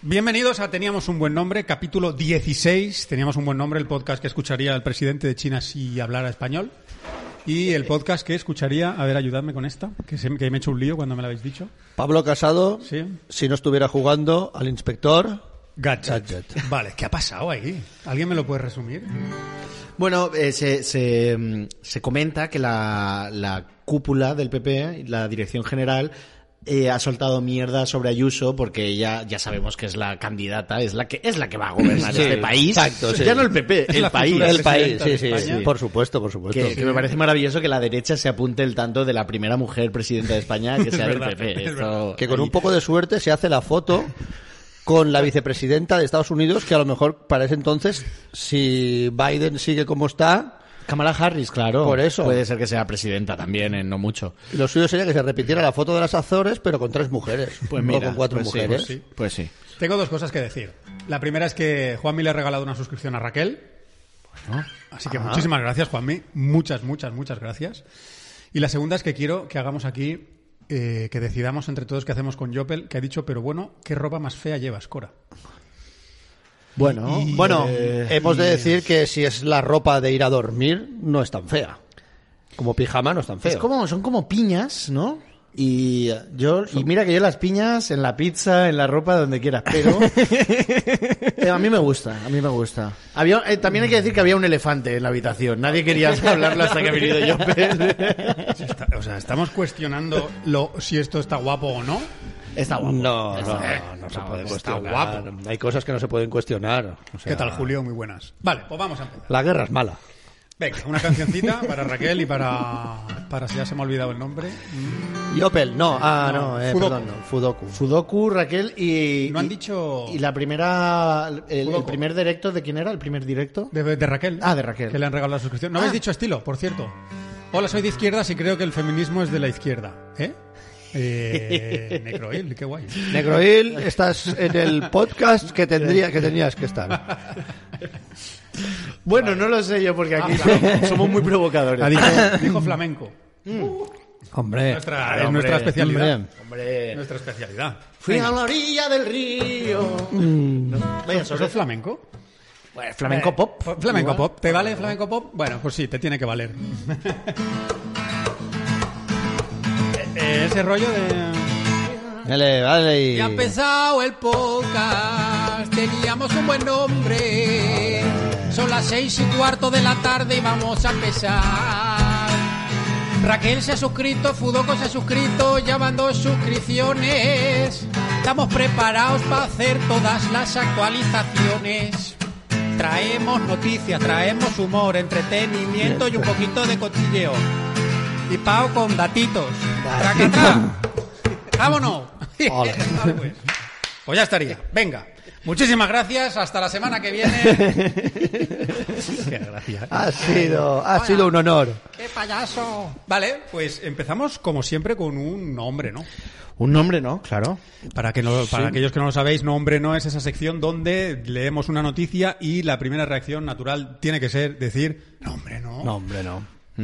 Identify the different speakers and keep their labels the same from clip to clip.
Speaker 1: Bienvenidos a Teníamos un buen nombre, capítulo 16. Teníamos un buen nombre, el podcast que escucharía el presidente de China si hablara español. Y el podcast que escucharía, a ver, ayudadme con esta, que, se, que me he hecho un lío cuando me lo habéis dicho.
Speaker 2: Pablo Casado,
Speaker 1: Sí.
Speaker 2: si no estuviera jugando al inspector.
Speaker 1: Gadget.
Speaker 2: Gadget.
Speaker 1: Vale, ¿qué ha pasado ahí? ¿Alguien me lo puede resumir?
Speaker 3: Bueno, eh, se, se, mm, se comenta que la, la cúpula del PP, la dirección general, eh, ha soltado mierda sobre Ayuso porque ella ya sabemos que es la candidata, es la que es la que va a gobernar
Speaker 2: Sí,
Speaker 3: este país.
Speaker 2: exacto, sí.
Speaker 3: Ya no el PP,
Speaker 1: Es la
Speaker 3: el país.
Speaker 1: futura
Speaker 2: El país,
Speaker 1: presidenta
Speaker 2: sí,
Speaker 1: de
Speaker 2: sí,
Speaker 1: España.
Speaker 2: sí. Por supuesto, por supuesto.
Speaker 3: Que, que me parece maravilloso que la derecha se apunte el tanto de la primera mujer presidenta de España que sea del
Speaker 1: verdad,
Speaker 3: PP.
Speaker 1: es
Speaker 3: Esto-
Speaker 2: Que con un poco de suerte se hace la foto con la vicepresidenta de Estados Unidos, que a lo mejor para ese entonces, si Biden sigue como está,
Speaker 3: Kamala Harris, pues claro.
Speaker 2: Por eso.
Speaker 3: Puede ser que sea presidenta también, en no mucho.
Speaker 2: lo suyo sería que se repitiera la foto de las Azores, pero con tres mujeres.
Speaker 3: Pues
Speaker 2: o
Speaker 3: mira,
Speaker 2: con cuatro
Speaker 3: pues sí,
Speaker 2: mujeres.
Speaker 3: pues sí, pues sí.
Speaker 1: Tengo dos cosas que decir. La primera es que Juanmi le ha regalado una suscripción a Raquel. Así que muchísimas gracias, Juanmi. Muchas, muchas, muchas gracias. Y la segunda es que quiero que hagamos aquí, eh, que decidamos entre todos qué hacemos con Yopel, que ha dicho, pero bueno, ¿qué ropa más fea llevas, Cora?
Speaker 3: Bueno,
Speaker 2: Bueno,
Speaker 3: eh,
Speaker 2: hemos de decir que si es la ropa de ir a dormir, no es tan fea. Como pijama no es tan feo.
Speaker 3: Es como, son como piñas, ¿no? Y yo, y mira que yo las piñas en la pizza, en la ropa, donde quieras, pero eh, a mí me gusta, a mí me gusta. Había, eh, también hay que decir que había un elefante en la habitación, nadie quería hablarlo hasta que ha venido yo.
Speaker 1: Está- o sea, estamos cuestionando lo, si esto está guapo o no.
Speaker 3: Está guapo.
Speaker 2: No, no,
Speaker 3: Está-
Speaker 2: no, se
Speaker 3: está
Speaker 2: puede
Speaker 3: guapo, está
Speaker 2: cuestionar.
Speaker 3: guapo.
Speaker 2: Hay cosas que no se pueden cuestionar. O sea,
Speaker 1: ¿Qué tal, Julio? Muy buenas. Vale, pues vamos a empezar.
Speaker 2: La guerra es mala.
Speaker 1: Venga, una cancioncita para Raquel y para... Para si ya se me ha olvidado el nombre.
Speaker 2: Yopel, no, ah,
Speaker 1: No,
Speaker 2: no, eh,
Speaker 1: Fudoku.
Speaker 2: perdón, no, Fudoku.
Speaker 3: Sudoku, Raquel y...
Speaker 1: No han
Speaker 3: y-
Speaker 1: dicho...
Speaker 3: Y la primera... El, el
Speaker 1: Sudoku.
Speaker 3: primer directo, ¿de quién era? ¿El primer directo?
Speaker 1: De, de Raquel.
Speaker 3: Ah, de Raquel. Ah.
Speaker 1: Que le han regalado la suscripción. No habéis dicho estilo, por cierto. Hola, soy de izquierdas y creo que el feminismo es de la izquierda. ¿Eh? Eh, Necroil, qué guay.
Speaker 2: Negroil, estás en el podcast que tendría que tenías que estar.
Speaker 3: Bueno, no lo sé yo porque aquí somos muy provocadores.
Speaker 1: Ah, dijo, dijo flamenco.
Speaker 2: Hombre,
Speaker 1: Nuestra-
Speaker 3: Claro,
Speaker 1: es
Speaker 3: hombre,
Speaker 1: nuestra especialidad.
Speaker 2: hombre.
Speaker 3: Hombre...
Speaker 1: Nuestra especialidad.
Speaker 3: Fui a la orilla del río. No, Vaya,
Speaker 1: ¿Eso es flamenco?
Speaker 3: Bueno, flamenco pop.
Speaker 2: Eh,
Speaker 1: F- Flamenco
Speaker 3: Igual.
Speaker 1: pop. ¿Te vale flamenco pop? Bueno, pues sí, te tiene que valer. Eh, eh, Ese rollo de...
Speaker 2: dale, dale y-
Speaker 1: Ya ha empezado el podcast, teníamos un buen nombre. Son las seis y cuarto de la tarde y vamos a empezar. Raquel se ha suscrito, Fudoco se ha suscrito, ya van dos suscripciones. Estamos preparados para hacer todas las actualizaciones. Traemos noticias, traemos humor, entretenimiento y un poquito de cotilleo. Y Pau con datitos. Traquetá. ¡Vámonos!
Speaker 2: Ole.
Speaker 1: Vale, pues. Pues ya estaría. Venga. Muchísimas gracias. Hasta la semana que viene. Qué gracia.
Speaker 2: Ha sido, ha sido un honor.
Speaker 1: ¡Qué payaso! Vale, pues empezamos como siempre con un nombre, ¿no?
Speaker 3: Un nombre, ¿no? Claro.
Speaker 1: Para, que no, para aquellos que no lo sabéis, no hombre no es esa sección donde leemos una noticia y la primera reacción natural tiene que ser decir, no hombre no, no,
Speaker 2: hombre, no.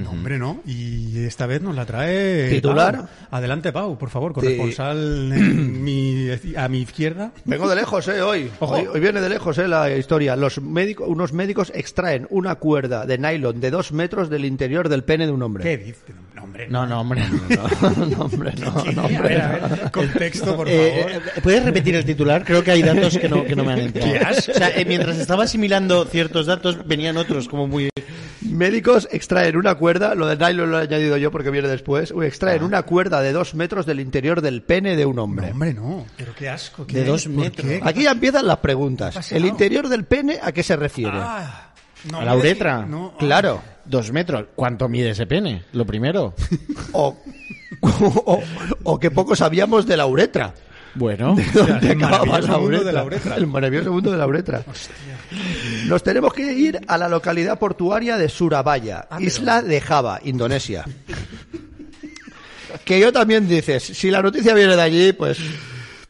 Speaker 1: hombre no. Y esta vez nos la trae...
Speaker 2: ¿Titular?
Speaker 1: Pau. Adelante, Pau, por favor, corresponsal en mi- a mi izquierda.
Speaker 2: Vengo de lejos, eh, hoy.
Speaker 1: Ojo.
Speaker 2: hoy. hoy viene de lejos, eh, la historia. Los médicos, unos médicos extraen una cuerda de nylon de dos metros del interior del pene de un hombre.
Speaker 1: ¿Qué dice? No hombre
Speaker 3: No, no, hombre.
Speaker 2: no, hombre, no, no,
Speaker 1: A
Speaker 2: hombre,
Speaker 1: ver,
Speaker 2: no.
Speaker 1: a ver, contexto, por favor.
Speaker 3: Eh, eh, ¿Puedes repetir el titular? Creo que hay datos que no, que no me han entrado.
Speaker 1: ¿Qué has?
Speaker 3: O sea, eh, mientras estaba asimilando ciertos datos, venían otros como muy...
Speaker 2: Médicos extraen una cuerda, lo de nylon lo he añadido yo porque viene después, extraen una cuerda de dos metros del interior del pene de un
Speaker 1: Ah. No,
Speaker 2: hombre.
Speaker 1: hombre, no. Pero qué asco. ¿qué Ah,
Speaker 3: De
Speaker 1: hay?
Speaker 3: dos
Speaker 1: ¿Por
Speaker 3: metros.
Speaker 1: qué?
Speaker 2: Aquí ya empiezan las preguntas.
Speaker 1: pasado?
Speaker 2: ¿El interior del pene a qué se refiere?
Speaker 1: Ah, no
Speaker 3: ¿A la
Speaker 1: me dejes-
Speaker 3: uretra?
Speaker 1: no,
Speaker 2: claro.
Speaker 3: Dos metros. ¿Cuánto mide ese pene? Lo primero.
Speaker 2: O, o, o que poco sabíamos de la uretra.
Speaker 3: Bueno,
Speaker 2: ¿Dónde
Speaker 1: el
Speaker 2: acaba
Speaker 1: maravilloso
Speaker 2: la
Speaker 1: mundo de la
Speaker 2: uretra?
Speaker 1: uretra.
Speaker 2: El maravilloso mundo de la uretra. Nos tenemos que ir a la localidad portuaria de Surabaya, isla de Java, Indonesia. que yo también dices, si la noticia viene de allí, pues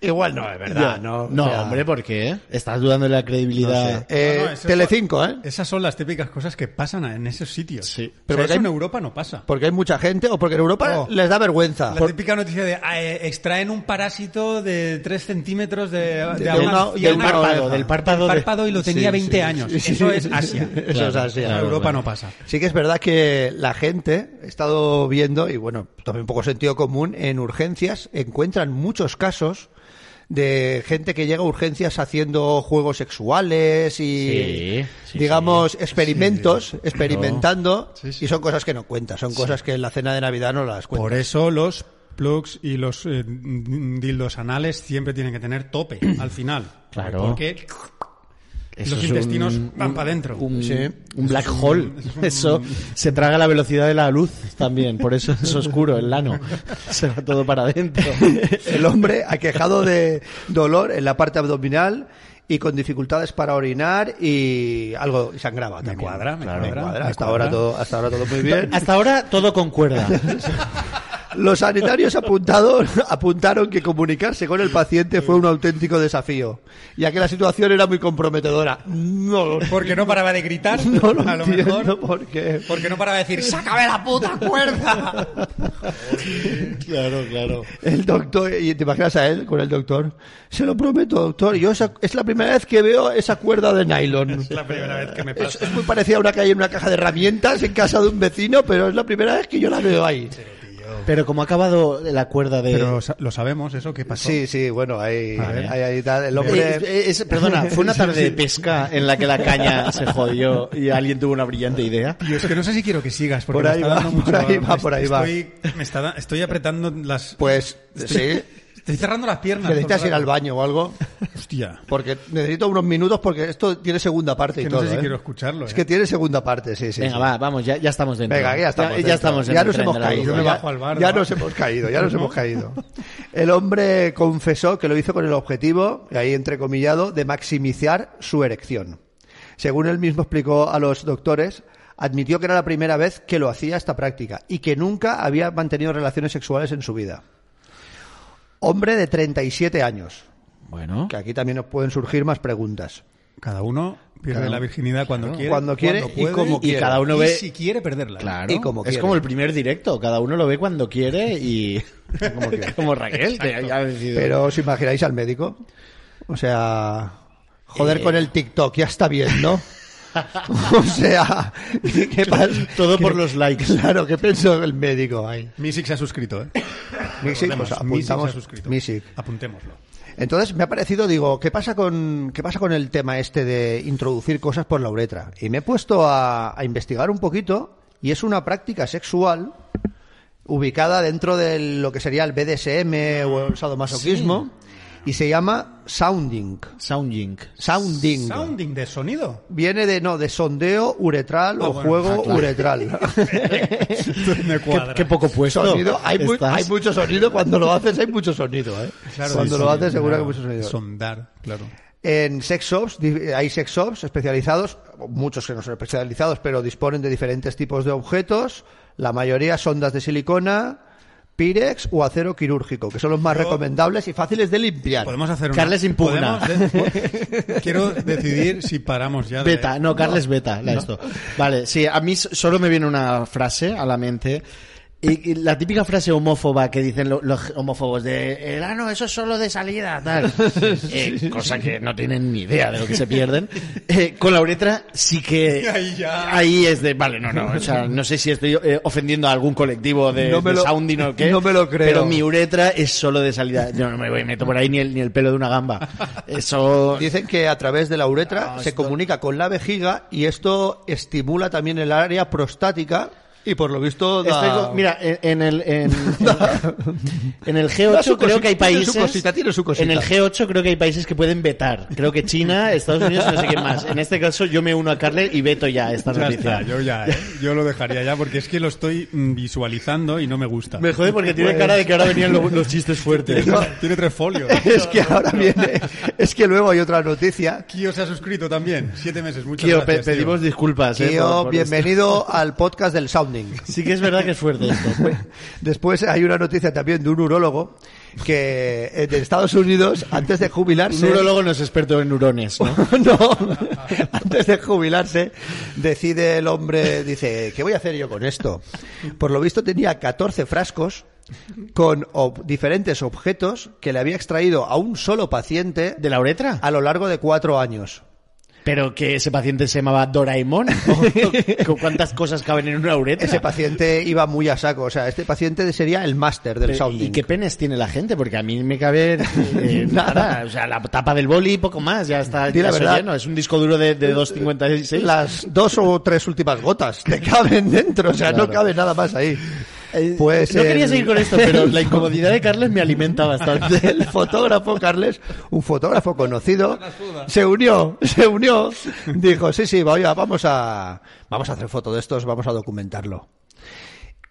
Speaker 2: igual no es verdad,
Speaker 3: Ya.
Speaker 2: ¿no? O
Speaker 3: No,
Speaker 2: sea,
Speaker 3: hombre, ¿por qué? Estás dudando de la
Speaker 2: no sé.
Speaker 3: credibilidad.
Speaker 2: Eh,
Speaker 1: No, no, eso-
Speaker 2: Telecinco, ¿eh?
Speaker 1: Esas son las típicas cosas que pasan en esos sitios.
Speaker 3: Sí.
Speaker 1: Pero
Speaker 2: Pero
Speaker 1: eso
Speaker 2: porque hay-
Speaker 1: en Europa no pasa.
Speaker 2: Porque hay mucha gente o porque en Europa
Speaker 1: Oh.
Speaker 2: les da vergüenza.
Speaker 1: La típica noticia de ah, eh, extraen un parásito de 3 centímetros de,
Speaker 2: de una- de
Speaker 1: del
Speaker 2: una
Speaker 1: párpado,
Speaker 2: oreja.
Speaker 1: del párpado,
Speaker 3: de-
Speaker 1: y lo tenía
Speaker 2: Sí,
Speaker 1: 20
Speaker 2: sí,
Speaker 1: años.
Speaker 2: sí, sí,
Speaker 1: Eso
Speaker 2: sí,
Speaker 1: es
Speaker 2: sí.
Speaker 1: Asia.
Speaker 2: Eso es
Speaker 3: Claro,
Speaker 2: Asia.
Speaker 1: En
Speaker 3: claro,
Speaker 1: Europa
Speaker 3: claro.
Speaker 1: no pasa.
Speaker 2: Sí que es verdad que la gente, he estado viendo, y bueno, también un poco sentido común, en urgencias encuentran muchos casos de gente que llega a urgencias haciendo juegos sexuales y,
Speaker 3: Sí, sí,
Speaker 2: digamos, experimentos, experimentando,
Speaker 1: Sí, sí.
Speaker 2: y son cosas que no cuentan, son cosas que en la cena de Navidad no las cuentan.
Speaker 1: Por eso los plugs y los eh, dildos anales siempre tienen que tener tope al final.
Speaker 3: Claro.
Speaker 1: Porque
Speaker 3: Eso
Speaker 1: los
Speaker 3: es un-
Speaker 1: intestinos van para adentro.
Speaker 3: Un,
Speaker 2: Sí.
Speaker 3: un black hole. Eso se traga la velocidad de la luz también. Por eso es oscuro el lano. Se va todo para adentro.
Speaker 2: El hombre aquejado de dolor en la parte abdominal y con dificultades para orinar y algo y sangraba
Speaker 1: Me
Speaker 2: también.
Speaker 1: cuadra, me
Speaker 2: Claro,
Speaker 1: cuadra. me
Speaker 2: Hasta
Speaker 1: cuadra.
Speaker 2: ahora todo, hasta ahora todo muy bien.
Speaker 3: Hasta ahora todo concuerda.
Speaker 2: Los sanitarios apuntados apuntaron que comunicarse con el paciente fue un auténtico desafío, ya que la situación era muy comprometedora. No lo,
Speaker 1: Porque no paraba de gritar.
Speaker 2: no lo
Speaker 1: a lo
Speaker 2: entiendo
Speaker 1: mejor.
Speaker 2: por qué.
Speaker 1: Porque no paraba de decir, ¡sácame la puta cuerda!
Speaker 3: claro, claro.
Speaker 2: El doctor, y te imaginas a él con el doctor, se lo prometo, doctor, yo esa- es la primera vez que veo esa cuerda de nylon.
Speaker 1: Es la primera vez que me
Speaker 2: Es,
Speaker 1: pasa.
Speaker 2: es muy parecida a una que hay en una caja de herramientas en casa de un vecino, pero es la primera vez que yo la veo ahí.
Speaker 3: Pero como ha acabado la cuerda de...
Speaker 1: Pero sa- lo sabemos, eso que pasó.
Speaker 2: Sí, sí, bueno, ahí,
Speaker 3: Vale.
Speaker 2: ahí, ahí tal, el
Speaker 3: Eh,
Speaker 2: hombre...
Speaker 3: eh, es- perdona, fue una tarde de pesca en la que la caña se jodió y alguien tuvo una brillante idea.
Speaker 1: Tío, es que no sé si quiero que sigas, porque
Speaker 2: Por
Speaker 1: me
Speaker 2: ahí
Speaker 1: está
Speaker 2: va,
Speaker 1: dando mucho-
Speaker 2: por ahí va, por ahí va.
Speaker 1: estoy, Me está, da- estoy apretando las...
Speaker 2: Pues sí,
Speaker 1: Estoy cerrando las piernas.
Speaker 2: que necesitas
Speaker 1: todo el
Speaker 2: ir al
Speaker 1: rato.
Speaker 2: baño o algo.
Speaker 1: Hostia.
Speaker 2: Porque necesito unos minutos porque esto tiene segunda parte
Speaker 1: Que
Speaker 2: y
Speaker 1: no
Speaker 2: todo.
Speaker 1: sé si
Speaker 2: ¿eh?
Speaker 1: quiero escucharlo,
Speaker 2: Es
Speaker 1: ¿eh?
Speaker 2: que tiene segunda parte, sí, sí.
Speaker 3: Venga,
Speaker 2: sí.
Speaker 3: va, vamos, ya, ya estamos dentro.
Speaker 2: Venga, ya estamos.
Speaker 3: Ya,
Speaker 2: dentro.
Speaker 3: estamos en
Speaker 2: Ya
Speaker 3: el
Speaker 2: nos
Speaker 3: tren
Speaker 2: hemos
Speaker 3: de la
Speaker 2: caído.
Speaker 3: luz,
Speaker 1: me
Speaker 2: ya-
Speaker 1: bajo al bar,
Speaker 2: Ya
Speaker 1: ¿no?
Speaker 2: nos hemos caído, ya nos hemos caído. El hombre confesó que lo hizo con el objetivo, y ahí entrecomillado, de maximizar su erección. Según él mismo explicó a los doctores, admitió que era la primera vez que lo hacía esta práctica y que nunca había mantenido relaciones sexuales en su vida. Hombre de 37 años,
Speaker 3: Bueno,
Speaker 2: que aquí también nos pueden surgir más preguntas.
Speaker 1: Cada uno pierde
Speaker 2: Claro.
Speaker 1: la virginidad cuando quiere.
Speaker 2: Cuando quiere y
Speaker 1: puede,
Speaker 2: como
Speaker 3: y
Speaker 2: quiere.
Speaker 3: cada uno
Speaker 1: y
Speaker 3: ve...
Speaker 1: si quiere perderla.
Speaker 3: Claro,
Speaker 2: Y como
Speaker 3: es
Speaker 2: quiere.
Speaker 3: como el primer directo, cada uno lo ve cuando quiere y como, Raquel, que ya ha decidido.
Speaker 2: Pero os imagináis al médico. O sea, joder
Speaker 3: Eh.
Speaker 2: con el TikTok, ya está bien, ¿no? o sea, ¿qué pasa?
Speaker 3: Todo por los likes.
Speaker 2: Claro, ¿qué pensó el médico ahí?
Speaker 1: Misic se ha suscrito, ¿eh?
Speaker 2: Misic,
Speaker 1: Recordemos, Misic se
Speaker 2: pues
Speaker 1: ha
Speaker 2: apuntamos
Speaker 1: suscrito.
Speaker 2: Misic.
Speaker 1: Apuntémoslo.
Speaker 2: Entonces me ha parecido, digo, ¿qué pasa con qué pasa con el tema este de introducir cosas por la uretra? Y me he puesto a, a investigar un poquito y es una práctica sexual ubicada dentro de lo que sería el BDSM o
Speaker 1: Ah,
Speaker 2: el sadomasoquismo y se llama sounding.
Speaker 3: Sounding.
Speaker 2: Sounding.
Speaker 1: Sounding de sonido.
Speaker 2: Viene de no de sondeo uretral
Speaker 1: Ah,
Speaker 2: o
Speaker 1: bueno,
Speaker 2: juego
Speaker 3: ah, claro.
Speaker 2: uretral.
Speaker 1: Me
Speaker 3: Qué,
Speaker 1: cuadra.
Speaker 3: qué poco puesto.
Speaker 2: sonido, hay, mu-
Speaker 3: estás.
Speaker 2: hay mucho sonido cuando lo haces, hay mucho sonido, ¿eh?
Speaker 1: Claro,
Speaker 2: cuando
Speaker 1: sí,
Speaker 2: lo
Speaker 1: sí,
Speaker 2: haces seguro que
Speaker 1: claro.
Speaker 2: hay mucho sonido.
Speaker 1: Sondar, claro.
Speaker 2: En sex shops di- hay sex shops especializados, muchos que no son especializados, pero disponen de diferentes tipos de objetos, la mayoría sondas de silicona, Pirex o acero quirúrgico, que son los más recomendables y fáciles de limpiar.
Speaker 1: Podemos hacer una...
Speaker 3: Carles impugna.
Speaker 1: podemos de- Quiero decidir si paramos ya de-
Speaker 3: Beta, no, Carles Beta, la esto. Vale, sí, a mí s- solo me viene una frase a la mente. Y, y la típica frase homófoba que dicen lo- los homófobos de, eh, ah, no, eso es solo de salida, tal. Eh, cosa que no tienen ni idea de lo que se pierden. Eh, con la uretra sí que...
Speaker 1: Ahí ya.
Speaker 3: Ahí es de, vale, no, no, o sea, no sé si estoy eh, ofendiendo a algún colectivo de,
Speaker 2: No me
Speaker 3: de
Speaker 2: lo-
Speaker 3: sounding o qué.
Speaker 2: no me lo creo.
Speaker 3: Pero mi uretra es solo de salida. Yo no me voy, meto por ahí ni el, ni el pelo de una gamba. Eso...
Speaker 2: Dicen que a través de la
Speaker 3: Ah,
Speaker 2: uretra se comunica con la vejiga y esto estimula también el área prostática Y por lo visto da...
Speaker 3: Estoy con- mira, en, en el en, en- en el G8
Speaker 2: Da su
Speaker 3: creo
Speaker 2: cosi-
Speaker 3: que hay
Speaker 2: tiene su
Speaker 3: países
Speaker 2: cosita, tiene su cosita.
Speaker 3: En el G8 creo que hay países que pueden vetar. Creo que China, Estados Unidos, y no sé qué más. En este caso yo me uno a Carler y veto ya esta
Speaker 1: Ya
Speaker 3: noticia.
Speaker 1: está, yo ya, ¿eh? yo lo dejaría ya porque es que lo estoy mm, visualizando y no me gusta.
Speaker 3: Me jode porque
Speaker 2: Pues-
Speaker 3: tiene cara de que ahora venían lo- los chistes fuertes.
Speaker 1: Tiene, tiene tres folios.
Speaker 2: Es que ahora viene... Es que luego hay otra noticia.
Speaker 1: Kio se ha suscrito también. Siete meses, muchas
Speaker 3: Tío, pe-
Speaker 1: gracias. tío.
Speaker 3: pedimos disculpas. eh,
Speaker 2: Tío,
Speaker 3: por- por esto.
Speaker 2: bienvenido al podcast del Sounding.
Speaker 3: Sí que es verdad que es fuerte esto.
Speaker 2: Pues, Después hay una noticia también de un urólogo que eh, de Estados Unidos, antes de
Speaker 3: Un
Speaker 2: jubilarse...
Speaker 3: neurólogo no es experto en neurones, ¿no?
Speaker 2: No, antes de jubilarse, decide el hombre, dice, ¿qué voy a hacer yo con esto? Por lo visto tenía 14 frascos con ob- diferentes objetos que le había extraído a un solo paciente
Speaker 3: ¿De la uretra?
Speaker 2: a lo largo de cuatro años.
Speaker 3: Pero que ese paciente se llamaba Doraemon. ¿O- o- ¿Cuántas cosas caben en una uretra?
Speaker 2: Ese paciente iba muy a saco, o sea, este paciente sería el máster del
Speaker 3: Pero,
Speaker 2: sounding.
Speaker 3: ¿Y qué penes tiene la gente? Porque a mí me cabe eh, nada. O sea, la tapa del boli y poco más. Ya está
Speaker 2: Di
Speaker 3: ya
Speaker 2: la
Speaker 3: soy
Speaker 2: verdad.
Speaker 3: lleno. Es un disco duro de, de 2.56.
Speaker 2: Las dos o tres últimas gotas te caben dentro, o sea, no
Speaker 3: Claro.
Speaker 2: cabe nada más ahí.
Speaker 3: Eh,
Speaker 2: Pues
Speaker 3: no
Speaker 2: el-
Speaker 3: quería seguir con esto, pero la incomodidad de Carles me alimenta bastante.
Speaker 2: el fotógrafo Carles, un fotógrafo conocido, se unió, se unió, dijo, sí, sí, va, oiga, vamos a, vamos a hacer foto de estos, vamos a documentarlo.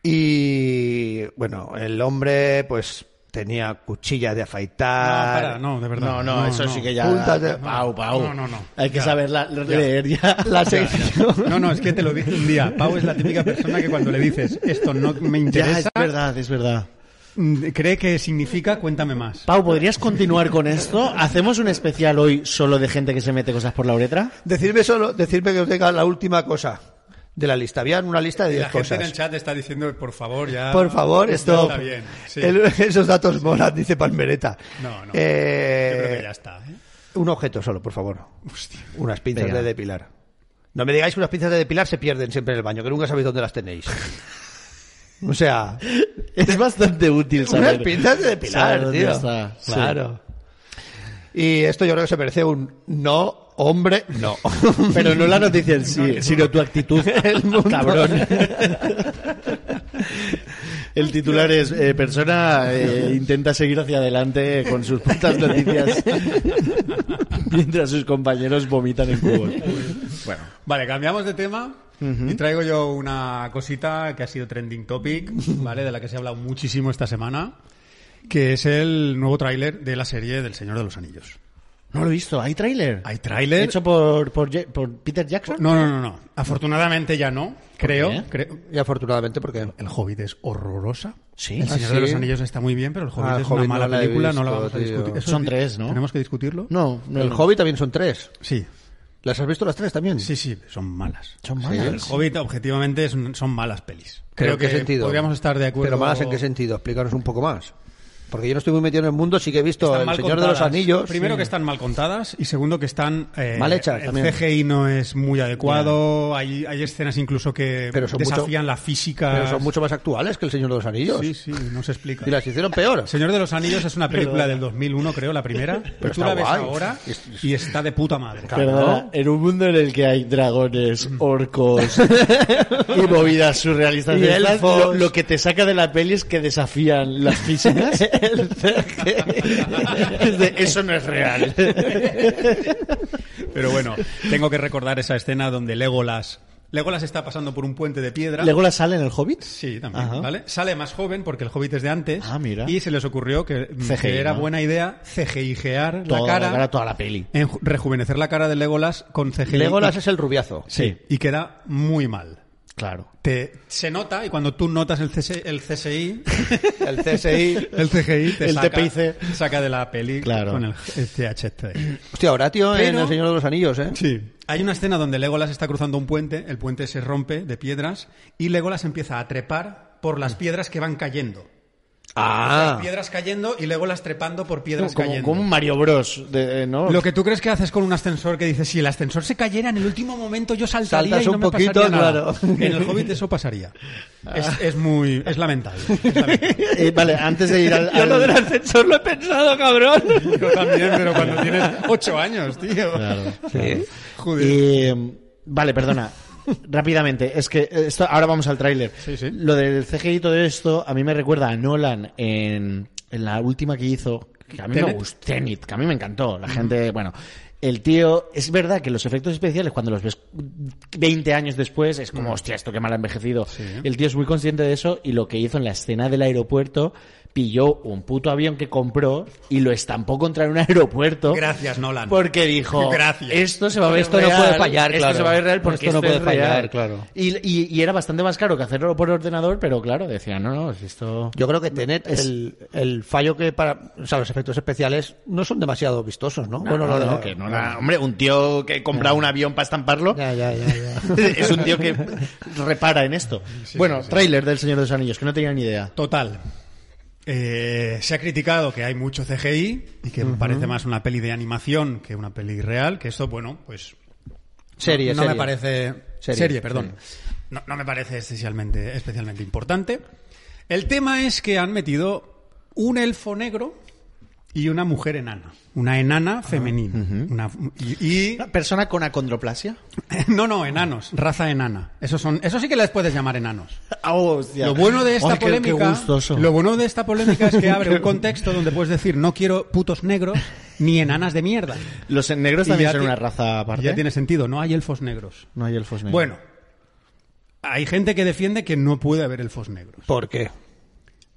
Speaker 2: Y bueno, el hombre pues tenía cuchilla de
Speaker 1: No,
Speaker 2: afeitar.
Speaker 1: Ah, para, no, de verdad.
Speaker 3: No, no, eso sí que ya.
Speaker 2: Puntas de-
Speaker 3: Pau, pau.
Speaker 1: No, no, no.
Speaker 3: Hay que
Speaker 1: Ya.
Speaker 3: saber la- leer ya.
Speaker 2: La sección.
Speaker 1: No, no, es que te lo dije un día. Pau es la típica persona que cuando le dices esto no me
Speaker 3: Ya, es
Speaker 1: interesa,
Speaker 3: verdad, es verdad.
Speaker 1: mm, cree que significa cuéntame más.
Speaker 3: Pau, ¿podrías continuar con esto? ¿Hacemos un especial hoy solo de gente que se mete cosas por la uretra?
Speaker 2: Decirme solo, decirme que os tenga la última cosa de la lista. Había una lista de
Speaker 1: Y la
Speaker 2: 10
Speaker 1: gente en el
Speaker 2: cosas.
Speaker 1: chat está diciendo, por favor, ya.
Speaker 2: Por favor,
Speaker 1: ya
Speaker 2: esto.
Speaker 1: Ah, Está bien. sí.
Speaker 2: el- esos datos molan, dice Palmereta.
Speaker 1: No, no.
Speaker 2: Eh,
Speaker 1: Yo creo que ya está. ¿eh?
Speaker 2: Un objeto solo, por favor.
Speaker 1: Hostia.
Speaker 2: Unas pinzas
Speaker 3: Venga.
Speaker 2: de depilar. No me digáis que unas pinzas de depilar se pierden siempre en el baño, que nunca sabéis dónde las tenéis. O sea,
Speaker 3: Es bastante útil
Speaker 2: unas
Speaker 3: saber.
Speaker 2: pinzas de
Speaker 3: saber
Speaker 2: depilar,
Speaker 3: dónde
Speaker 2: tío.
Speaker 3: está. Sí.
Speaker 2: Claro. Y esto yo creo que se merece un no, hombre, no.
Speaker 3: Pero no la noticia en sí, sino tu actitud. El Cabrón. El titular es eh, persona eh, intenta seguir hacia adelante con sus putas noticias mientras sus compañeros vomitan en cubos.
Speaker 1: Vale, cambiamos de tema y traigo yo una cosita que ha sido trending topic, ¿vale? De la que se ha hablado muchísimo esta semana, que es el nuevo tráiler de la serie del Señor de los Anillos.
Speaker 3: No lo he visto. ¿Hay tráiler?
Speaker 1: ¿Hay tráiler?
Speaker 3: ¿Hecho por, por, Je- por Peter Jackson?
Speaker 1: No, no, no, no. Afortunadamente ya no, creo.
Speaker 3: qué?
Speaker 1: creo-
Speaker 2: Y afortunadamente porque...
Speaker 1: El Hobbit es horrorosa.
Speaker 3: Sí.
Speaker 1: El Señor
Speaker 2: Ah,
Speaker 1: de los
Speaker 2: sí.
Speaker 1: Anillos está muy bien, pero el Hobbit
Speaker 2: Ah, el
Speaker 1: es
Speaker 2: Hobbit
Speaker 1: una mala
Speaker 2: no la he
Speaker 1: película,
Speaker 2: visto,
Speaker 1: no la vamos a
Speaker 2: tío.
Speaker 1: discutir. Eso
Speaker 3: Son
Speaker 1: di-
Speaker 3: tres, ¿no?
Speaker 1: ¿Tenemos que discutirlo?
Speaker 3: No, no,
Speaker 2: El
Speaker 3: no.
Speaker 2: Hobbit también son tres.
Speaker 1: Sí,
Speaker 2: ¿Las has visto las tres también?
Speaker 1: sí, sí, son malas.
Speaker 3: Son
Speaker 1: El
Speaker 3: malas.
Speaker 1: Hobbit, objetivamente, es un- son malas pelis.
Speaker 2: ¿Pero
Speaker 1: Creo
Speaker 2: en qué
Speaker 1: que
Speaker 2: sentido?
Speaker 1: podríamos estar de acuerdo.
Speaker 2: ¿Pero malas en qué sentido? Explícanos un poco más. Porque yo no estoy muy metido en el mundo, sí que he visto
Speaker 1: Están
Speaker 2: El
Speaker 1: mal
Speaker 2: Señor de
Speaker 1: contadas.
Speaker 2: los Anillos.
Speaker 1: Primero que están mal contadas y segundo que están eh,
Speaker 2: Mal hechas
Speaker 1: El
Speaker 2: también.
Speaker 1: CGI no es muy adecuado. Hay, hay escenas incluso que
Speaker 2: Pero son mucho-
Speaker 1: desafían la física.
Speaker 2: Pero son mucho más actuales que El Señor de los Anillos.
Speaker 1: Sí, sí, no se explica.
Speaker 2: Y las hicieron peor.
Speaker 1: El Señor de los Anillos es una película del 2001, creo, la primera. Pero tú
Speaker 2: está
Speaker 1: la ves
Speaker 2: guay.
Speaker 1: ahora y está de puta madre.
Speaker 3: Perdona, en un mundo en el que hay dragones, orcos y movidas surrealistas,
Speaker 2: Y
Speaker 3: de estas,
Speaker 2: elfos.
Speaker 3: lo, lo que te saca de la peli es que desafían las físicas. Es de, Eso no es real.
Speaker 1: Pero bueno, tengo que recordar esa escena donde Legolas... Legolas está pasando por un puente de piedra.
Speaker 3: ¿Luego la sale en el Hobbit?
Speaker 1: Sí, también,
Speaker 3: Ajá.
Speaker 1: ¿vale? Sale más joven porque el Hobbit es de antes.
Speaker 3: Ah, mira.
Speaker 1: Y se les ocurrió que,
Speaker 3: CGI,
Speaker 1: que era
Speaker 3: ¿no?
Speaker 1: buena idea CGIgear la
Speaker 3: Toda
Speaker 1: cara,
Speaker 3: toda la peli.
Speaker 1: en- rejuvenecer la cara de Legolas con CGI.
Speaker 2: Legolas
Speaker 1: y,
Speaker 2: es el rubiazo.
Speaker 1: sí, y queda muy mal.
Speaker 3: Claro.
Speaker 1: Te, se nota y cuando tú notas el CSI, el CSI
Speaker 2: El CSI.
Speaker 1: El CGI te
Speaker 3: El
Speaker 1: saca,
Speaker 3: TPIC.
Speaker 1: saca de la peli
Speaker 3: Claro.
Speaker 1: con el, el THT.
Speaker 2: Hostia, Horatio en
Speaker 1: Pero-
Speaker 2: El Señor de los Anillos, ¿eh?
Speaker 1: Sí. este. Hay una escena donde Legolas está cruzando un puente, el puente se rompe de piedras y Legolas empieza a trepar por las piedras que van cayendo.
Speaker 2: Ah.
Speaker 1: Piedras cayendo y Legolas trepando por piedras
Speaker 3: Como,
Speaker 1: cayendo.
Speaker 3: como un Mario Bros. de- eh, ¿no?
Speaker 1: Lo que tú crees que haces con un ascensor que dices, si el ascensor se cayera en el último momento yo saltaría
Speaker 2: Saltas
Speaker 1: y no
Speaker 2: un
Speaker 1: me
Speaker 2: poquito,
Speaker 1: pasaría nada".
Speaker 2: claro. Ah.
Speaker 1: En el Hobbit eso pasaría. Es, es muy... es lamentable. Es lamentable.
Speaker 3: Eh, vale, antes de ir al... al-
Speaker 2: ascensor lo he pensado, cabrón.
Speaker 1: Yo también, pero cuando tienes ocho años, tío.
Speaker 3: Claro.
Speaker 2: Sí.
Speaker 1: Joder.
Speaker 3: Eh, vale, perdona. Rápidamente, es que esto, ahora vamos al tráiler.
Speaker 1: Sí, sí.
Speaker 3: Lo del CGI y todo esto, a mí me recuerda a Nolan en, en la última que hizo, que a mí me
Speaker 1: Tenet.
Speaker 3: gustó, Tenet, que a mí me encantó. La gente, bueno, el tío, es verdad que los efectos especiales, cuando los ves 20 años después, es
Speaker 1: Mm.
Speaker 3: como, hostia, esto que mal ha envejecido. El tío es muy consciente de eso y lo que hizo en la escena del aeropuerto, pilló un puto avión que compró y lo estampó contra un aeropuerto.
Speaker 1: Gracias, Nolan.
Speaker 3: Porque dijo,
Speaker 1: Gracias.
Speaker 3: Ah, esto se va a ver
Speaker 2: Esto no
Speaker 3: real,
Speaker 2: puede fallar,
Speaker 3: esto
Speaker 2: claro.
Speaker 3: se va a ver real porque
Speaker 2: Esto no
Speaker 3: es
Speaker 2: puede fallar,
Speaker 3: real.
Speaker 2: claro.
Speaker 3: Y, y- y era bastante más caro que hacerlo por ordenador, pero claro, decía, no, no, si esto...
Speaker 2: Yo creo que Tenet, el, el fallo que para. O sea, los efectos especiales no son demasiado vistosos, ¿no?
Speaker 3: No, no, no, que no, no. hombre, un tío que compra un avión para estamparlo
Speaker 2: Ya, ya, ya. ya.
Speaker 3: es un tío que repara en esto. bueno, tráiler del Señor de los Anillos, que no tenía ni idea.
Speaker 1: Total. Eh, se ha criticado que hay mucho CGI y que parece más una peli de animación que una peli real, que esto, bueno, pues
Speaker 2: Serie,
Speaker 1: no
Speaker 2: serie.
Speaker 1: me parece
Speaker 2: Serie,
Speaker 1: serie, perdón.
Speaker 2: serie.
Speaker 1: No, no me parece especialmente, especialmente importante. El tema es que han metido un elfo negro y una mujer enana, una enana femenina, Una- y, y-
Speaker 3: ¿Una persona con acondroplasia?
Speaker 1: no no enanos, raza enana. Esos son, eso sí que les puedes llamar enanos.
Speaker 3: Ah,
Speaker 1: Lo bueno de esta
Speaker 3: Ay, qué- qué
Speaker 1: polémica,
Speaker 3: gustoso.
Speaker 1: lo bueno de esta polémica es que abre un contexto donde puedes decir no quiero putos negros ni enanas de mierda.
Speaker 3: Los negros
Speaker 1: Y
Speaker 3: también
Speaker 1: ya
Speaker 3: son
Speaker 1: ti-
Speaker 3: una raza aparte.
Speaker 1: Ya tiene sentido, no hay elfos negros.
Speaker 3: No hay elfos negros.
Speaker 1: Bueno, hay gente que defiende que no puede haber elfos negros.
Speaker 2: ¿Por qué?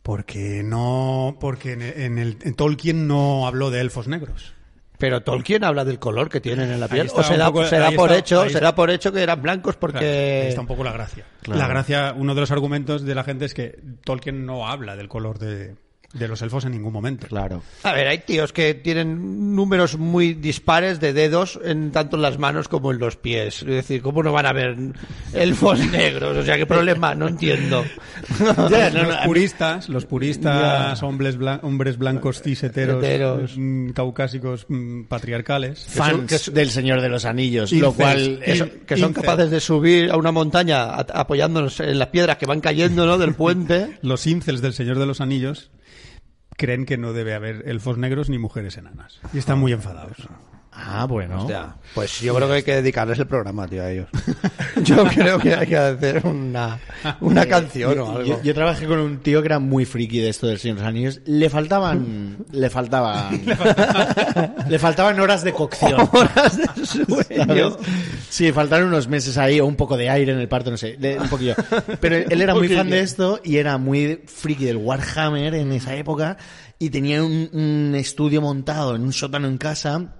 Speaker 1: Porque no, porque en, en el en Tolkien no habló de elfos negros.
Speaker 2: Pero Tolkien habla del color que tienen en la piel.
Speaker 1: está
Speaker 2: O se
Speaker 1: un
Speaker 2: da,
Speaker 1: poco-
Speaker 2: se da
Speaker 1: ahí
Speaker 2: por
Speaker 1: está-
Speaker 2: hecho,
Speaker 1: ahí
Speaker 2: se
Speaker 1: está.
Speaker 2: da por hecho que eran blancos
Speaker 1: Claro, ahí
Speaker 2: porque.
Speaker 1: está un poco la gracia.
Speaker 3: Claro.
Speaker 1: La gracia, uno de los argumentos de la gente es que Tolkien no habla del color de, de los elfos en ningún momento.
Speaker 3: Claro.
Speaker 2: A ver, hay tíos que tienen números muy dispares de dedos en tanto en las manos como en los pies. Es decir, ¿cómo no van a ver elfos negros? O sea, ¿qué problema? No entiendo.
Speaker 1: Ya, no, no, los puristas, los puristas, hombres, blan- hombres blancos, cis, heteros,
Speaker 2: Heteros.
Speaker 1: mm, caucásicos, mm, patriarcales.
Speaker 3: Fans
Speaker 2: que son-
Speaker 3: del Señor de los Anillos,
Speaker 1: Incest.
Speaker 3: lo cual...
Speaker 1: Y-
Speaker 3: eso-
Speaker 2: Que son
Speaker 1: Incel.
Speaker 2: capaces de subir a una montaña a- apoyándonos en las piedras que van cayendo, ¿no? Del puente.
Speaker 1: Los incels del Señor de los Anillos creen que no debe haber elfos negros ni mujeres enanas. Y están muy enfadados.
Speaker 3: Ah, bueno.
Speaker 2: Ya, pues yo creo que hay que dedicarles el programa, tío, a ellos. Yo creo que hay que hacer una, una canción o
Speaker 3: Yo-
Speaker 2: algo.
Speaker 3: Yo, yo trabajé con un tío que era muy friki de esto del Señor de los Anillos. Le faltaban. le faltaban. le faltaban horas de cocción.
Speaker 2: Horas de sueño.
Speaker 3: Sí, faltaron unos meses ahí, o un poco de aire en el parto, no sé, de- un poquillo. Pero él era muy fan de esto y era muy friki del Warhammer en esa época y tenía un, un estudio montado en un sótano en casa.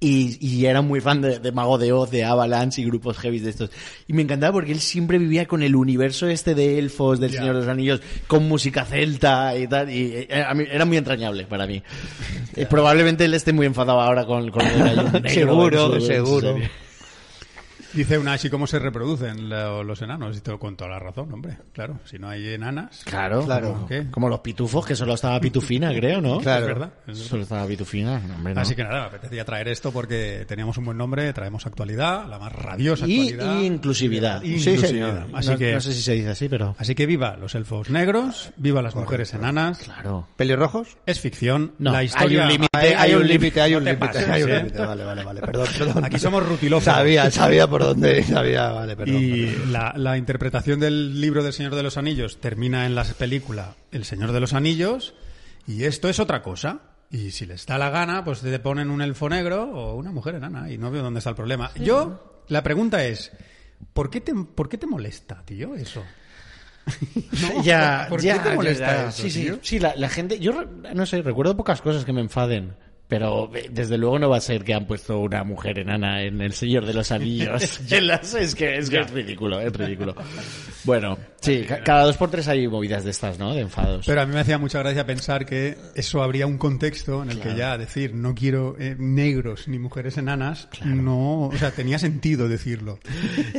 Speaker 3: Y, y era muy fan de, de Mago de Oz, de Avalanche y grupos heavy de estos. Y me encantaba porque él siempre vivía con el universo este de elfos, del Señor de los Anillos, con música celta y tal. Y eh, a mí- era muy entrañable para mí. Eh, probablemente él esté muy enfadado ahora con, con el gallo negro en
Speaker 2: Seguro,
Speaker 3: su- en su
Speaker 2: seguro.
Speaker 3: serie.
Speaker 1: Dice una así cómo se reproducen lo- los enanos. Y todo con toda la razón, hombre. Claro, si no hay enanas.
Speaker 3: Claro,
Speaker 2: Claro.
Speaker 3: Como,
Speaker 1: ¿Qué?
Speaker 3: como los pitufos, que solo estaba pitufina, creo, ¿no?
Speaker 1: Claro. Es verdad, es verdad.
Speaker 3: Solo estaba pitufina, no, hombre, no.
Speaker 1: Así que nada, me apetecía traer esto porque teníamos un buen nombre, traemos actualidad, la más radiosa
Speaker 3: Y,
Speaker 1: actualidad.
Speaker 3: y inclusividad.
Speaker 1: Y
Speaker 2: Sí,
Speaker 1: inclusividad.
Speaker 2: señor.
Speaker 1: Así
Speaker 3: no,
Speaker 1: que
Speaker 3: no sé si se dice así, pero...
Speaker 1: Así que viva los elfos negros, viva las mujeres enanas.
Speaker 3: Claro.
Speaker 2: ¿Pelirrojos?
Speaker 1: Es ficción,
Speaker 3: No,
Speaker 1: la
Speaker 3: hay
Speaker 1: historia.
Speaker 3: un límite.
Speaker 2: Hay, hay un límite, hay
Speaker 1: No
Speaker 2: un
Speaker 1: te
Speaker 2: límite.
Speaker 1: pases,
Speaker 2: hay un
Speaker 1: ¿eh?
Speaker 2: límite. Vale, vale, vale. Perdón, perdón.
Speaker 1: Aquí somos rutilófagos.
Speaker 2: Sabía, sabía por dónde. Sabía, vale, perdón.
Speaker 1: Y
Speaker 2: perdón.
Speaker 1: la, la interpretación del libro del Señor de los Anillos termina en la película El Señor de los Anillos y esto es otra cosa. Y si les da la gana, pues te ponen un elfo negro o una mujer enana y no veo dónde está el problema. Yo, la pregunta es, ¿por qué te, por qué te molesta, tío, eso? No,
Speaker 3: Ya,
Speaker 1: ¿Por
Speaker 3: ya,
Speaker 1: qué te
Speaker 3: ya,
Speaker 1: molesta
Speaker 3: ya.
Speaker 1: eso,
Speaker 3: Sí, sí,
Speaker 1: tío?
Speaker 3: sí, la, la gente... Yo, re- no sé, recuerdo pocas cosas que me enfaden. Pero eh, desde luego no va a ser que han puesto una mujer enana en El Señor de los Anillos. En las- es que, es, que es ridículo, es ridículo. Bueno, sí, ca- cada dos por tres hay movidas de estas, ¿no? De enfados.
Speaker 1: Pero a mí me hacía mucha gracia pensar que eso habría un contexto en el que ya decir no quiero eh, negros ni mujeres enanas, no, o sea, tenía sentido decirlo.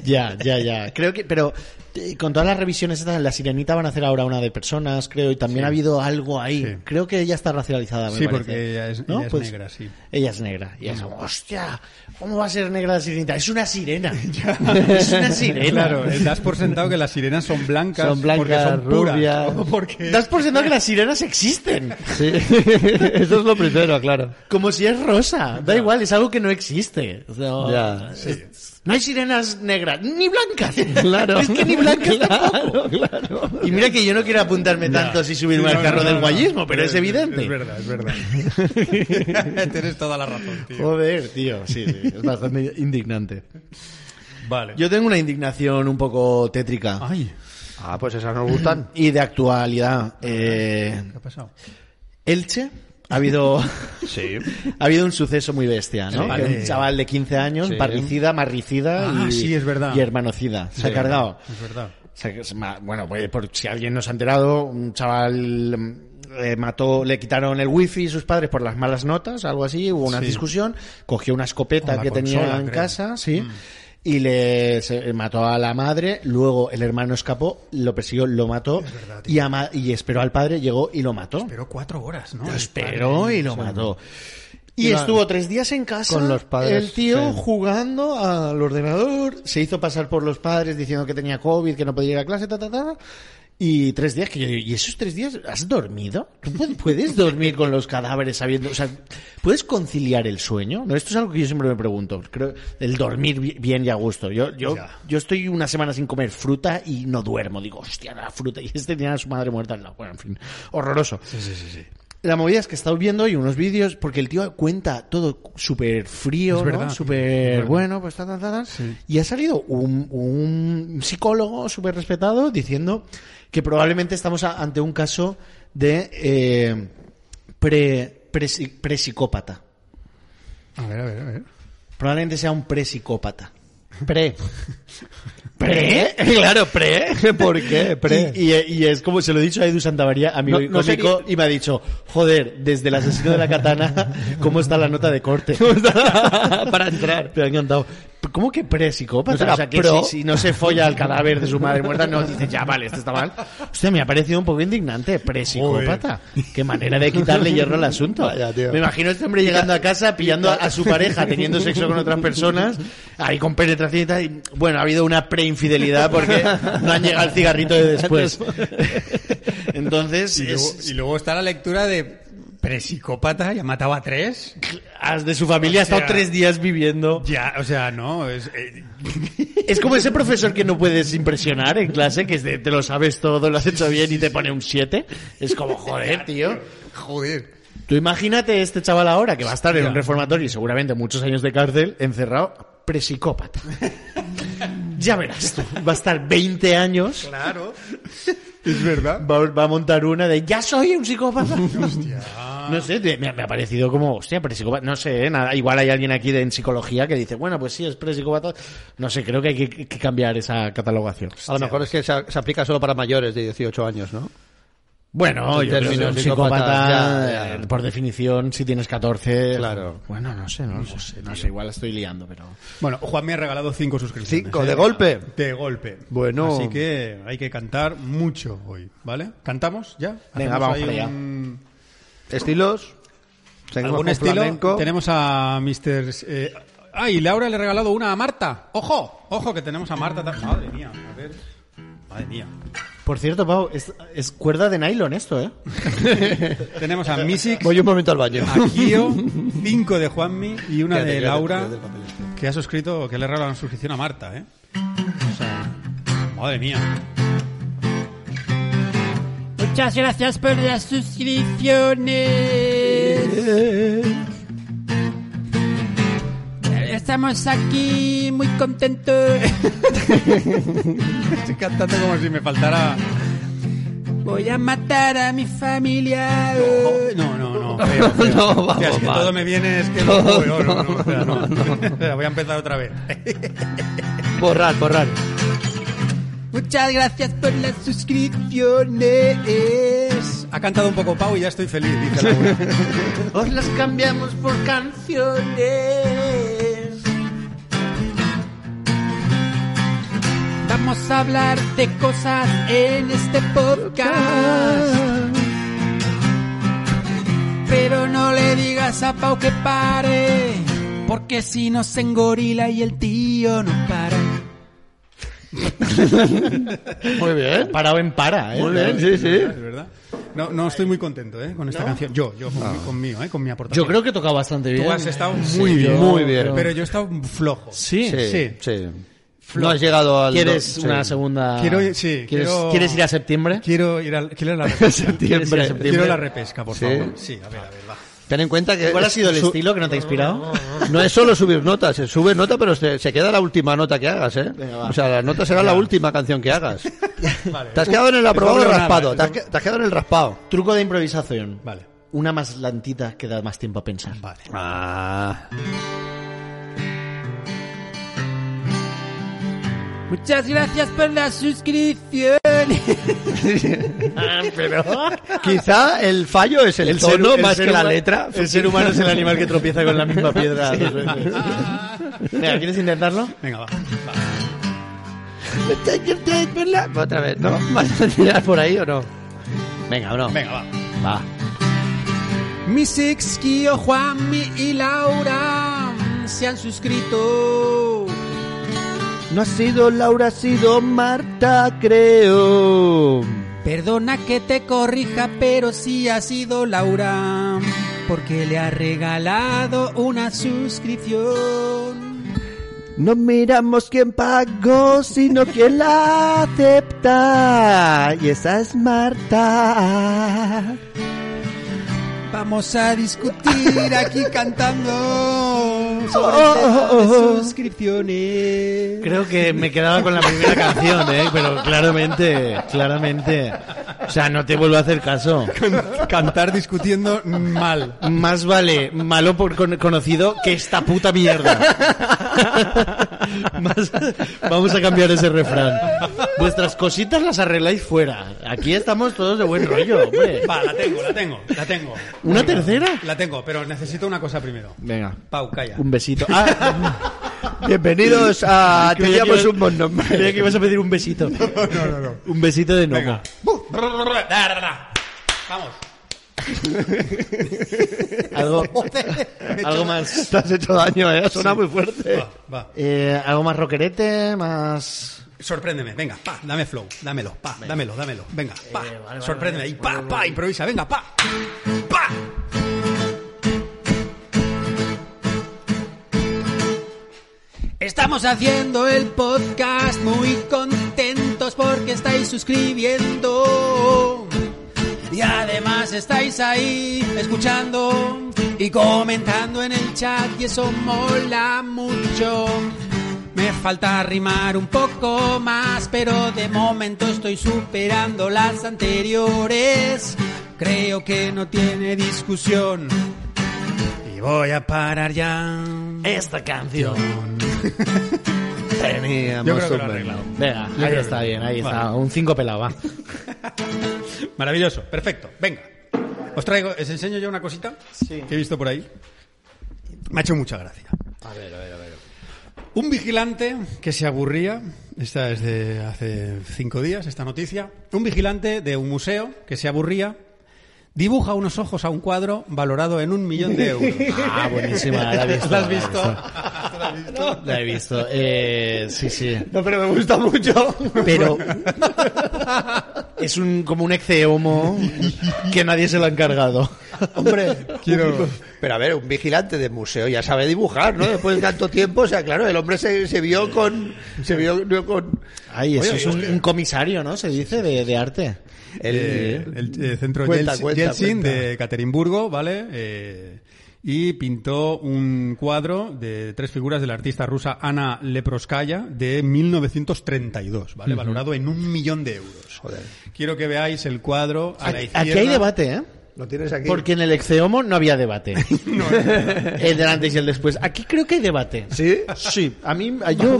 Speaker 3: Ya, ya, ya. Creo que, pero eh, con todas las revisiones estas, la Sirenita van a hacer ahora una de personas, creo, y también ha habido algo ahí.
Speaker 1: Sí.
Speaker 3: Creo que ella está racializada, me
Speaker 1: Sí,
Speaker 3: parece.
Speaker 1: porque ella es-
Speaker 3: ¿No?
Speaker 1: ella
Speaker 3: pues
Speaker 1: es negra, Mm. sí.
Speaker 3: Ella es negra. Y es como, hostia, ¿cómo va a ser negra la Sirenita? Es una sirena. es una sirena.
Speaker 1: Claro, eh, das por sentado que la sirenas son blancas,
Speaker 3: Son blancas,
Speaker 1: porque son puras.
Speaker 3: rubias.
Speaker 1: ¿no? Porque...
Speaker 3: Das por sentado que las sirenas existen.
Speaker 2: Sí, eso es lo primero, claro.
Speaker 3: Como si es rosa. Da igual, es algo que no existe. O sea,
Speaker 2: Ya.
Speaker 3: es- No hay sirenas negras, ni blancas.
Speaker 2: Claro.
Speaker 3: Es que ni blancas tampoco.
Speaker 2: Claro, claro.
Speaker 3: Y mira que yo no quiero apuntarme tanto así subirme
Speaker 1: No,
Speaker 3: al carro
Speaker 1: no, no,
Speaker 3: del
Speaker 1: no. Eh,
Speaker 3: guayismo, pero es
Speaker 1: Es
Speaker 3: evidente.
Speaker 1: verdad, es verdad. Tienes toda la razón, tío.
Speaker 3: Joder, tío, sí, sí, es bastante indignante.
Speaker 1: Vale.
Speaker 3: Yo tengo una indignación un poco tétrica
Speaker 1: Ay,
Speaker 2: Ah, pues esas nos gustan.
Speaker 3: y de actualidad. Eh,
Speaker 1: ¿qué ha pasado?
Speaker 3: Elche ha habido
Speaker 2: Sí.
Speaker 3: ha habido un suceso muy bestia, ¿no?
Speaker 1: Sí.
Speaker 3: Que Un chaval de 15 años,
Speaker 2: Sí.
Speaker 3: parricida, marricida
Speaker 1: Ah,
Speaker 3: y,
Speaker 1: sí, es verdad.
Speaker 3: y hermanocida. Se ha cargado.
Speaker 1: Es verdad.
Speaker 3: Se- se ma- bueno, pues por si alguien nos ha enterado, un chaval mm, eh, mató, le quitaron el wifi sus padres por las malas notas, algo así, hubo una
Speaker 1: Sí.
Speaker 3: discusión, cogió una
Speaker 1: O
Speaker 3: escopeta
Speaker 1: la
Speaker 3: que tenía
Speaker 1: consola,
Speaker 3: en
Speaker 1: creo. Mm.
Speaker 3: casa, sí. Y le se- mató a la madre, luego el hermano escapó, lo persiguió, lo mató
Speaker 1: verdad, tío.
Speaker 3: y, ama- y esperó al padre, llegó y lo mató.
Speaker 1: Esperó cuatro horas, ¿no?
Speaker 3: Lo esperó y lo mató. Y
Speaker 2: Iba
Speaker 3: estuvo tres días en casa
Speaker 2: con los padres,
Speaker 3: el tío
Speaker 2: sí.
Speaker 3: jugando al ordenador, se hizo pasar por los padres diciendo que tenía COVID, que no podía ir a clase, ta, ta, ta. Y tres días que yo digo, ¿y esos tres días has dormido? ¿Tú pu- puedes dormir con los cadáveres sabiendo? O sea, ¿puedes conciliar el sueño? No, esto es algo que yo siempre me pregunto. Creo, el dormir bi- bien y a gusto. Yo, yo,
Speaker 1: Ya.
Speaker 3: yo estoy una semana sin comer fruta y no duermo. Digo, hostia, la fruta. Y este tenía a su madre muerta al lado. Bueno, en fin, horroroso. La movida es que he estado viendo y unos vídeos, porque el tío cuenta todo súper frío,
Speaker 1: Es verdad,
Speaker 3: ¿no?
Speaker 1: tío, es
Speaker 3: súper
Speaker 1: verdad.
Speaker 3: bueno, pues tal, tal, tal. tal. Y ha salido un, un psicólogo súper respetado diciendo que probablemente estamos a- ante un caso de eh, pre- presi- presicópata.
Speaker 1: A ver, a ver, a ver.
Speaker 3: Probablemente sea un presicópata. Pre. ¿Pre? Claro, pre.
Speaker 2: ¿Por qué? Pre.
Speaker 3: Y, y- y es como se lo he dicho a Edu Santamaría, amigo
Speaker 2: No-
Speaker 3: y
Speaker 2: no sé
Speaker 3: cómico, y me ha dicho, joder, desde el asesino de la katana, ¿cómo está la nota de corte? Para entrar. Pero ha encantado. ¿Cómo que
Speaker 2: ¿No
Speaker 3: pre-psicópata?
Speaker 2: será
Speaker 3: o sea, que
Speaker 2: pro?
Speaker 3: si, si no se folla al cadáver de su madre muerta, no dice, ya, vale, esto está mal. Hostia, me ha parecido un poco indignante. Pre-psicópata. Qué manera de quitarle hierro al asunto.
Speaker 2: Vaya, tío.
Speaker 3: Me imagino este hombre llegando a casa, pillando a, a su pareja, teniendo sexo con otras personas, ahí con penetración y tal. y, bueno, ha habido una preinfidelidad porque no han llegado al cigarrito de después. Entonces,
Speaker 1: Y luego,
Speaker 3: es-
Speaker 1: y luego está la lectura de presicópata, ya mataba a tres.
Speaker 3: has de su familia ha
Speaker 1: O sea-
Speaker 3: estado tres días viviendo.
Speaker 1: Ya, o sea, no, es, eh,
Speaker 3: Es como ese profesor que no puedes impresionar en clase, que es de, te lo sabes todo, lo has hecho bien y te pone un 7. Es como, joder, tío.
Speaker 1: joder.
Speaker 3: Tú imagínate este chaval ahora que va a estar en un reformatorio y seguramente muchos años de cárcel, encerrado, presicópata. ya verás tú, va a estar 20 años,
Speaker 1: Claro. Es verdad.
Speaker 3: va, va a montar una de ya soy un psicópata. No sé, te- me, me ha parecido como, hostia, presicópata. No sé, eh, nada, igual hay alguien aquí de, en psicología que dice, bueno, pues sí, es presicópata. No sé, creo que hay que, que cambiar esa catalogación.
Speaker 2: A lo mejor es que se, se aplica solo para mayores de 18 años, ¿no?
Speaker 3: Bueno,
Speaker 2: En
Speaker 3: yo creo que
Speaker 2: términos
Speaker 3: un psicópata,
Speaker 2: psicópatas, ya, ya.
Speaker 3: eh, por definición, si tienes 14...
Speaker 2: Claro.
Speaker 3: Bueno, no sé, no, no sé, no sé, igual estoy liando, pero...
Speaker 1: Bueno, Juan me ha regalado cinco suscripciones. ¿eh?
Speaker 2: Cinco, de golpe.
Speaker 1: De golpe.
Speaker 2: Bueno.
Speaker 1: Así que hay que cantar mucho hoy, ¿vale? ¿Cantamos ya?
Speaker 3: Venga,
Speaker 1: Hacemos
Speaker 3: vamos
Speaker 1: ahí
Speaker 3: para allá.
Speaker 1: un-
Speaker 2: Estilos. Seguimos
Speaker 1: ¿Algún
Speaker 2: con
Speaker 1: estilo?
Speaker 2: flamenco.
Speaker 1: Tenemos a Mr. S- Eh, ay, Laura le ha regalado una a Marta. Ojo, ojo que tenemos a Marta. ta- Madre mía, a ver. Madre mía.
Speaker 3: Por cierto, Pau, es, es cuerda de nylon esto, ¿eh?
Speaker 1: Tenemos a Misic,
Speaker 2: Voy un momento al baño.
Speaker 1: a Kio, cinco de Juanmi y una
Speaker 2: Quédate,
Speaker 1: de
Speaker 2: quédate,
Speaker 1: Laura
Speaker 2: quédate el papel este.
Speaker 1: que ha suscrito, que le ha regalado una suscripción a Marta, ¿eh? O sea, madre mía.
Speaker 4: Muchas gracias por las suscripciones. Estamos aquí muy contentos.
Speaker 1: Estoy cantando como si me faltara.
Speaker 4: Voy a matar a mi familia.
Speaker 1: No, no, no. feo, feo.
Speaker 2: No, vamos,
Speaker 1: O sea, es que
Speaker 2: va.
Speaker 1: todo me viene, es que
Speaker 2: No,
Speaker 1: peor, no, no, o sea,
Speaker 2: no,
Speaker 1: no. O sea, Voy a empezar otra vez.
Speaker 2: Borrar, borrar.
Speaker 4: Muchas gracias por las suscripciones.
Speaker 1: Ha cantado un poco Pau y ya estoy feliz, dice Laura.
Speaker 3: Os las cambiamos por canciones.
Speaker 4: Vamos a hablar de cosas en este podcast. Pero no le digas a Pau que pare, porque si no se engorila y el tío no para.
Speaker 3: Muy bien. Parado en para, ¿eh?
Speaker 2: Muy bien, sí,
Speaker 1: Es
Speaker 2: sí.
Speaker 1: verdad, es verdad. No, no estoy muy contento ¿eh? con esta canción. Yo, yo, con, mi- conmigo, ¿eh? con mi aportación.
Speaker 3: Ah. Yo creo que toca bastante bien.
Speaker 1: Tú has estado
Speaker 3: Sí,
Speaker 1: muy bien.
Speaker 3: yo-
Speaker 2: Muy bien.
Speaker 1: Pero yo he estado flojo.
Speaker 3: Sí.
Speaker 2: Sí,
Speaker 1: Sí.
Speaker 2: sí. No has llegado al...
Speaker 3: ¿Quieres
Speaker 2: sí.
Speaker 3: una segunda?
Speaker 1: Quiero ir- sí,
Speaker 3: ¿Quieres,
Speaker 1: quiero-
Speaker 3: quieres ir a septiembre?
Speaker 1: Quiero ir a, quiero ir a la repesca.
Speaker 3: ¿Quieres ir a septiembre?
Speaker 1: quiero la repesca, por
Speaker 2: Sí.
Speaker 1: favor. Sí, a ver, a ver, va.
Speaker 2: Ten en cuenta que...
Speaker 3: ¿Cuál ha sido el
Speaker 2: su-
Speaker 3: estilo que no te ha inspirado?
Speaker 2: No es solo subir notas, se sube nota, pero se, se queda la última nota que hagas, ¿eh?
Speaker 3: Venga, va.
Speaker 2: o sea, la nota será la última canción que hagas.
Speaker 1: Vale.
Speaker 2: Te has quedado en el
Speaker 1: Eso
Speaker 2: aprobado
Speaker 1: creo nada,
Speaker 2: raspado.
Speaker 3: ¿eh?
Speaker 1: eso
Speaker 2: Te has, que- te has quedado en el raspado.
Speaker 3: Truco de improvisación.
Speaker 1: Vale,
Speaker 3: Una más lentita que da más tiempo a pensar.
Speaker 1: vale.
Speaker 3: Ah.
Speaker 4: Muchas gracias por la suscripción.
Speaker 3: Ah,
Speaker 2: Quizá el fallo es el,
Speaker 3: ser-
Speaker 2: tono
Speaker 3: el
Speaker 2: más
Speaker 3: ser
Speaker 2: que la
Speaker 3: huma-
Speaker 2: letra.
Speaker 3: El ser humano es el animal que tropieza con la misma piedra. dos veces. Venga, ¿quieres intentarlo?
Speaker 1: Venga, va. va.
Speaker 2: Otra vez, ¿no? ¿Vas a tirar por ahí o no? Venga, no.
Speaker 1: Venga, va.
Speaker 2: Va.
Speaker 4: Mis ex Kio, Juanmi y Laura se han suscrito.
Speaker 2: No ha sido Laura, ha sido Marta, creo.
Speaker 4: Perdona que te corrija, pero sí ha sido Laura, porque le ha regalado una suscripción.
Speaker 2: No miramos quién pagó, sino quién la acepta. Y esa es Marta.
Speaker 4: Vamos a discutir aquí cantando
Speaker 2: Oh,
Speaker 4: sobre
Speaker 2: oh,
Speaker 4: el tema
Speaker 2: oh, oh.
Speaker 4: de suscripciones.
Speaker 3: Creo que me quedaba con la primera canción, ¿eh? Pero claramente, claramente. O sea, no te vuelvo a hacer caso.
Speaker 1: Cantar discutiendo mal.
Speaker 3: Más vale malo por con- conocido que esta puta mierda. Más- vamos a cambiar ese refrán. Vuestras cositas las arregláis fuera. Aquí estamos todos de buen rollo, hombre.
Speaker 1: Va, la tengo, la tengo, la tengo.
Speaker 3: ¿Una
Speaker 1: Venga,
Speaker 3: tercera?
Speaker 1: La tengo, pero necesito una cosa primero.
Speaker 3: Venga.
Speaker 1: Pau, calla.
Speaker 3: Un besito. Ah,
Speaker 2: Bienvenidos a
Speaker 3: Creía que
Speaker 2: Teníamos
Speaker 3: ibas-
Speaker 2: un buen nombre.
Speaker 3: creía que ibas a pedir un besito.
Speaker 1: No, no, no.
Speaker 3: Un besito de Nomo.
Speaker 1: Venga. Bu, brr, brr, brr, da, da, da. Vamos.
Speaker 3: Algo, algo
Speaker 2: Te
Speaker 3: más.
Speaker 2: has hecho daño, ¿eh? Suena muy fuerte.
Speaker 1: Va, va.
Speaker 3: eh, algo más roquerete, más.
Speaker 1: Sorpréndeme, venga, pa, dame flow, dámelo, pa, dámelo, dámelo, venga, pa, sorpréndeme y pa, pa, improvisa, venga, pa, pa.
Speaker 4: Estamos haciendo el podcast muy contentos porque estáis suscribiendo. Y además estáis ahí escuchando y comentando en el chat y eso mola mucho. Me falta rimar un poco más, pero de momento estoy superando las anteriores. Creo que no tiene discusión. Y voy a parar ya.
Speaker 1: Eh,
Speaker 3: Esta canción.
Speaker 1: Yo
Speaker 2: Teníamos
Speaker 1: creo que
Speaker 2: un
Speaker 1: lo he
Speaker 2: buen
Speaker 1: arreglado.
Speaker 3: Venga, ahí está bien, ahí está. Un 5 pelado, va.
Speaker 1: Maravilloso, perfecto, venga. Os traigo, os enseño yo una cosita que he visto por ahí. Me ha hecho mucha gracia. A ver, a ver, a ver. Un vigilante que se aburría, esta es de hace cinco días, esta noticia. Un vigilante de un museo que se aburría dibuja unos ojos a un cuadro valorado en un millón de euros.
Speaker 3: Ah, buenísima, la he visto.
Speaker 1: ¿La has
Speaker 3: he
Speaker 1: visto? ¿La has visto?
Speaker 3: La he visto. Eh, sí, sí.
Speaker 2: No, pero me gusta mucho.
Speaker 3: Pero es un como un exceomo que nadie se lo ha encargado.
Speaker 2: Hombre,
Speaker 1: Quiero-
Speaker 2: Pero a ver, un vigilante de museo ya sabe dibujar, ¿no? Después de tanto tiempo, o sea, claro, el hombre se, se vio con. Se vio no, con.
Speaker 3: Ay, eso es un, un comisario, ¿no? Se dice de, de arte.
Speaker 2: El,
Speaker 1: Eh, el, eh, centro
Speaker 2: Cuenta,
Speaker 1: Yeltsin,
Speaker 2: cuenta,
Speaker 1: Yeltsin
Speaker 2: cuenta.
Speaker 1: de Caterimburgo, ¿vale? Eh, y pintó un cuadro de tres figuras de la artista rusa Ana Leproskaya de 1932, ¿vale? Valorado en un millón de euros.
Speaker 2: Joder.
Speaker 1: Quiero que veáis el cuadro a la
Speaker 3: Aquí
Speaker 1: izquierda.
Speaker 3: aquí hay debate, ¿eh?
Speaker 2: Lo tienes aquí.
Speaker 3: Porque en el exceomo no había debate. El del antes y el después. Aquí creo que hay debate.
Speaker 2: ¿Sí?
Speaker 3: Sí, a mí yo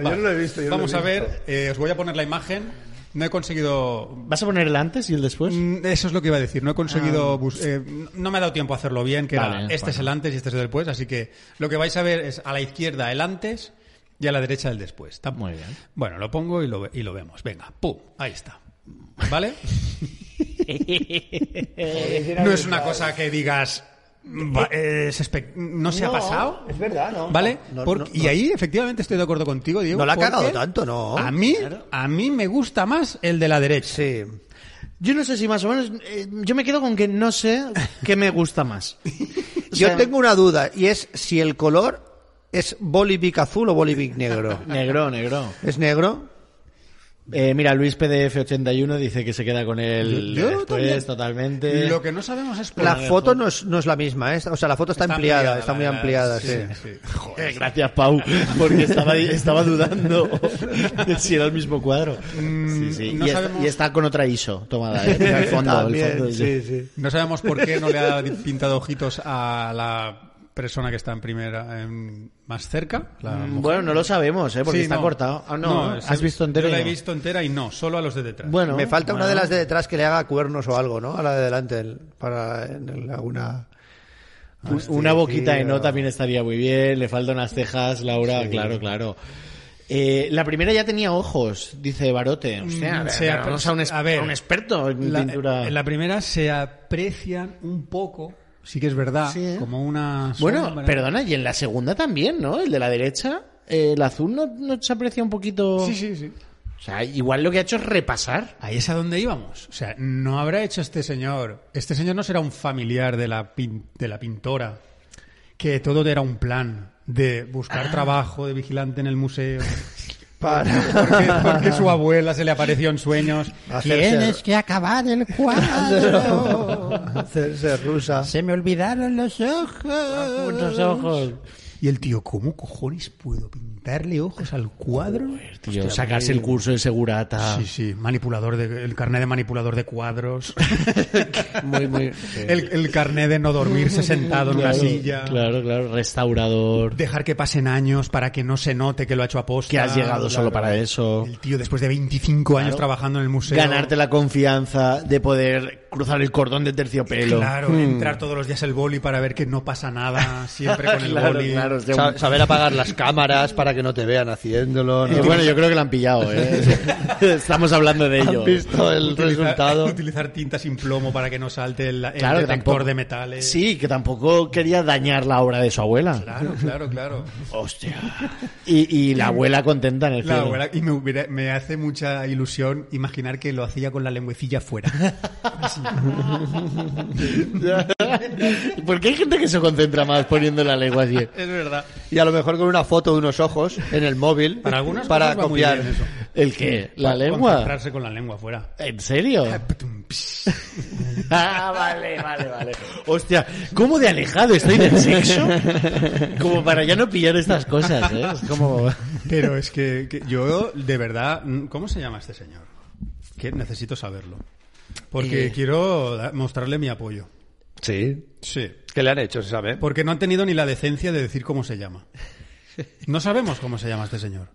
Speaker 2: Yo no lo he visto. yo no lo he
Speaker 1: Vamos a
Speaker 2: visto.
Speaker 1: ver, eh, os voy a poner la imagen. No he conseguido...
Speaker 3: ¿Vas a poner el antes y el después?
Speaker 1: Mm, Eso es lo que iba a decir. No he conseguido... bus- eh, no me ha dado tiempo a hacerlo bien, que
Speaker 3: Ah. Vale,
Speaker 1: era este
Speaker 3: bueno.
Speaker 1: es el antes y este es el después. Así que lo que vais a ver es a la izquierda el antes y a la derecha el después. Tam-
Speaker 3: Muy bien.
Speaker 1: Bueno, lo pongo y lo, ve- y lo vemos. Venga, pum, ahí está.
Speaker 3: Eh,
Speaker 1: ¿Vale? no es una cosa que digas, va- es espec- no se ha pasado.
Speaker 2: Eh, Es verdad, ¿no?
Speaker 1: ¿Vale?
Speaker 2: No,
Speaker 1: Por-
Speaker 2: no,
Speaker 1: y
Speaker 2: no.
Speaker 1: ahí efectivamente estoy de acuerdo contigo, Diego.
Speaker 2: No la ha
Speaker 1: porque
Speaker 2: cagado tanto, ¿no?
Speaker 1: A mí, a mí me gusta más el de la derecha.
Speaker 2: Sí.
Speaker 3: Yo no sé si más o menos. eh, yo me quedo con que no sé qué me gusta más. O sea,
Speaker 2: Yo tengo una duda y es si el color es bolivic azul o bolivic negro.
Speaker 3: Negro, negro.
Speaker 2: ¿Es negro?
Speaker 3: Eh, mira, Luis PDF81 dice que se queda con él
Speaker 1: Yo
Speaker 3: después,
Speaker 1: también.
Speaker 3: totalmente.
Speaker 1: Lo que no sabemos es por
Speaker 2: La
Speaker 1: qué.
Speaker 2: foto no es, no es la misma, ¿eh? o sea, la foto está, ampliada, está
Speaker 1: la
Speaker 2: muy
Speaker 1: verdad.
Speaker 2: ampliada, sí.
Speaker 1: sí.
Speaker 3: Eh, gracias, Pau, porque estaba, estaba dudando de si era el mismo cuadro. Sí, sí.
Speaker 1: Mm, no
Speaker 3: y, está,
Speaker 1: sabemos-
Speaker 3: y está con otra ISO tomada. eh, el fondo, el
Speaker 2: También,
Speaker 3: fondo,
Speaker 2: sí, sí.
Speaker 1: No sabemos por qué no le ha pintado ojitos a la persona que está en primera, en- más cerca. la mujer.
Speaker 3: Bueno, no lo sabemos, ¿eh? Mm, porque
Speaker 1: Sí,
Speaker 3: está
Speaker 1: no.
Speaker 3: cortado. Ah, no,
Speaker 1: No,
Speaker 3: has
Speaker 1: sí,
Speaker 3: visto entero.
Speaker 1: Yo la he
Speaker 3: no.
Speaker 1: visto entera y no, solo a los de detrás.
Speaker 3: Bueno,
Speaker 2: Me falta una
Speaker 3: bueno.
Speaker 2: de las de detrás que le haga cuernos o algo, ¿no? A la de delante, el- para en el- alguna...
Speaker 3: Un- Una boquita de no también estaría muy bien. Le faltan unas cejas, Laura. Claro, claro. Eh, la primera ya tenía ojos, dice Barote. Hostia,
Speaker 1: Mm,
Speaker 3: pero
Speaker 1: se apre-
Speaker 3: vamos a un, ex-
Speaker 1: a ver,
Speaker 3: a un experto en
Speaker 1: la,
Speaker 3: pintura.
Speaker 1: en la primera se aprecian un poco, sí que es verdad,
Speaker 3: Sí, ¿eh?
Speaker 1: como una.
Speaker 3: bueno,
Speaker 1: sombra.
Speaker 3: perdona, y en la segunda también, ¿no? El de la derecha, eh, el azul no, no se aprecia un poquito.
Speaker 1: Sí, sí, sí.
Speaker 3: O sea, igual lo que ha hecho es repasar.
Speaker 1: Ahí es a donde íbamos. O sea, no habrá hecho este señor. Este señor no será un familiar de la, pin- de la pintora, que todo era un plan de buscar
Speaker 3: Ah.
Speaker 1: trabajo de vigilante en el museo.
Speaker 2: Para...
Speaker 1: Porque, porque su abuela se le apareció en sueños.
Speaker 2: Hacerse-
Speaker 4: Tienes que acabar el cuadro.
Speaker 2: Hacerse rusa.
Speaker 4: Se me olvidaron los
Speaker 1: Ah,
Speaker 4: ojos.
Speaker 3: Unos ojos.
Speaker 1: Y el tío, ¿cómo cojones puedo pintarle ojos al cuadro?
Speaker 3: Tío, sacarse el curso de segurata.
Speaker 1: Sí, sí, manipulador de, el carnet de manipulador de cuadros.
Speaker 3: Muy, muy.
Speaker 1: El, el carné de no dormirse sentado en una
Speaker 3: Claro,
Speaker 1: silla.
Speaker 3: Claro, claro. Restaurador.
Speaker 1: Dejar que pasen años para que no se note que lo ha hecho a posta.
Speaker 3: que has llegado solo
Speaker 1: Claro.
Speaker 3: para eso.
Speaker 1: El tío, después de 25 años trabajando en el museo.
Speaker 3: ganarte la confianza de poder cruzar el cordón de terciopelo.
Speaker 1: Claro, entrar todos los días el boli para ver que no pasa nada, siempre con el
Speaker 3: Claro,
Speaker 1: boli.
Speaker 3: claro, o sea,
Speaker 2: Sa- Saber apagar las cámaras para que no te vean haciéndolo.
Speaker 3: un- eh,
Speaker 2: ¿no?
Speaker 3: bueno, yo creo que la han pillado, ¿eh? Estamos hablando de ello.
Speaker 2: ¿Han visto el
Speaker 1: Utilizar-
Speaker 2: resultado?
Speaker 1: Utilizar tinta sin plomo para que no salte el, el
Speaker 3: Claro, que
Speaker 1: detector
Speaker 3: tampoco-
Speaker 1: de metales.
Speaker 3: Sí, que tampoco quería dañar la obra de su abuela.
Speaker 1: Claro, claro, claro.
Speaker 3: Hostia. Y, y la abuela contenta en el
Speaker 1: La
Speaker 3: cielo.
Speaker 1: abuela- y me, hubiera- me hace mucha ilusión imaginar que lo hacía con la lengüecilla fuera.
Speaker 3: Porque hay gente que se concentra más poniendo la lengua así.
Speaker 1: es verdad.
Speaker 2: Y a lo mejor con una foto de unos ojos en el móvil
Speaker 1: Para algunas
Speaker 2: para
Speaker 1: cosas va muy
Speaker 2: copiar.
Speaker 1: bien eso.
Speaker 3: ¿El qué? ¿La lengua?
Speaker 1: Concentrarse con la lengua fuera.
Speaker 3: ¿En serio? Ah, vale, vale, vale. Hostia, ¿cómo de alejado estoy del sexo? Como para ya no pillar estas cosas, ¿eh? Es como...
Speaker 1: Pero es que, que yo, de verdad, mm, ¿cómo se llama este señor? Que necesito saberlo. Porque
Speaker 3: Eh.
Speaker 1: quiero da- mostrarle mi apoyo.
Speaker 2: Sí.
Speaker 1: Sí.
Speaker 2: ¿Qué le han hecho? ¿Se sabe?
Speaker 1: Porque no han tenido ni la decencia de decir cómo se llama. No sabemos cómo se llama este señor.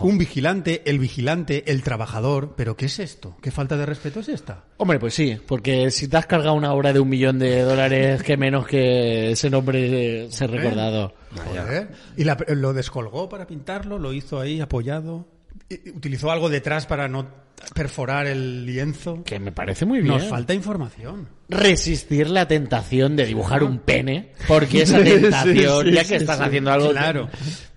Speaker 1: Un vigilante, el vigilante, el trabajador. ¿Pero qué es esto? ¿Qué falta de respeto es esta?
Speaker 3: Hombre, pues sí, porque si te has cargado una obra de un millón de dólares, que menos que ese nombre se recordado.
Speaker 1: Joder. Y la- lo descolgó para pintarlo, lo hizo ahí apoyado. Y- y Utilizó algo detrás para no perforar el lienzo.
Speaker 3: Que me parece muy bien.
Speaker 1: Nos falta información.
Speaker 3: Resistir la tentación de dibujar un pene, porque esa tentación,
Speaker 2: Sí, sí,
Speaker 3: ya que
Speaker 2: sí,
Speaker 3: estás
Speaker 2: sí.
Speaker 3: haciendo algo...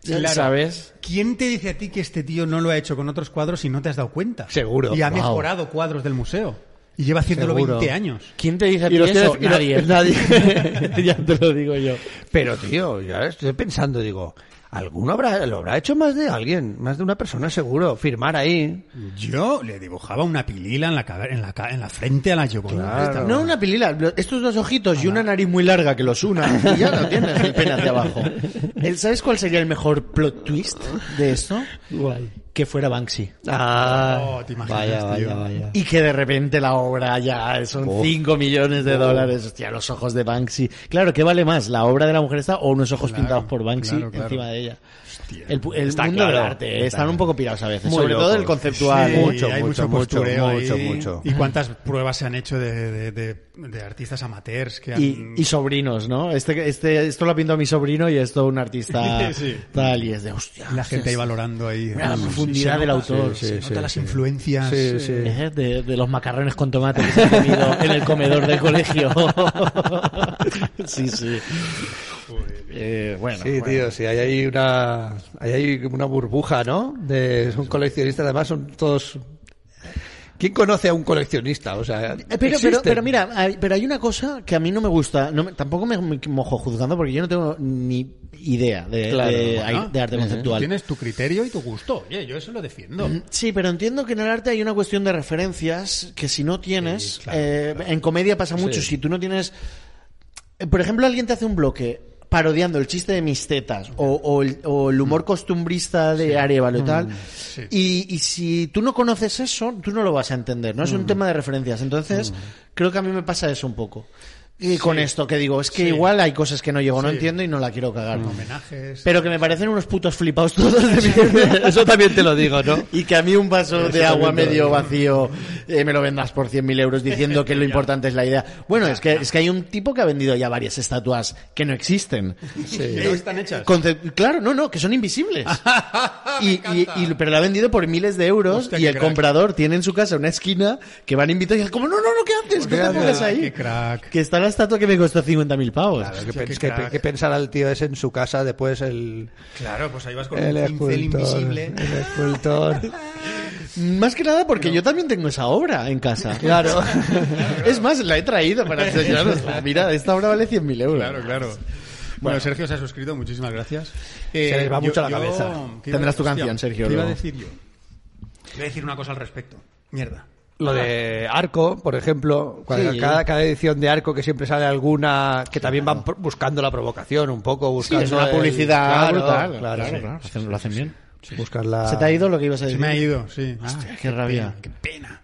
Speaker 1: Claro, claro.
Speaker 3: ¿Sabes?
Speaker 1: ¿Quién te dice a ti que este tío no lo ha hecho con otros cuadros y no te has dado cuenta?
Speaker 2: Seguro.
Speaker 1: Y ha
Speaker 3: Wow.
Speaker 1: mejorado cuadros del museo. Y lleva haciéndolo
Speaker 2: Seguro.
Speaker 1: 20 años.
Speaker 3: ¿Quién te dice a
Speaker 2: Y
Speaker 3: ti
Speaker 2: los
Speaker 3: eso?
Speaker 2: tienes- y lo-
Speaker 3: nadie. ya te lo digo yo.
Speaker 2: Pero, tío, ya estoy pensando, digo, ¿alguno habrá, lo habrá hecho más de alguien? Más de una persona seguro. Firmar ahí.
Speaker 1: Yo le dibujaba una pilila en la, cabe- en la, ca- en la frente a la yugula.
Speaker 2: Claro.
Speaker 3: No, una pilila. lo- Estos dos ojitos y una nariz muy larga que los una. Y ya lo tienes, el pene hacia abajo. El- ¿Sabes cuál sería el mejor plot twist de esto?
Speaker 2: Guay.
Speaker 3: Que fuera Banksy.
Speaker 2: Ah,
Speaker 1: Oh, te imaginas,
Speaker 2: vaya,
Speaker 1: tío.
Speaker 2: vaya, vaya.
Speaker 3: Y que de repente la obra ya son
Speaker 2: Oh.
Speaker 3: 5 millones de dólares. Hostia, los ojos de Banksy. Claro, ¿qué vale más? ¿La obra de la mujer esta o unos ojos
Speaker 1: Claro,
Speaker 3: pintados por Banksy
Speaker 1: claro, claro.
Speaker 3: encima de ella?
Speaker 1: Hostia.
Speaker 3: El, pu- el
Speaker 2: Está
Speaker 3: mundo del
Speaker 2: claro,
Speaker 3: arte. eh,
Speaker 2: está
Speaker 3: Están
Speaker 2: claro.
Speaker 3: un poco pirados a veces.
Speaker 2: Muy
Speaker 3: Sobre todo
Speaker 2: locos.
Speaker 3: el conceptual.
Speaker 1: Sí,
Speaker 2: mucho,
Speaker 1: hay
Speaker 2: mucho, mucho,
Speaker 1: postureo
Speaker 2: mucho,
Speaker 1: ahí.
Speaker 2: mucho.
Speaker 1: ¿Y cuántas pruebas se han hecho de, de- de- de artistas amateurs que han...
Speaker 3: y, y sobrinos, ¿no? Este, este, esto lo ha pintado mi sobrino y esto un artista
Speaker 1: Sí.
Speaker 3: tal y es de hostia.
Speaker 1: la gente ahí valorando ahí
Speaker 3: Mira la
Speaker 1: Sí,
Speaker 3: profundidad
Speaker 1: se
Speaker 3: del
Speaker 1: nota,
Speaker 3: autor.
Speaker 1: se
Speaker 2: Sí,
Speaker 1: nota
Speaker 2: sí,
Speaker 1: las
Speaker 2: sí.
Speaker 1: influencias
Speaker 2: Sí, sí.
Speaker 3: Eh, De, de los macarrones con tomate que se han comido en el comedor del colegio. sí, sí. Eh, bueno,
Speaker 2: Sí,
Speaker 3: bueno.
Speaker 2: tío, sí, ahí hay una, ahí hay una burbuja, ¿no? De, son coleccionistas, además son todos... ¿Quién conoce a un coleccionista? O sea,
Speaker 3: Eh, Pero, pero,
Speaker 2: existen.
Speaker 3: pero mira, hay- pero hay una cosa que a mí no me gusta, no me- tampoco me me mojo juzgando porque yo no tengo ni idea de,
Speaker 2: Claro,
Speaker 3: de-
Speaker 1: bueno.
Speaker 3: de arte conceptual.
Speaker 1: Tienes tu criterio y tu gusto. Oye, yo eso lo
Speaker 2: Mm.
Speaker 1: defiendo.
Speaker 3: Mm, Sí, pero entiendo que en el arte hay una cuestión de referencias que si no tienes,
Speaker 1: Sí, claro,
Speaker 3: eh, en comedia pasa mucho, si tú no tienes, eh, por ejemplo, alguien te hace un bloque parodiando el chiste de mis tetas o, o el, o el
Speaker 1: Mm.
Speaker 3: humor costumbrista de Arevalo y tal, y, y si tú no conoces eso, tú no lo vas a entender, ¿no? Es
Speaker 1: Mm.
Speaker 3: un tema de referencias, entonces creo que a mí me pasa eso un poco. Y con esto que digo, es que igual hay cosas que no llego, no
Speaker 1: Sí. Mm.
Speaker 3: entiendo y no la quiero cagar.
Speaker 1: Homenajes.
Speaker 3: Pero que me parecen unos putos flipados todos de mierda.
Speaker 2: Eso también te lo digo, ¿no?
Speaker 3: Y que a mí un vaso de
Speaker 2: también
Speaker 3: agua
Speaker 2: te lo
Speaker 3: medio vacío eh, me lo vendas por 100.000 euros diciendo que lo importante es la idea. Bueno, es que, es que hay un tipo que ha vendido ya varias estatuas que no existen.
Speaker 1: Que no están hechas.
Speaker 3: Conce- claro, no, no, que son invisibles.
Speaker 1: Me
Speaker 3: y, y-
Speaker 1: encanta.
Speaker 3: y- pero la ha vendido por miles de euros
Speaker 1: Hostia,
Speaker 3: y
Speaker 1: qué
Speaker 3: el
Speaker 1: crack.
Speaker 3: comprador tiene en su casa una esquina que van invitados y es como, no, no, no, ¿qué haces? No te
Speaker 2: Hostia,
Speaker 3: pongas ahí.
Speaker 1: qué crack.
Speaker 3: Que está la estatua que me costó 50.000 pavos.
Speaker 2: Que,
Speaker 1: Hostia, qué
Speaker 2: pens- que-
Speaker 1: crack.
Speaker 2: que pensará el tío ese en su casa después el,
Speaker 1: Claro, pues ahí vas con
Speaker 2: el
Speaker 1: un pincel
Speaker 2: escultor.
Speaker 1: invisible.
Speaker 2: El escultor.
Speaker 3: Más que nada porque yo también tengo esa obra en casa. Claro. es más, la he traído para enseñarosla. Mira, esta obra vale 100.000 euros.
Speaker 1: Claro, claro. Bueno, Sergio se ha suscrito, muchísimas gracias. Eh,
Speaker 2: Se les va mucho la cabeza.
Speaker 1: ¿qué iba
Speaker 3: Tendrás
Speaker 1: a-
Speaker 3: tu canción, Sergio,
Speaker 1: ¿Qué iba a
Speaker 3: luego.
Speaker 1: decir yo? Voy a decir una cosa al respecto. Mierda.
Speaker 2: Lo de Arco, por ejemplo, cuando
Speaker 3: Sí.
Speaker 2: cada, cada edición de Arco que siempre sale alguna que también van pro- buscando la provocación un poco, buscando
Speaker 3: es una
Speaker 2: el-
Speaker 3: publicidad
Speaker 2: Claro,
Speaker 3: brutal.
Speaker 2: claro, sí.
Speaker 3: Hacen- lo hacen bien.
Speaker 2: Buscar la-
Speaker 3: ¿Se te ha ido lo que ibas
Speaker 1: Se
Speaker 3: a decir?
Speaker 1: me ha ido, sí.
Speaker 3: Hostia,
Speaker 1: Ah,
Speaker 3: qué rabia.
Speaker 1: Qué pena.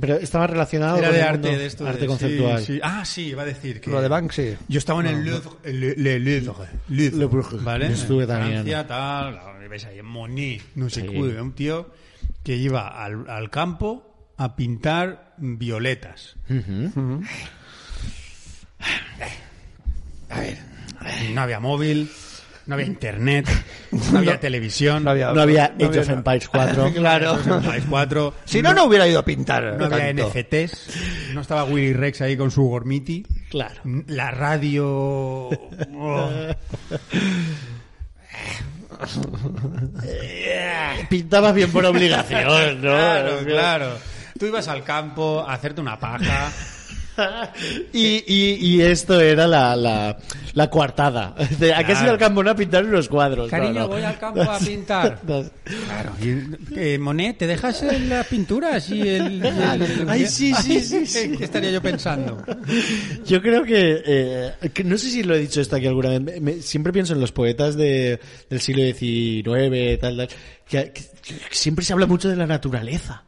Speaker 3: Pero estaba relacionado
Speaker 1: Era
Speaker 3: con
Speaker 1: de
Speaker 3: el
Speaker 1: arte,
Speaker 3: mundo-
Speaker 1: de esto.
Speaker 3: arte
Speaker 1: de- sí,
Speaker 3: conceptual.
Speaker 1: sí. Ah, sí, iba a decir que...
Speaker 2: Lo de Banksy.
Speaker 1: Yo estaba en el Louvre, Le, Le Louvre,
Speaker 3: Le Bourget.
Speaker 1: ¿vale?
Speaker 3: Yo estuve también.
Speaker 1: En Francia, tal, la- veis ahí en Monet, no sé qué, un tío que iba al, al campo a pintar violetas. A ver, no había móvil, no había internet, no había televisión,
Speaker 2: No había-
Speaker 3: No había
Speaker 2: no
Speaker 3: Age of Empires 4.
Speaker 1: claro, cuatro,
Speaker 2: Si no, no hubiera ido a pintar.
Speaker 1: no había
Speaker 2: tanto.
Speaker 1: NFTs, no estaba Willy Rex ahí con su gormiti.
Speaker 3: Claro.
Speaker 1: La radio. oh.
Speaker 3: Pintabas bien por obligación, ¿no?
Speaker 1: Claro, claro. Tú ibas al campo a hacerte una paja.
Speaker 3: Y, y, y esto era la, la, la coartada. De, ¿A qué has
Speaker 1: Claro.
Speaker 3: ido al campo no a pintar unos cuadros? No, no.
Speaker 1: campo a pintar. Claro. Monet, ¿te dejas las pinturas y el,
Speaker 3: Ay, sí, sí, sí, sí.
Speaker 1: ¿Qué estaría yo pensando?
Speaker 3: Yo creo que, eh, que- no sé si lo he dicho esto aquí alguna vez, me- me- siempre pienso en los poetas de, del siglo XIX, tal, tal, que, que- que siempre se habla mucho de la naturaleza.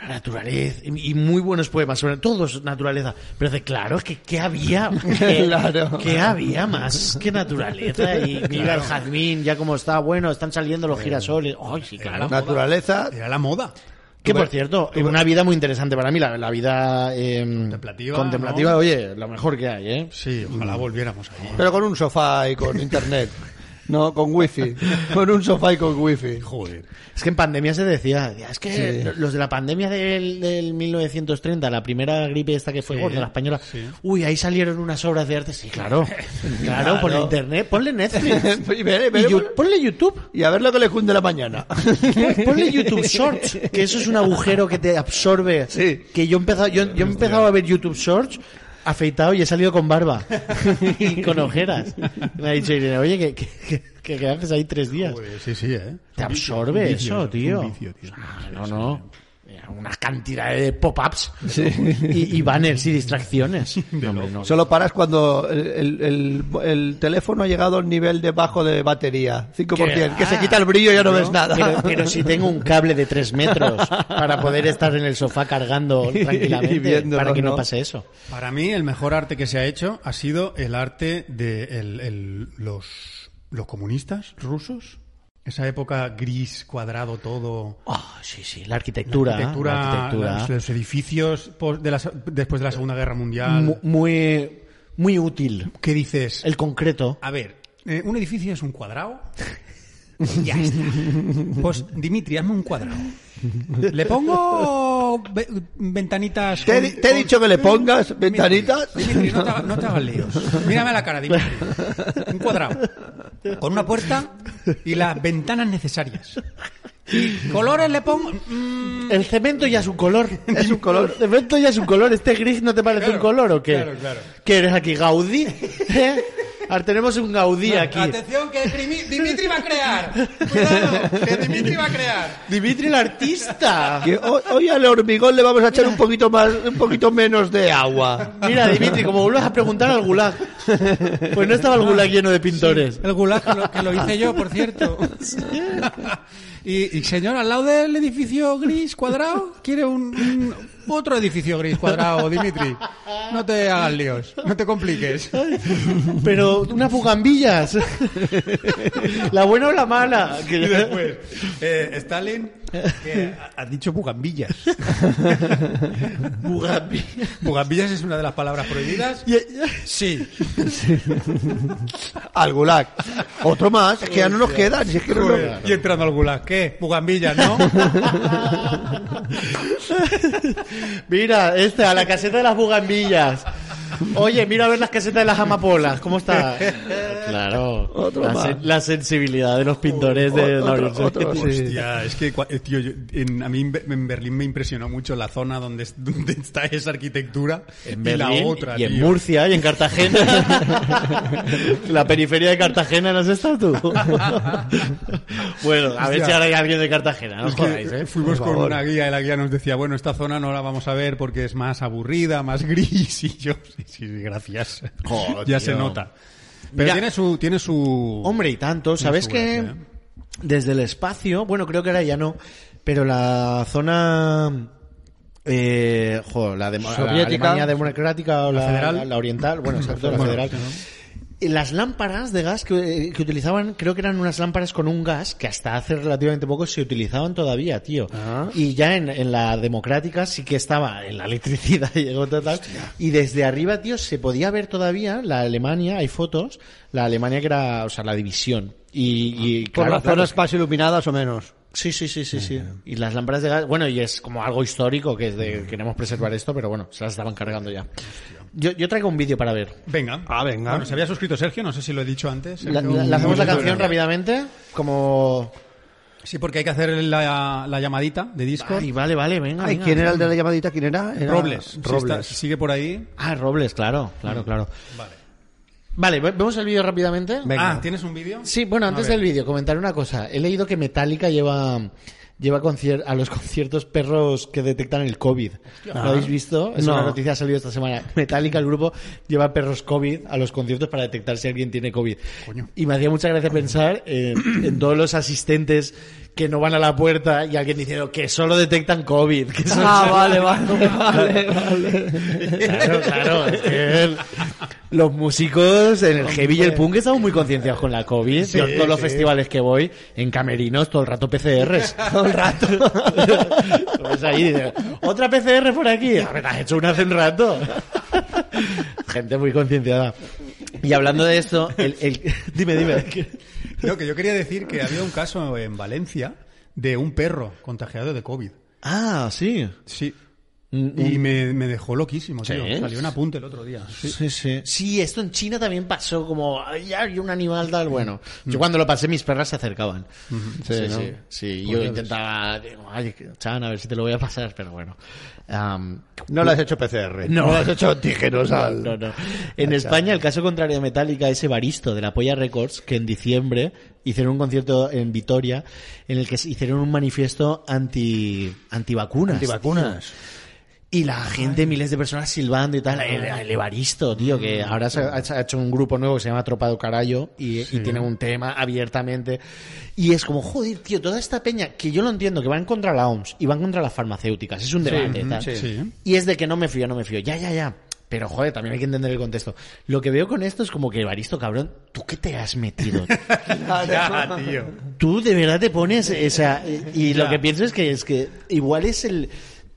Speaker 3: La naturaleza, y y muy buenos poemas, sobre todo es naturaleza. Pero de claro, es que ¿qué había? ¿Qué,
Speaker 2: Claro.
Speaker 3: qué había más que naturaleza? Y mira el jazmín, ya como está, bueno, están saliendo los girasoles. Ay, sí, claro.
Speaker 2: Naturaleza.
Speaker 1: Era la moda.
Speaker 3: Que
Speaker 2: Tuve-
Speaker 3: por cierto, una vida muy interesante para mí, la, la vida em,
Speaker 1: Contemplativa,
Speaker 3: contemplativa,
Speaker 1: ¿no?
Speaker 3: oye, lo mejor que hay, ¿eh?
Speaker 1: Sí, ojalá volviéramos ahí.
Speaker 2: Pero con un sofá y con internet. No, con wifi. Con un sofá y con wifi.
Speaker 1: Joder.
Speaker 3: Es que en pandemia se decía, decía, es que
Speaker 2: Sí.
Speaker 3: los de la pandemia del, del 1930, la primera gripe esta que fue
Speaker 1: Sí,
Speaker 3: gorda, la española,
Speaker 1: sí.
Speaker 3: uy, ahí salieron unas obras de arte, sí, claro, claro, por internet, ponle Netflix,
Speaker 2: Y veré,
Speaker 3: Y
Speaker 2: veré,
Speaker 3: you-
Speaker 2: veré.
Speaker 3: ponle YouTube,
Speaker 2: Y a ver lo que le cunde la mañana.
Speaker 3: Pon- ponle YouTube Shorts, que eso es un agujero que te absorbe,
Speaker 2: Sí.
Speaker 3: que yo he empezado, yo, yo he empezado a ver YouTube Shorts afeitado y he salido con barba y con ojeras. Me ha dicho Irene, oye, que, que, que- que haces ahí tres días.
Speaker 1: Joder, Sí, sí, ¿eh?
Speaker 3: Te absorbe
Speaker 1: Un vicio,
Speaker 3: eso,
Speaker 1: es un
Speaker 3: tío.
Speaker 1: vicio, tío.
Speaker 3: Ah, No, no. Mira, Unas cantidades de pop-ups y, y banners y distracciones. No, hombre, no.
Speaker 2: Solo paras cuando el, el- el- el teléfono ha llegado al nivel de bajo de batería. 5%. Que se quita el brillo y ya no, ves nada.
Speaker 3: Pero, pero si tengo un cable de tres metros para poder estar en el sofá cargando tranquilamente,
Speaker 2: Y viéndolo,
Speaker 3: para que no,
Speaker 2: ¿no?
Speaker 3: pase eso.
Speaker 1: Para mí, el mejor arte que se ha hecho ha sido el arte de el- el- los, los comunistas rusos. Esa época gris, cuadrado, todo.
Speaker 3: Ah, sí, sí, la arquitectura. La arquitectura.
Speaker 1: arquitectura, Los, los edificios pos- de la se- después de la Segunda Guerra Mundial.
Speaker 3: Mu- muy, muy útil.
Speaker 1: ¿Qué dices?
Speaker 3: El concreto.
Speaker 1: A ver, eh, un edificio es un cuadrado. Ya está. Pues, Dimitri, hazme un cuadrado. Le pongo
Speaker 4: pongo ve- ventanitas.
Speaker 2: ¿Te, he di-
Speaker 4: con-
Speaker 2: te he
Speaker 4: con-
Speaker 2: dicho que le pongas
Speaker 4: Mira,
Speaker 2: ventanitas?
Speaker 4: Dimitri, no te, haga- no te hagas líos. Mírame la cara, Dimitri. Un cuadrado. Con una puerta y las ventanas necesarias. Y colores le pongo. mm,
Speaker 3: El cemento ya es un color.
Speaker 2: Es un color.
Speaker 3: El cemento ya es un color. ¿Este gris no te parece
Speaker 4: Claro,
Speaker 3: un color o qué?
Speaker 1: claro, claro.
Speaker 3: ¿Qué eres aquí, Gaudí? ¿Eh? Ahora tenemos un Gaudí aquí.
Speaker 4: Atención, que Dimi- Dimitri va a crear. Cuidado, que Dimitri va a crear.
Speaker 3: Dimitri el artista.
Speaker 2: Que hoy, hoy al hormigón le vamos a echar un poquito más, un poquito menos de agua.
Speaker 3: Mira, Dimitri, como vuelvas a preguntar al gulag. Pues no estaba el gulag lleno de pintores.
Speaker 4: El gulag que lo, que lo hice yo, por cierto. Y, y, señor, al lado del edificio gris cuadrado, quiere un, un- otro edificio gris cuadrado, Dimitri. No te hagas líos, no te compliques.
Speaker 3: Pero unas bugambillas. La buena o la mala. Que-
Speaker 1: Y después, eh, Stalin, que ha- ha dicho bugambillas.
Speaker 3: Bugambillas.
Speaker 1: ¿Bugambillas es una de las palabras prohibidas? Sí.
Speaker 2: Al gulag. Otro más, es que ya no nos quedan. si es que no nos-
Speaker 1: Y entrando al gulag, ¿qué? Bugambillas, ¿no?
Speaker 3: Mira, esta, la caseta de las bugambillas. Oye, mira a ver las casetas de las amapolas, ¿cómo está? Claro,
Speaker 2: Otro
Speaker 3: la,
Speaker 2: más.
Speaker 3: sen- la sensibilidad de los pintores de
Speaker 2: Otro-
Speaker 3: Gabriel
Speaker 2: otro-
Speaker 3: Sánchez.
Speaker 2: otro, sí.
Speaker 1: Hostia, es que, cua- eh, tío, yo- en, a mí en, Be- en Berlín me impresionó mucho la zona donde, es- donde está esa arquitectura
Speaker 3: En
Speaker 1: y
Speaker 3: Berlín,
Speaker 1: la otra,
Speaker 3: y en
Speaker 1: tío.
Speaker 3: Murcia, y en Cartagena. la periferia de Cartagena, ¿no has estado tú? bueno, a ver si ahora hay alguien de Cartagena, no os
Speaker 1: Es que
Speaker 3: jodáis, ¿eh?
Speaker 1: Fuimos con una guía y la guía nos decía, bueno, esta zona no la vamos a ver porque es más aburrida, más gris. Y yo, sí, sí, sí, gracias.
Speaker 3: Joder,
Speaker 1: ya
Speaker 3: tío.
Speaker 1: se nota. Pero
Speaker 3: Mira-
Speaker 1: tiene su... Tiene su...
Speaker 3: Hombre, y tanto. ¿Sabes
Speaker 1: seguro,
Speaker 3: que
Speaker 1: sí, ¿eh?
Speaker 3: Desde el espacio, bueno, creo que ahora ya no, pero la zona... Eh, jo, la, de, la
Speaker 2: Soviética.
Speaker 3: Alemania democrática o la,
Speaker 1: federal.
Speaker 3: la- la oriental, bueno, exacto, la
Speaker 1: Bueno,
Speaker 3: federal.
Speaker 1: sí,
Speaker 3: Eh, Las lámparas de gas que, eh, que utilizaban, creo que eran unas lámparas con un gas que hasta hace relativamente poco se utilizaban todavía, tío.
Speaker 2: Ah.
Speaker 3: Y ya en, en la democrática sí que estaba en la electricidad llegó total. Y desde arriba, tío, se podía ver todavía la Alemania, hay fotos, la Alemania que era, o sea, la división. Y,
Speaker 2: Ah.
Speaker 3: y
Speaker 2: Por
Speaker 3: claro,
Speaker 2: las
Speaker 3: claro,
Speaker 2: zonas Ah. más iluminadas o menos.
Speaker 3: Sí, sí, sí, sí, sí. Y las lámparas de gas, bueno, y es como algo histórico que es de- queremos preservar esto, pero bueno, se las estaban cargando ya. Yo, yo traigo un vídeo para ver.
Speaker 1: Venga.
Speaker 2: Ah, venga.
Speaker 1: Bueno, se había suscrito Sergio, no sé si lo he dicho antes.
Speaker 3: La-
Speaker 1: Sergio.
Speaker 3: la- lanzamos la
Speaker 1: Bueno,
Speaker 3: canción
Speaker 1: bueno.
Speaker 3: rápidamente, como...
Speaker 1: Sí, porque hay que hacer la, la llamadita de Discord.
Speaker 3: Ay, vale, vale, venga.
Speaker 2: Ay,
Speaker 3: venga.
Speaker 2: ¿Quién era el de la llamadita? ¿Quién era? Era-
Speaker 1: Robles. si está-
Speaker 2: Robles.
Speaker 1: si sigue por ahí.
Speaker 3: Ah, Robles, claro, claro, claro.
Speaker 1: Vale.
Speaker 3: Vale, ¿ve- ¿vemos el vídeo rápidamente?
Speaker 1: Ah, ¿tienes un vídeo?
Speaker 3: Sí, bueno, antes
Speaker 1: A ver.
Speaker 3: del vídeo, comentar una cosa. He leído que Metallica lleva lleva concier- a los conciertos perros que detectan el COVID. ¿Lo
Speaker 1: Ah.
Speaker 3: habéis visto? Es una
Speaker 2: No.
Speaker 3: noticia que ha salido esta semana. Metallica, el grupo, lleva perros COVID a los conciertos para detectar si alguien tiene COVID. Y me hacía mucha gracia pensar eh, en todos los asistentes que no van a la puerta y alguien diciendo que solo detectan COVID. que son
Speaker 2: Ah,
Speaker 3: solo-
Speaker 2: vale, vale, vale, vale.
Speaker 3: Claro, claro. es que el- los músicos en el heavy y el punk estamos muy concienciados con la COVID. Yo en todos los festivales que voy, en camerinos, todo el rato PCRs. Todo el rato. pues ahí, dice, otra PCR por aquí. Ah, Me la has hecho una hace un rato. Gente muy concienciada. Y hablando de esto, el, el- dime, dime.
Speaker 1: No, que yo quería decir que había un caso en Valencia de un perro contagiado de COVID.
Speaker 3: Ah, sí.
Speaker 1: Sí. Y me, me dejó loquísimo, tío.
Speaker 3: ¿Sí?
Speaker 1: Salió un apunte el otro día. Sí.
Speaker 3: Sí, sí. Sí, esto en China también pasó, como, ay, hay un animal tal, bueno. Yo cuando lo pasé, mis perras se acercaban. Sí, sí,
Speaker 2: ¿no?
Speaker 3: sí. Y yo intentaba, digo, ay, chan, a ver si te lo voy a pasar, pero bueno. Am,
Speaker 2: No le has hecho PCR.
Speaker 3: No.
Speaker 2: le has hecho antígenos al...
Speaker 3: no, no. En España, el caso contrario de Metallica es Evaristo, de la Polla Records, que en diciembre hicieron un concierto en Vitoria en el que se hicieron un manifiesto anti, antivacunas.
Speaker 2: Antivacunas.
Speaker 3: Y la gente, miles de personas silbando y tal. El, el Evaristo, tío, que ahora se ha, ha hecho un grupo nuevo que se llama Tropado Carayo y, y tiene un tema abiertamente. Y es como, joder, tío, toda esta peña, que yo lo entiendo, que van contra la OMS y van contra las farmacéuticas. Es un debate, tal.
Speaker 1: sí. Sí.
Speaker 3: Y es de que no me fío, no me fío. Ya, ya, ya. Pero, joder, también hay que entender el contexto. Lo que veo con esto es como que, Evaristo, cabrón, ¿tú qué te has metido?
Speaker 1: Ya, tío.
Speaker 3: Tú de verdad te pones, o sea, y, y lo que pienso es que es que igual es el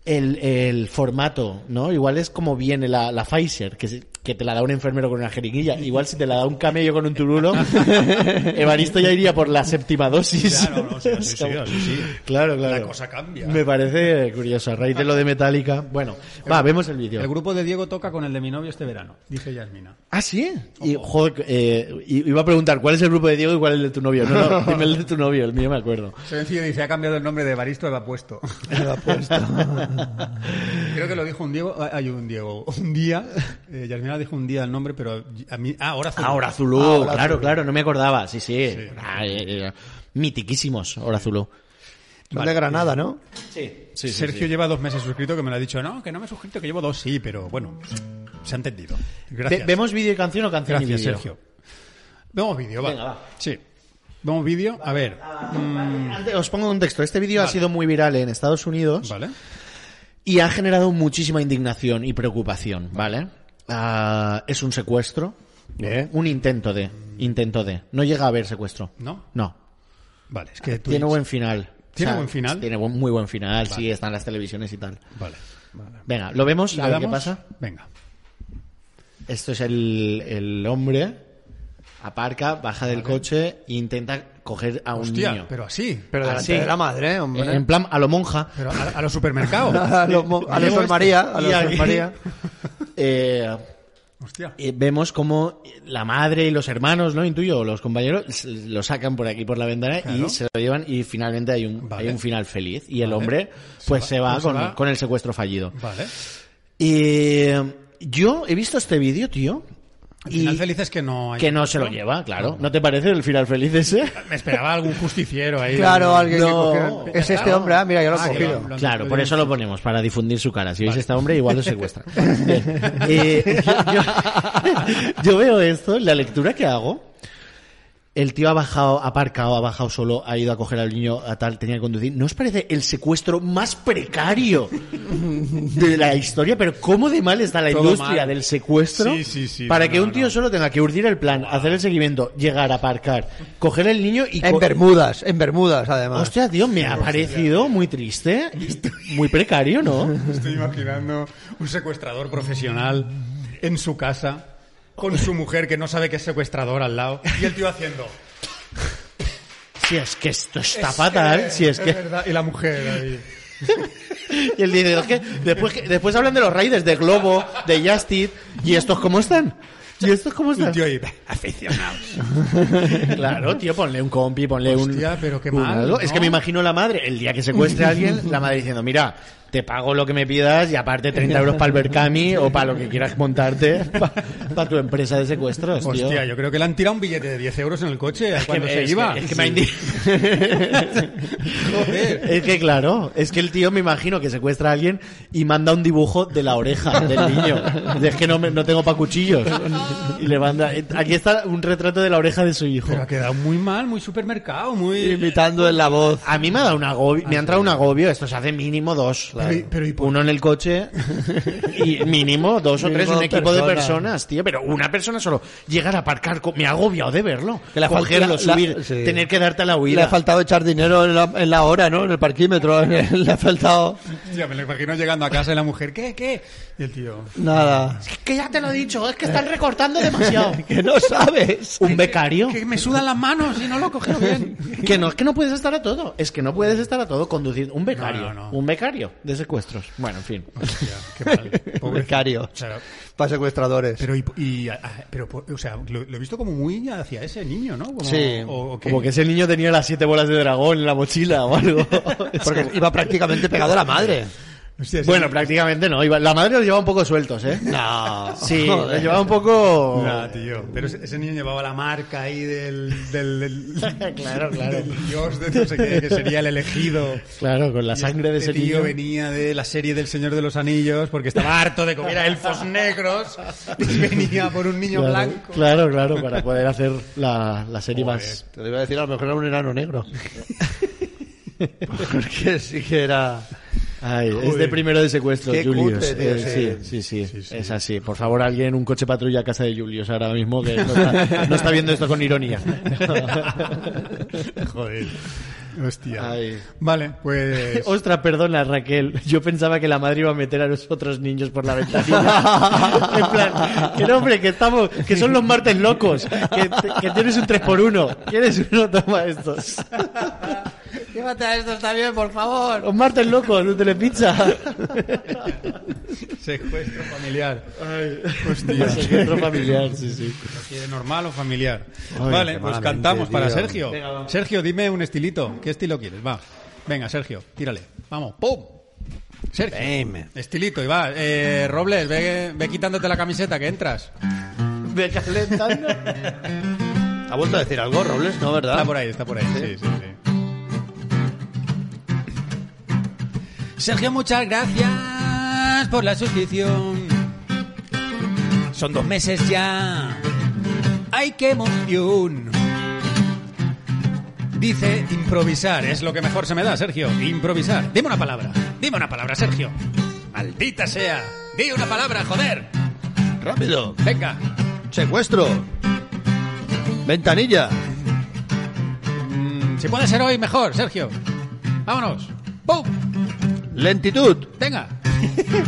Speaker 3: el, el formato, ¿no? Igual es como viene la, la Pfizer, que, se- que te la da un enfermero con una jeringuilla. Igual si te la da un camello con un turulo, Evaristo ya iría por la séptima dosis.
Speaker 1: Claro, no, sí, sí, sí, sí, sí.
Speaker 3: Claro, claro.
Speaker 1: La cosa cambia.
Speaker 3: Me parece curioso. A raíz de lo de Metallica. Bueno, va, vemos el
Speaker 1: El
Speaker 3: vídeo.
Speaker 1: grupo de Diego toca con el de mi novio este verano, dice Yasmina.
Speaker 3: Ah, sí. Y, joder, eh, i- iba a preguntar cuál es el grupo de Diego y cuál es el de tu novio. No, no, dime el de tu novio, el mío me acuerdo.
Speaker 1: Sencillo dice, ha cambiado el nombre de Baristo, lo ha puesto. Creo que lo dijo un Diego, ah, hay un Diego, un día, eh, Yasmina dijo un día el nombre, pero a mí, ah, ahora Zulú.
Speaker 3: Ah, Zulú, claro, claro, no me acordaba. Sí, sí. Ah, eh, eh, mitiquísimos, Horazulú.
Speaker 2: Son de Granada, ¿no?
Speaker 3: Sí,
Speaker 1: Sergio lleva dos meses suscrito que me lo ha dicho, no, que no me he suscrito, que llevo dos, sí, pero bueno, se ha entendido. Gracias.
Speaker 3: ¿Vemos vídeo y canción o canción
Speaker 1: Gracias,
Speaker 3: y vídeo?
Speaker 1: Sergio. Vemos vídeo, va.
Speaker 3: Venga, va.
Speaker 1: Sí. Vemos vídeo, a ver.
Speaker 3: Antes, os pongo un texto. Este vídeo ha sido muy viral en Estados Unidos
Speaker 1: Vale.
Speaker 3: y ha generado muchísima indignación y preocupación, ¿vale? Ah, es un secuestro, un intento de, intento de. No llega a haber secuestro.
Speaker 1: ¿No?
Speaker 3: No.
Speaker 1: Vale, es que tú
Speaker 3: Tiene buen final.
Speaker 1: ¿Tiene buen final?
Speaker 3: Tiene buen- muy buen final, sí, están las televisiones y tal.
Speaker 1: Vale. vale.
Speaker 3: Venga, ¿lo vemos?
Speaker 1: ¿Le
Speaker 3: a ver qué
Speaker 1: damos?
Speaker 3: pasa.
Speaker 1: Venga.
Speaker 3: Esto es el, el hombre, aparca, baja del coche e intenta coger a un
Speaker 1: Hostia,
Speaker 3: niño.
Speaker 1: pero así.
Speaker 2: Pero delante
Speaker 3: Así.
Speaker 2: de la madre, ¿eh? hombre.
Speaker 3: en plan, a lo monja.
Speaker 1: Pero a, a los supermercados.
Speaker 2: a los, mo- a los
Speaker 3: Luego
Speaker 2: Sor
Speaker 3: este-
Speaker 2: María, a
Speaker 3: y
Speaker 2: los Sor
Speaker 3: aquí-
Speaker 2: María.
Speaker 3: Eh,
Speaker 1: Hostia.
Speaker 3: eh, vemos como la madre y los hermanos, ¿no? Intuyo, o los compañeros, s- lo sacan por aquí por la ventana
Speaker 1: Claro.
Speaker 3: y se lo llevan y finalmente hay un,
Speaker 1: Vale.
Speaker 3: hay un final feliz. Y el hombre, pues
Speaker 1: va-
Speaker 3: se va,
Speaker 1: se
Speaker 3: con,
Speaker 1: va.
Speaker 3: con el secuestro fallido.
Speaker 1: Vale.
Speaker 3: Eh, yo he visto este vídeo, tío,
Speaker 1: Al
Speaker 3: y
Speaker 1: final feliz es que no hay...
Speaker 3: que no se lo lleva, claro. ¿No te parece el final feliz ese?
Speaker 1: Me esperaba algún justiciero ahí.
Speaker 2: Claro,
Speaker 1: Algún-
Speaker 2: alguien que
Speaker 3: No.
Speaker 2: cogiera- Es este hombre, ah, mira, ya lo he
Speaker 1: Ah, que
Speaker 2: cogido.
Speaker 1: lo- lo-
Speaker 3: Claro,
Speaker 1: lo-
Speaker 3: por eso lo ponemos, para difundir su cara. Si veis a este hombre, igual lo secuestra. Bien. Eh, yo, yo- yo veo esto, la lectura que hago. El tío ha bajado, ha aparcado, ha bajado solo, ha ido a coger al niño a tal, tenía que conducir. ¿No os parece el secuestro más precario de la historia? Pero cómo de mal está la
Speaker 1: Todo
Speaker 3: industria
Speaker 1: mal.
Speaker 3: del secuestro
Speaker 1: Sí, sí, sí,
Speaker 3: para
Speaker 1: no,
Speaker 3: que
Speaker 1: no,
Speaker 3: un tío
Speaker 1: no.
Speaker 3: solo tenga que urdir el plan, hacer el seguimiento, llegar a aparcar, coger el niño y
Speaker 2: En
Speaker 3: co-
Speaker 2: Bermudas, en Bermudas,
Speaker 1: Ah.
Speaker 2: además.
Speaker 3: Hostia, tío, me ha parecido muy triste, muy precario, ¿no?
Speaker 1: Estoy imaginando un secuestrador profesional en su casa con su mujer que no sabe que es secuestrador al lado y el tío haciendo...
Speaker 3: Si es que esto está
Speaker 1: Es
Speaker 3: fatal, si es que...
Speaker 1: verdad. Y la mujer ahí.
Speaker 3: Y él dice, "Es que después, que- después hablan de los Raiders, de Globo, de Justice, ¿y estos cómo están? ¿Y estos cómo
Speaker 1: Y el
Speaker 3: están?
Speaker 1: tío ahí, aficionados.
Speaker 3: Claro, tío, ponle un compi, ponle
Speaker 1: Hostia,
Speaker 3: un...
Speaker 1: pero qué
Speaker 3: un
Speaker 1: mal,
Speaker 3: algo.
Speaker 1: ¿no?
Speaker 3: Es que me imagino la madre, el día que secuestre a alguien, la madre diciendo, mira, te pago lo que me pidas y aparte 30 euros para el Berkami o para lo que quieras montarte para tu empresa de secuestros, tío.
Speaker 1: Hostia, yo creo que le han tirado un billete de 10 euros en el coche cuando
Speaker 3: que-
Speaker 1: se
Speaker 3: es
Speaker 1: iba.
Speaker 3: que- es que me ha indi-
Speaker 1: Joder.
Speaker 3: Es que claro, es que el tío me imagino que secuestra a alguien y manda un dibujo de la oreja del niño. Es que no, me- no tengo pa' cuchillos. Y le manda. eh, Aquí está un retrato de la oreja de su hijo.
Speaker 1: Pero ha quedado muy mal, muy supermercado, muy...
Speaker 2: Imitando en la voz.
Speaker 3: A mí me ha dado un agobio, me ha entrado un agobio, esto se hace mínimo dos.
Speaker 1: y- Ah, pero ¿y por-
Speaker 3: Uno en el coche y mínimo dos o
Speaker 2: Mínimo
Speaker 3: tres, un
Speaker 2: dos
Speaker 3: equipo de
Speaker 2: personas.
Speaker 3: personas, tío, pero una persona solo. Llegar a aparcar, co- me ha agobiado de verlo.
Speaker 2: Que le ha fal-
Speaker 3: Cogerlo,
Speaker 2: la- la-
Speaker 3: subir,
Speaker 2: sí.
Speaker 3: tener que darte a la
Speaker 2: Le ha
Speaker 3: huida.
Speaker 2: faltado echar dinero en la, en la hora, ¿no? En el parquímetro. Le ha faltado
Speaker 1: Ya me lo imagino llegando a casa y la mujer, ¿qué, qué? Y el tío...
Speaker 2: nada.
Speaker 3: Que ya te lo he dicho, es que están recortando demasiado.
Speaker 2: Que no sabes.
Speaker 3: Un becario.
Speaker 1: Que me sudan las manos y no lo he cogido bien.
Speaker 3: Que no, es que no puedes estar a todo. Es que no puedes estar a todo conducir. Un becario.
Speaker 1: No, no, no.
Speaker 3: Un becario de secuestros. Bueno, en fin.
Speaker 1: Hostia, qué mal. Pobre
Speaker 2: Becario.
Speaker 1: Claro.
Speaker 2: Para secuestradores.
Speaker 1: Pero, y, y- ah, ah, pero, po- o sea, lo, lo he visto como muy hacia ese niño, ¿no? Como-
Speaker 2: Sí.
Speaker 1: o- o qué.
Speaker 3: Como que ese niño tenía las siete bolas de dragón en la mochila o algo. Es
Speaker 2: Porque
Speaker 3: como-
Speaker 2: iba prácticamente pegado a la madre.
Speaker 1: Hostia, ese
Speaker 3: Bueno,
Speaker 1: niño-
Speaker 3: prácticamente no. Iba- La madre los llevaba un poco sueltos, ¿eh?
Speaker 2: No.
Speaker 3: Sí, los llevaba un poco...
Speaker 1: Nah, tío. Pero ese, ese niño llevaba la marca ahí del... del, del-
Speaker 3: Claro, claro.
Speaker 1: del dios de no sé qué, que sería el elegido.
Speaker 3: Claro, con la sangre de
Speaker 1: Este
Speaker 3: ese
Speaker 1: tío
Speaker 3: niño.
Speaker 1: venía de la serie del Señor de los Anillos porque estaba harto de comer a elfos negros y venía por un niño
Speaker 3: Claro,
Speaker 1: blanco.
Speaker 3: Claro, claro, para poder hacer la, la serie
Speaker 1: Joder.
Speaker 3: más...
Speaker 2: Te lo iba a decir, a lo mejor era un enano negro. Porque sí que era.
Speaker 3: Ay, es de primero de secuestro,
Speaker 2: Qué
Speaker 3: Julius.
Speaker 2: cutre, tío,
Speaker 3: Eh,
Speaker 2: sí.
Speaker 3: sí, sí, sí, es así. Por favor, alguien, un coche patrulla a casa de Julius ahora mismo que no está, no está viendo esto con ironía.
Speaker 1: Joder. Hostia.
Speaker 3: Ay.
Speaker 1: Vale, pues.
Speaker 3: Ostra, perdona Raquel. Yo pensaba que la madre iba a meter a los otros niños por la ventanilla. en plan, que no, hombre, que estamos, que son los martes locos, que, que tienes un 3 por 1 ¿Quieres uno? Toma estos.
Speaker 4: Llévate a estos también, por favor.
Speaker 3: Los martes locos, un telepizza.
Speaker 1: Secuestro familiar.
Speaker 3: Pues Secuestro familiar, sí, sí.
Speaker 1: ¿Quiere normal o familiar?
Speaker 2: Ay,
Speaker 1: vale,
Speaker 2: qué
Speaker 1: pues
Speaker 2: malamente,
Speaker 1: cantamos para
Speaker 2: tío.
Speaker 1: Sergio.
Speaker 3: Venga, va.
Speaker 1: Sergio, dime un estilito. ¿Qué estilo quieres? Va. Venga, Sergio, tírale. Vamos, ¡pum! Sergio.
Speaker 2: Dame.
Speaker 1: Estilito, y va. Eh, Robles, ve, ve quitándote la camiseta que entras.
Speaker 3: Me calentando.
Speaker 2: ¿Ha vuelto a decir algo, Robles? No, ¿verdad?
Speaker 1: Está por ahí, está por ahí. Sí, sí, sí. Sergio, muchas gracias por la suscripción. Son dos meses ya. ¡Ay, qué emoción! Dice improvisar, es lo que mejor se me da, Sergio. Improvisar. Dime una palabra. Dime una palabra, Sergio. Maldita sea. Di una palabra, joder.
Speaker 2: Rápido.
Speaker 1: Venga.
Speaker 2: Secuestro. Ventanilla.
Speaker 1: Mm, si puede ser hoy, mejor, Sergio. Vámonos. ¡Pum!
Speaker 2: Lentitud.
Speaker 1: Venga.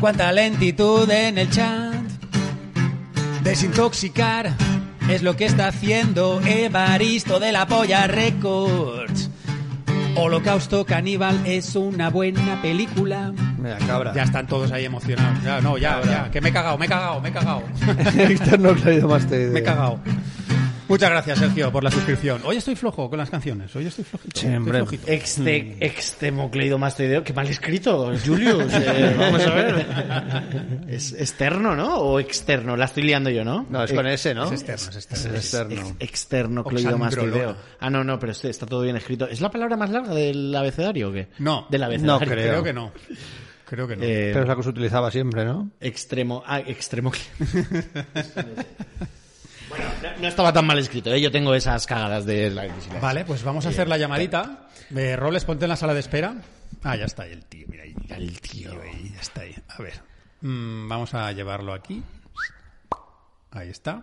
Speaker 1: Cuánta lentitud en el chat. Desintoxicar es lo que está haciendo Evaristo de la Polla Records. Holocausto Caníbal es una buena película.
Speaker 2: Mira, cabra.
Speaker 1: Ya están todos ahí emocionados. Ya, no, ya, ya. Que me he cagado, me he cagado, me he cagado.
Speaker 2: Víctor no ha traído más de...
Speaker 1: me he cagado. Muchas gracias, Sergio, por la suscripción. Hoy estoy flojo con las canciones. Hoy estoy flojito. estoy flojito.
Speaker 3: Exte, extemocleidomastoideo. Qué mal escrito, Julius. Eh, vamos a ver. Es externo, ¿no? O externo. La estoy liando yo, ¿no?
Speaker 2: No, es con ese, ¿no?
Speaker 1: Es externo, es externo.
Speaker 2: Es externo.
Speaker 3: externo cleidomastoideo.
Speaker 1: Oxandrolona.
Speaker 3: Ah, no, no, pero este está todo bien escrito. ¿Es la palabra más larga del abecedario o qué?
Speaker 1: No.
Speaker 3: Del abecedario.
Speaker 2: No creo.
Speaker 1: Creo que no. Creo que no.
Speaker 3: Eh,
Speaker 2: Pero es la que se utilizaba siempre, ¿no?
Speaker 3: extremo. Ah, extremo. bueno, no, no estaba tan mal escrito, ¿eh? Yo tengo esas cagadas de la
Speaker 1: Vale, pues vamos a hacer la llamadita. Eh, Robles, ponte en la sala de espera. Ah, ya está ahí el tío, mira ahí. Mira el tío. ahí, ya está ahí. A ver. Mm, vamos a llevarlo aquí. Ahí está.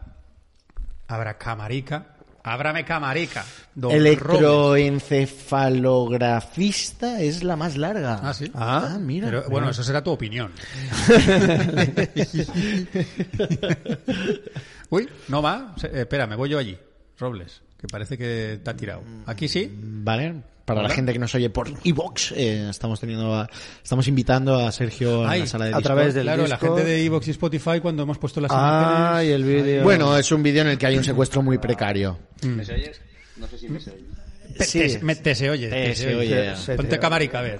Speaker 1: Habrá camarica. Ábrame camarica. Don Robles.
Speaker 3: Electroencefalografista es la más larga.
Speaker 1: Ah, sí.
Speaker 3: Ah, mira.
Speaker 1: Pero, bueno, eso será tu opinión. Uy, no va. Se- eh, espera, me voy yo allí. Robles, que parece que te ha tirado. Aquí sí.
Speaker 3: Vale, para
Speaker 1: Hola.
Speaker 3: la gente que nos oye por Evox, eh, estamos teniendo a- estamos invitando a Sergio a
Speaker 1: Ay,
Speaker 3: la sala de
Speaker 2: a
Speaker 3: Discord.
Speaker 2: través del
Speaker 1: claro, la
Speaker 2: disco.
Speaker 1: gente de Evox y Spotify cuando hemos puesto las
Speaker 2: Ah,
Speaker 1: imágenes-
Speaker 2: y el vídeo.
Speaker 3: Bueno, es un vídeo en el que hay un secuestro muy precario.
Speaker 1: Te, te- me- te Eh, se oye.
Speaker 3: Te Este se oye.
Speaker 2: Se
Speaker 1: Ponte
Speaker 2: te oye.
Speaker 1: camarica, a ver.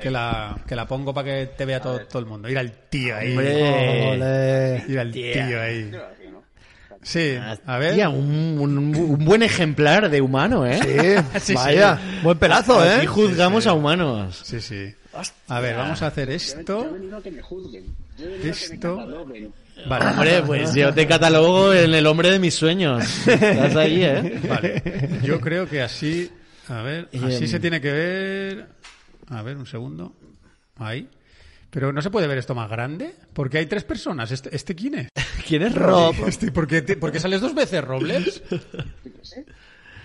Speaker 1: Que la, que la pongo para que te vea todo, todo el mundo. Mira el tío ahí.
Speaker 3: Hombre.
Speaker 2: Ole.
Speaker 1: Mira el
Speaker 3: Tía.
Speaker 1: tío ahí. Sí, a ver.
Speaker 3: Tía, un, un- un buen ejemplar de humano, ¿eh?
Speaker 2: Sí,
Speaker 1: Sí,
Speaker 2: vaya.
Speaker 1: sí.
Speaker 2: Buen pelazo, ¿eh?
Speaker 3: Y juzgamos a humanos.
Speaker 1: Sí, sí. A ver, vamos a hacer esto. Esto. Vale.
Speaker 3: Hombre, pues yo te catalogo en el hombre de mis sueños. Estás ahí, ¿eh?
Speaker 1: Vale. Yo creo que así. A ver, así
Speaker 3: Em.
Speaker 1: se tiene que ver. A ver, un segundo. Ahí. Pero no se puede ver esto más grande. Porque hay tres personas. ¿Este, este quién es?
Speaker 3: ¿Quién es Rob?
Speaker 2: pues,
Speaker 1: Este, ¿por, qué te- por qué sales dos veces, Robles?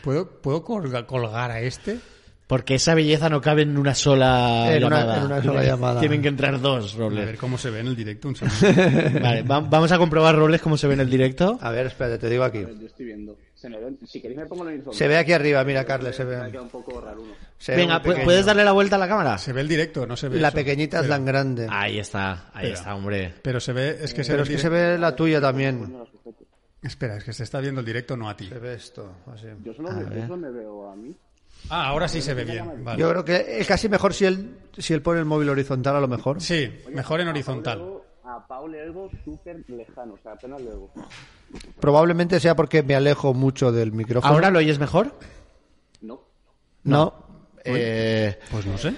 Speaker 1: ¿Puedo, puedo colga- colgar a este?
Speaker 3: Porque esa belleza no cabe en una sola
Speaker 2: En una-
Speaker 3: llamada.
Speaker 2: en una sola llamada.
Speaker 3: Tienen que entrar dos,
Speaker 1: A
Speaker 3: Robles.
Speaker 1: ver cómo se ve en el directo un segundo.
Speaker 3: Vale, va- vamos a comprobar Robles cómo se ve en el directo.
Speaker 2: A ver, espérate, te digo aquí.
Speaker 5: Yo estoy viendo. Se me ve- si queréis me pongo el uniforme.
Speaker 2: Se ve aquí arriba, mira, Carles, se
Speaker 5: Me ha quedado
Speaker 2: ve.
Speaker 5: un poco raro uno.
Speaker 2: Se ve
Speaker 3: Venga,
Speaker 2: muy
Speaker 3: pu-
Speaker 2: pequeño.
Speaker 3: ¿puedes darle la vuelta a la cámara?
Speaker 1: Se ve el directo, no se ve
Speaker 2: La
Speaker 1: eso.
Speaker 2: pequeñita es
Speaker 1: Pero-
Speaker 2: tan grande.
Speaker 3: Ahí está, ahí
Speaker 1: Espera.
Speaker 3: está, hombre.
Speaker 1: Pero se ve, es que se ve
Speaker 2: Pero es
Speaker 1: el
Speaker 2: que se
Speaker 1: directo.
Speaker 2: ve la tuya también.
Speaker 1: Espera, es que se está viendo el directo, no a ti.
Speaker 2: Se ve esto, así.
Speaker 5: Yo solo, me, yo solo me veo a mí.
Speaker 1: Ah, ahora sí se ve bien. Vale.
Speaker 2: Yo creo que es casi mejor si él, si él pone el móvil horizontal, a lo mejor.
Speaker 1: Sí, mejor en
Speaker 5: A
Speaker 1: horizontal.
Speaker 5: Paul le oigo- A Paul le oigo súper lejano, o sea, apenas le oigo.
Speaker 2: Probablemente sea porque me alejo mucho del micrófono.
Speaker 3: ¿Ahora lo oyes mejor?
Speaker 5: No.
Speaker 2: no.
Speaker 3: Eh,
Speaker 1: Pues no sé.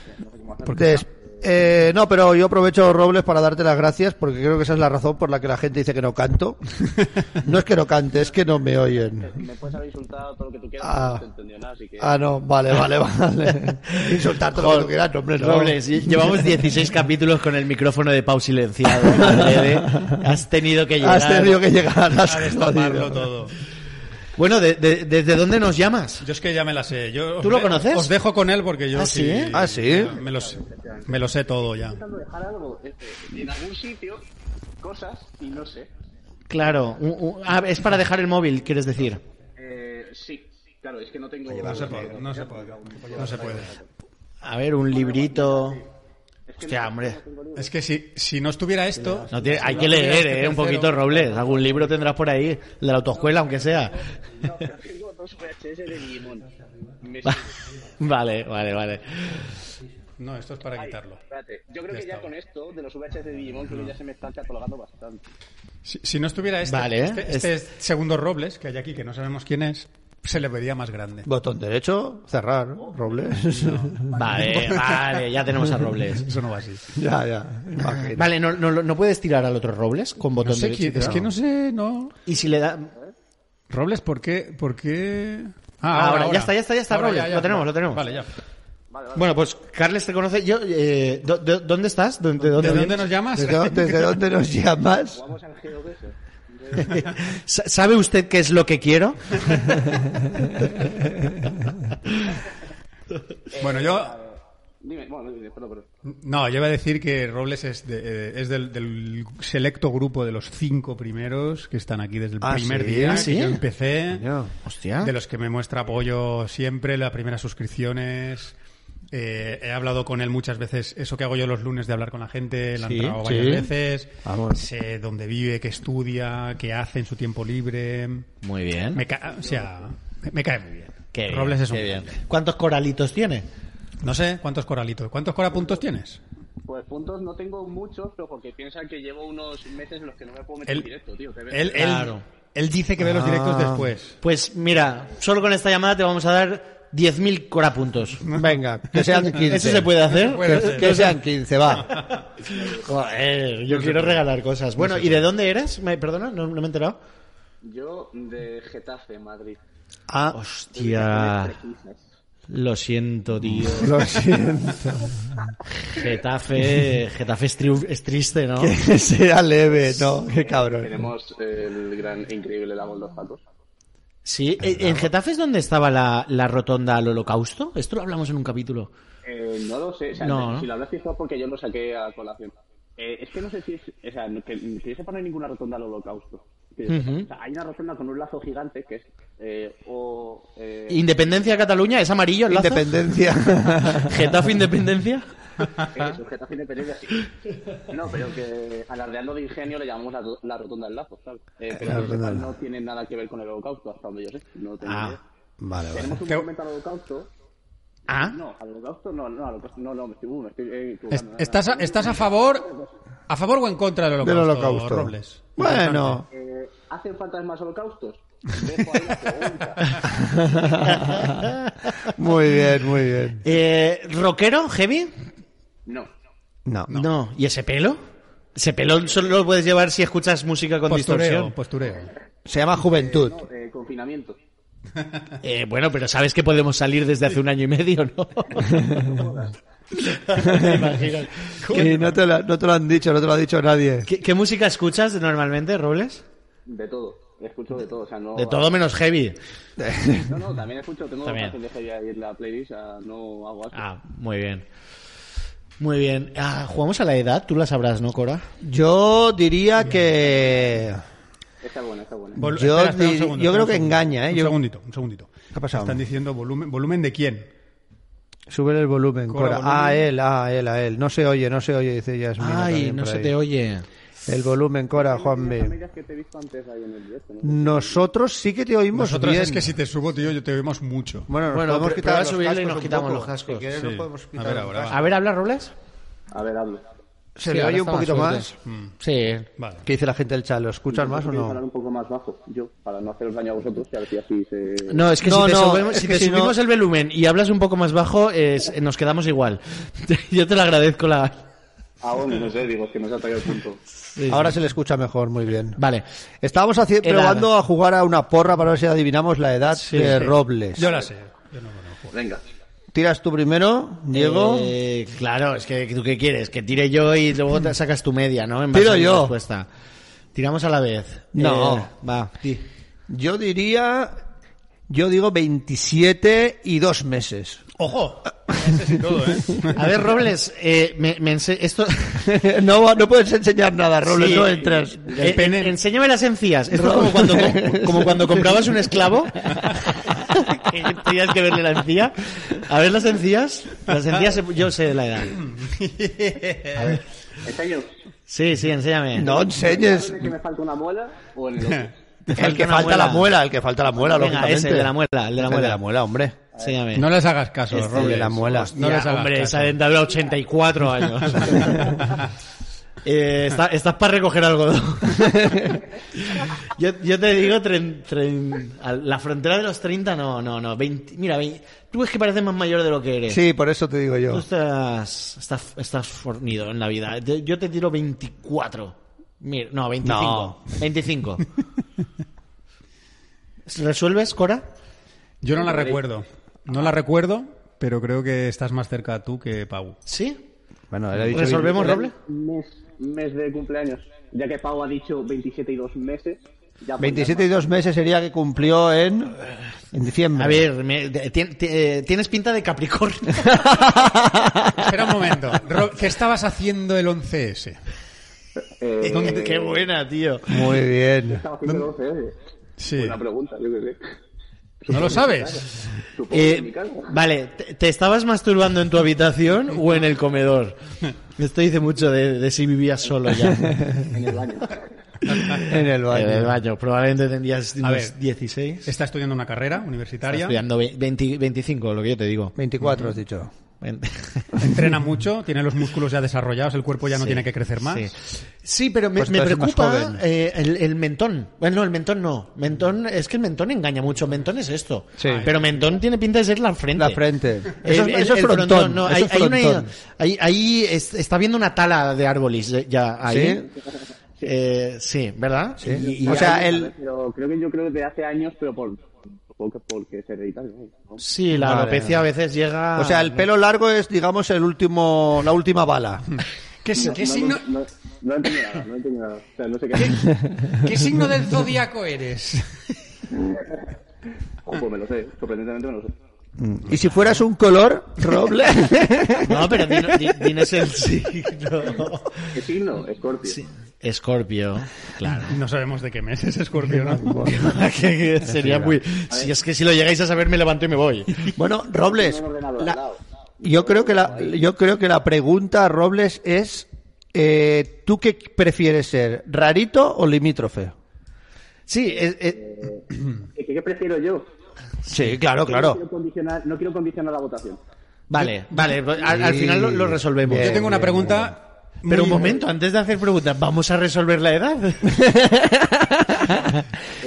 Speaker 2: Des- eh, no, pero yo aprovecho, Robles, para darte las gracias, porque creo que esa es la razón por la que la gente dice que no canto. No es que no cante, es que no me oyen.
Speaker 5: Me puedes haber insultado todo lo que tú quieras,
Speaker 2: Ah.
Speaker 5: no te entendió nada, así que...
Speaker 2: Ah, no, vale, vale, vale. Insultar todo lo que tú quieras, no, hombre, no.
Speaker 3: Robles, lle- llevamos 16 capítulos con el micrófono de Pau silenciado. adrede. Has tenido que llegar.
Speaker 2: Has tenido que llegar, has
Speaker 1: A destaparlo
Speaker 2: jodido.
Speaker 1: todo.
Speaker 3: Bueno, de- de- ¿desde dónde nos llamas?
Speaker 1: Yo es que ya me la sé. Yo os
Speaker 3: ¿Tú lo
Speaker 1: de-
Speaker 3: conoces?
Speaker 1: Os dejo con él porque yo
Speaker 3: ¿Ah,
Speaker 1: sí.
Speaker 3: sí?
Speaker 2: ¿Ah, sí?
Speaker 1: ya Me lo, sé, me lo sé todo ya.
Speaker 5: intentando dejar algo eh, en algún sitio, cosas, y no sé.
Speaker 3: Claro, un- un- ah, es para dejar el móvil, quieres decir.
Speaker 5: Eh, sí, claro, es que no tengo.
Speaker 1: No se puede. No se puede. No se puede.
Speaker 3: A ver, un librito.
Speaker 5: Es que
Speaker 3: Hostia, hombre.
Speaker 1: Es que si, si no estuviera esto.
Speaker 3: No tiene- hay que leer,
Speaker 1: este
Speaker 3: ¿eh? Un poquito, Robles. Algún libro tendrás por ahí, de la autoescuela, aunque sea.
Speaker 5: no, tengo dos VHS de Digimon. Me sirve.
Speaker 3: Vale, vale, vale.
Speaker 1: No, esto es para quitarlo.
Speaker 5: Espérate, yo creo
Speaker 1: Ya
Speaker 5: que ya
Speaker 1: está.
Speaker 5: con esto de los VHS de Digimon creo que ya se me están catalogando bastante.
Speaker 1: Si, si no estuviera este,
Speaker 3: Vale, ¿eh?
Speaker 1: este, este segundo Robles que hay aquí, que no sabemos quién es, se le vería más grande.
Speaker 2: Botón derecho, cerrar,
Speaker 3: Oh,
Speaker 2: ¿no? Robles.
Speaker 3: Vale, vale, ya tenemos a Robles.
Speaker 1: Eso no va así.
Speaker 2: ya, ya. imagino.
Speaker 3: Vale, no, no, no puedes tirar al otro Robles con botón
Speaker 1: No sé
Speaker 3: derecho y
Speaker 1: quién- es
Speaker 3: tirado?
Speaker 1: que no sé, no.
Speaker 3: Y si le da.
Speaker 1: Robles, ¿por qué? ¿Por qué?
Speaker 3: Ah, ahora, ya está, ya está, ya está, Robles. Lo tenemos, lo tenemos.
Speaker 1: Vale, ya.
Speaker 3: Bueno, pues Carles te conoce. Yo, eh, do- do- ¿Dónde estás? ¿De, de dónde,
Speaker 1: ¿De dónde
Speaker 3: vienes?
Speaker 1: nos llamas?
Speaker 2: ¿Desde, dó- desde dónde nos llamas?
Speaker 5: Vamos al GeoBeso.
Speaker 3: Sa- ¿Sabe usted qué es lo que quiero?
Speaker 1: Bueno, yo
Speaker 5: Dime, bueno, dime, perdón, perdón.
Speaker 1: No, yo iba a decir que Robles es, de- eh, es del, del selecto grupo de los cinco primeros que están aquí desde el
Speaker 2: Ah,
Speaker 1: primer
Speaker 2: ¿sí?
Speaker 1: día
Speaker 3: ¿Ah, sí?
Speaker 1: que yo empecé,
Speaker 3: Hostia.
Speaker 1: de los que me muestra apoyo siempre, las primeras suscripciones. eh, he hablado con él muchas veces, eso que hago yo los lunes de hablar con la gente, lo han
Speaker 3: Sí,
Speaker 1: entrado
Speaker 3: sí.
Speaker 1: varias veces,
Speaker 2: Vamos.
Speaker 1: sé dónde vive, qué estudia, qué hace en su tiempo libre.
Speaker 3: Muy bien.
Speaker 1: Me ca- o sea, me, me cae muy bien.
Speaker 3: Qué bien,
Speaker 1: Robles es un
Speaker 3: qué bien.
Speaker 1: grande.
Speaker 3: ¿Cuántos coralitos tiene?
Speaker 1: No sé cuántos coralitos, ¿cuántos corapuntos tienes?
Speaker 5: Pues puntos no tengo muchos, pero porque piensa que llevo unos meses en los que no me puedo meter
Speaker 1: Él,
Speaker 5: en directo, tío. te ves.
Speaker 1: él, él-
Speaker 3: Claro.
Speaker 1: él dice que ve los directos
Speaker 2: Ah.
Speaker 1: después.
Speaker 3: Pues mira, solo con esta llamada te vamos a dar 10.000 corapuntos.
Speaker 2: Venga, que sean 15.
Speaker 3: ¿Eso se puede hacer?
Speaker 1: puede
Speaker 2: Que-
Speaker 1: hacer.
Speaker 2: Que sean 15, va.
Speaker 3: Joder, yo quiero regalar cosas. Bueno, ¿y de dónde eres? ¿Me, perdona, no, no me he enterado.
Speaker 5: Yo de Getafe, Madrid.
Speaker 2: Ah,
Speaker 3: Hostia.
Speaker 5: Precisas.
Speaker 3: Lo siento, tío.
Speaker 2: lo siento.
Speaker 3: Getafe, Getafe es, triu- es triste, ¿no?
Speaker 2: Que sea leve, no, qué cabrón.
Speaker 5: Tenemos el gran e increíble lago de los patos.
Speaker 3: Sí, eh, en Getafe es donde estaba la, la rotonda al holocausto. Esto lo hablamos en un capítulo.
Speaker 5: Eh, no lo sé, o sea,
Speaker 3: No, ¿no?
Speaker 5: si lo habrás fijado porque yo lo saqué a colación. Eh, es que no sé si es, o sea, no- que, que yo sepa no hay ninguna rotonda al holocausto. Que yo sepa.
Speaker 3: Ujú.
Speaker 5: O sea, hay una rotonda con un lazo gigante que es eh, o eh,
Speaker 3: Independencia de Cataluña, es amarillo el lazo.
Speaker 2: Independencia.
Speaker 3: Getafe Independencia.
Speaker 5: eh, sujetación de pelea, así. No, pero que alardeando de ingenio le llamamos la, la rotonda del lazo, ¿sabes? Eh,
Speaker 2: La
Speaker 5: pero que yo
Speaker 2: rotonda
Speaker 5: sepa,
Speaker 2: del
Speaker 5: no tiene nada que ver con el holocausto, hasta donde yo sé. No tengo
Speaker 3: Ah.
Speaker 5: idea.
Speaker 2: Vale, vale.
Speaker 5: Tenemos un
Speaker 1: Te-
Speaker 5: momento al holocausto.
Speaker 3: Ah,
Speaker 5: No, al holocausto no, no, al holocausto no, no, me estoy, me estoy eh,
Speaker 1: Es-
Speaker 5: equivocando.
Speaker 1: ¿Estás a, estás a favor a favor o en contra del
Speaker 2: Del
Speaker 1: holocausto,
Speaker 2: holocausto.
Speaker 1: Robles?
Speaker 2: Bueno,
Speaker 5: Eh, ¿Hacen falta más holocaustos? Dejo ahí la pregunta.
Speaker 2: muy bien, muy bien.
Speaker 3: eh, ¿Rockero? ¿Heavy?
Speaker 5: No.
Speaker 2: No.
Speaker 3: No. ¿Y ese pelo? Ese pelo solo lo puedes llevar si escuchas música con
Speaker 1: Postureo,
Speaker 3: distorsión.
Speaker 1: postureo.
Speaker 2: Se llama Juventud.
Speaker 5: No, eh, confinamiento.
Speaker 3: Eh, bueno, pero sabes que podemos salir desde hace un año y medio, ¿no? Te imaginas.
Speaker 2: Y no te, lo, no te lo han dicho, no te lo ha dicho nadie.
Speaker 3: ¿Qué, qué música escuchas normalmente, Robles?
Speaker 5: De todo. Escucho de todo. O sea, no,
Speaker 3: De todo menos heavy.
Speaker 5: No, no, también escucho. Tengo
Speaker 3: También.
Speaker 5: también. de heavy ahí en la playlist. o sea, no hago asco.
Speaker 3: Ah, muy bien. Muy bien. Ah, jugamos a la edad, tú la sabrás, ¿no, Cora?
Speaker 2: Yo diría que...
Speaker 5: Está buena, está buena.
Speaker 1: Vol-
Speaker 2: Yo
Speaker 1: espera, espera, un
Speaker 2: dir-
Speaker 1: segundo,
Speaker 2: yo
Speaker 1: espera
Speaker 2: creo
Speaker 1: un
Speaker 2: que
Speaker 1: segundo.
Speaker 2: engaña, ¿eh?
Speaker 1: Un
Speaker 2: Yo-
Speaker 1: segundito, un segundito.
Speaker 2: ¿Qué ha pasado?
Speaker 1: Están diciendo volumen, volumen de quién?
Speaker 2: Sube el volumen,
Speaker 1: Cora,
Speaker 2: Cora.
Speaker 1: volumen.
Speaker 2: Ah, él, ah, él, a él. No se oye, no se oye, dice Yasmina.
Speaker 3: Ay,
Speaker 2: también
Speaker 3: no
Speaker 2: por
Speaker 3: se
Speaker 2: ahí.
Speaker 3: te oye.
Speaker 2: El volumen, Cora,
Speaker 5: Las
Speaker 2: Juanmi.
Speaker 5: medias que te he visto antes ahí en el directo, ¿no?
Speaker 2: Nosotros sí que te oímos
Speaker 1: Nosotros
Speaker 2: Pues bien.
Speaker 1: es que si te subo, tío, yo te oímos mucho.
Speaker 2: Bueno, nos
Speaker 3: Bueno,
Speaker 2: podemos
Speaker 3: pr-
Speaker 2: quitar
Speaker 3: prueba a
Speaker 2: los
Speaker 3: subirle y
Speaker 2: cascos
Speaker 3: nos
Speaker 2: un
Speaker 3: quitamos
Speaker 2: poco.
Speaker 3: los cascos.
Speaker 2: Si quieres,
Speaker 1: Sí.
Speaker 2: nos podemos
Speaker 1: A
Speaker 2: quitar
Speaker 1: ver,
Speaker 2: los
Speaker 1: ahora va.
Speaker 2: cascos.
Speaker 3: A ver, habla, Robles.
Speaker 5: A ver, hazlo.
Speaker 2: Se
Speaker 3: Sí,
Speaker 2: le
Speaker 3: ahora
Speaker 2: oye un
Speaker 3: está más Mm.
Speaker 2: poquito
Speaker 3: fuerte.
Speaker 2: más.
Speaker 3: Sí.
Speaker 1: Vale.
Speaker 2: ¿Qué dice la gente del chat? ¿Lo escuchas más o
Speaker 5: Voy a hablar
Speaker 2: no?
Speaker 5: un poco más bajo, yo, para no haceros daño a vosotros, y a ver si así se...
Speaker 3: No, es que
Speaker 2: No,
Speaker 3: si te,
Speaker 2: no,
Speaker 3: subimos,
Speaker 2: es
Speaker 3: si
Speaker 2: que
Speaker 3: te
Speaker 2: si no-
Speaker 3: subimos el volumen y hablas un poco más bajo, es- nos quedamos igual. Yo te lo agradezco la...
Speaker 5: Ah, bueno, no sé, digo, es que no se ha traído el punto.
Speaker 3: Sí.
Speaker 2: Ahora se le escucha mejor, muy bien.
Speaker 3: Vale.
Speaker 2: Estábamos haci-
Speaker 3: Edad.
Speaker 2: probando a jugar a una porra para ver si adivinamos la edad de Robles.
Speaker 1: Yo la sé. Yo no conozco.
Speaker 5: Pues Venga.
Speaker 2: Tiras tú primero, Diego.
Speaker 3: Eh, claro, es que tú qué quieres, que tire yo y luego te sacas tu media, ¿no? En
Speaker 2: Tiro
Speaker 3: a mi
Speaker 2: yo.
Speaker 3: respuesta. Tiramos a la vez.
Speaker 2: No.
Speaker 3: Eh, va. ti.
Speaker 2: Yo diría Yo digo 27 y dos meses.
Speaker 1: ¡Ojo! Ese sí todo, ¿eh?
Speaker 3: A ver, Robles, eh, me, me ense- esto...
Speaker 2: no, no puedes enseñar nada, Robles,
Speaker 3: Sí.
Speaker 2: no entras.
Speaker 3: Eh,
Speaker 1: pene.
Speaker 3: eh, enséñame las encías. Esto es como cuando, co- como cuando comprabas un esclavo. que tenías que verle la encía. A ver las encías. Las encías, se- yo sé de la edad.
Speaker 5: ¿Está bien?
Speaker 3: Sí, sí, enséñame.
Speaker 2: No enseñes.
Speaker 5: ¿Sabes que me falta una muela o el otro?
Speaker 3: Te
Speaker 2: El que
Speaker 3: una
Speaker 2: falta la muela, el que falta la muela,
Speaker 3: Venga,
Speaker 2: lógicamente.
Speaker 3: ese de la muela, el de la
Speaker 2: El de
Speaker 3: muela.
Speaker 2: la muela, hombre.
Speaker 3: Enséñame.
Speaker 1: No les hagas caso,
Speaker 3: Este
Speaker 1: Robles.
Speaker 2: de la muela.
Speaker 1: No
Speaker 3: Hostia,
Speaker 1: les hagas
Speaker 3: hombre,
Speaker 1: caso.
Speaker 3: esa dentadura 84 años. Eh, está- estás para recoger algodón. yo, yo te digo, tren- tren- a la frontera de los 30, no, no, no. 20, mira, 20 tú es que pareces más mayor de lo que eres.
Speaker 2: Sí, por eso te digo
Speaker 3: Tú
Speaker 2: yo.
Speaker 3: estás, estás, estás fornido en la vida. Te- Yo te tiro 24. Mira, no, 25.
Speaker 2: No.
Speaker 3: 25. ¿Resuelves, Cora?
Speaker 1: Yo no la recuerdo. No la recuerdo, pero creo que estás más cerca tú que Pau.
Speaker 3: ¿Sí?
Speaker 2: Bueno, él ha dicho
Speaker 3: ¿Resolvemos, Roble?
Speaker 5: Mes, mes de cumpleaños. Ya que Pau ha dicho 27 y dos meses. Ya pues
Speaker 2: 27 y dos meses sería que cumplió en, en diciembre.
Speaker 3: A ver, me- te- te- te- eh, tienes pinta de Capricornio.
Speaker 1: Espera un momento. Ro- ¿Qué estabas haciendo el 11S?
Speaker 5: ya- eh,
Speaker 3: Qué buena, tío.
Speaker 2: Muy bien.
Speaker 5: estaba haciendo 12, ¿eh?
Speaker 1: Sí.
Speaker 5: Una pregunta, yo qué sé.
Speaker 1: ¿No lo sabes?
Speaker 5: Supongo que en mi
Speaker 3: Eh,
Speaker 5: casa.
Speaker 3: vale, ¿te, te estabas masturbando en tu habitación o en el comedor? Esto dice mucho de, de si vivías solo ya.
Speaker 5: En el baño.
Speaker 2: En el
Speaker 3: en el
Speaker 2: baño.
Speaker 3: baño, probablemente tendrías unos
Speaker 1: ver.
Speaker 3: 16.
Speaker 1: Está estudiando una carrera universitaria.
Speaker 3: Estudiando ve- 20 25, lo que yo te digo.
Speaker 2: 24 has dicho.
Speaker 3: Ven-
Speaker 1: Entrena mucho, tiene los músculos ya desarrollados, el cuerpo ya no
Speaker 3: Sí,
Speaker 1: tiene que crecer más.
Speaker 3: Sí, Sí, pero me,
Speaker 2: Pues
Speaker 3: me
Speaker 2: tú eres más
Speaker 3: preocupa
Speaker 2: joven.
Speaker 3: eh, el, el mentón. Bueno, el mentón no. Mentón, es que el mentón engaña mucho. Mentón es esto.
Speaker 2: Sí.
Speaker 3: Pero mentón tiene pinta de ser la frente.
Speaker 2: La frente.
Speaker 3: El-
Speaker 2: Eso es,
Speaker 3: el-
Speaker 2: eso es
Speaker 3: el
Speaker 2: frontón.
Speaker 3: no,
Speaker 2: eso
Speaker 3: hay,
Speaker 2: es
Speaker 3: hay una-
Speaker 2: frontón.
Speaker 3: hay- ahí es- está viendo una tala de árboles eh, ya ahí. Eh, sí, ¿verdad? Y- y-
Speaker 2: O sea, el,
Speaker 5: Pero creo que yo creo que desde hace años, pero por supongo que porque es hereditario. ¿no?
Speaker 3: sí, la
Speaker 2: Vale.
Speaker 3: alopecia a veces llega.
Speaker 2: o sea, el pelo largo es, digamos, el último, la última bala.
Speaker 1: ¿Qué, si-
Speaker 5: No,
Speaker 1: qué
Speaker 5: no,
Speaker 1: signo,
Speaker 5: No, no, no entiendo nada, no entiendo nada. O sea, no sé qué.
Speaker 1: qué signo del zodiaco eres?
Speaker 5: Ojo, pues me lo sé, sorprendentemente me lo sé.
Speaker 2: Y si fueras un color, roble.
Speaker 3: No, pero din- di- dines el signo.
Speaker 5: ¿Qué signo? Escorpio.
Speaker 3: Escorpio, claro.
Speaker 1: No sabemos de qué mes es Escorpio, ¿no?
Speaker 3: Que sería muy. Si es que si lo llegáis a saber, me levanto y me voy.
Speaker 2: bueno, Robles,
Speaker 5: Un ordenador
Speaker 2: la-
Speaker 5: al lado.
Speaker 2: yo creo que la, yo creo que la pregunta, Robles, es eh, ¿tú qué prefieres ser? ¿Rarito o limítrofe?
Speaker 3: Sí,
Speaker 1: eh,
Speaker 3: es- es-
Speaker 5: ¿Qué, qué prefiero yo?
Speaker 2: Sí, claro,
Speaker 5: No quiero condicionar, no quiero condicionar la votación.
Speaker 3: vale, vale. pues, Al, al final lo, lo resolvemos.
Speaker 1: Yo tengo una pregunta.
Speaker 3: Pero un
Speaker 1: muy-
Speaker 3: momento, antes de hacer preguntas, ¿vamos a resolver la edad?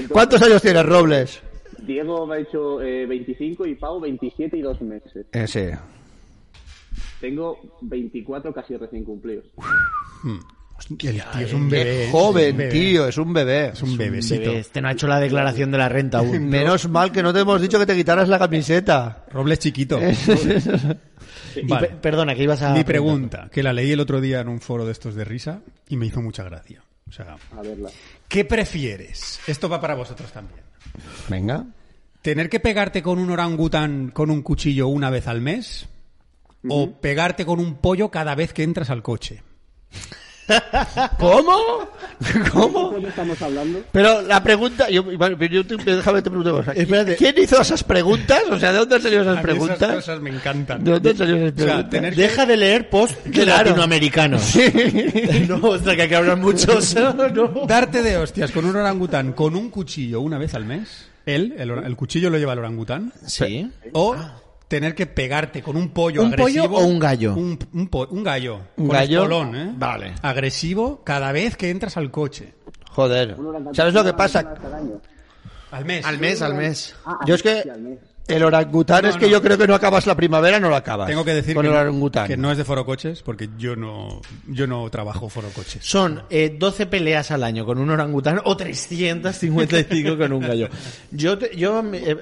Speaker 2: ¿Cuántos años tienes, Robles?
Speaker 5: Diego me ha hecho eh, 25 y Pau 27 y dos meses.
Speaker 2: sí.
Speaker 5: Tengo 24 casi recién cumplidos.
Speaker 1: Hostia, el tío es un bebé.
Speaker 2: Qué
Speaker 1: es un
Speaker 2: joven,
Speaker 1: bebé.
Speaker 2: tío, es un bebé.
Speaker 1: Es un bebecito.
Speaker 3: Bebé, Este no ha hecho la declaración de la renta aún.
Speaker 2: Menos mal que no te hemos dicho que te quitaras la camiseta.
Speaker 1: Robles chiquito.
Speaker 3: Y
Speaker 1: Vale.
Speaker 3: pe- perdona, que ibas
Speaker 2: Ah,
Speaker 3: a...
Speaker 1: Mi pregunta, que la leí el otro día en un foro de estos de risa y me hizo mucha gracia. O sea,
Speaker 5: A verla.
Speaker 1: ¿qué prefieres? Esto va para vosotros también.
Speaker 2: Venga.
Speaker 1: ¿Tener que pegarte con un orangután con un cuchillo una vez al mes? ¿O pegarte con un pollo cada vez que entras al coche?
Speaker 2: ¿Cómo? ¿Cómo?
Speaker 5: ¿Cómo estamos hablando?
Speaker 2: Pero la pregunta, yo, bueno, yo te, déjame te pregunto una cosa. ¿Quién hizo esas preguntas? O sea, ¿de dónde han salido esas
Speaker 1: A mí
Speaker 2: preguntas?
Speaker 1: Esas cosas me encantan.
Speaker 2: ¿De dónde han salido esas
Speaker 1: O sea,
Speaker 2: preguntas?
Speaker 1: tener que-
Speaker 3: Deja de leer post de
Speaker 2: Claro.
Speaker 3: latinoamericanos. No, ostras, que aquí hablan muchos. No.
Speaker 1: darte de hostias con un orangután con un cuchillo una vez al mes. Él, el, or- el cuchillo lo lleva el orangután.
Speaker 3: Sí.
Speaker 1: O tener que pegarte con un pollo
Speaker 3: ¿Un pollo
Speaker 1: agresivo.
Speaker 3: o un gallo?
Speaker 1: Un, un po- un gallo.
Speaker 2: ¿Un
Speaker 1: Con
Speaker 2: gallo?
Speaker 1: espolón, ¿eh?
Speaker 3: Vale.
Speaker 1: Agresivo cada vez que entras al coche.
Speaker 2: Joder. ¿Sabes lo que pasa?
Speaker 1: Al mes.
Speaker 3: Al mes, al mes.
Speaker 2: Yo es que el orangután es que yo creo que no acabas la primavera, no lo acabas.
Speaker 1: Tengo que decir
Speaker 2: con
Speaker 1: que,
Speaker 2: el
Speaker 1: no-
Speaker 2: orangután.
Speaker 1: que no es de Foro Coches porque yo no, yo no trabajo Foro Coches.
Speaker 3: Son eh, 12 peleas al año con un orangután o 355 con un gallo. Yo, te- yo me- eh,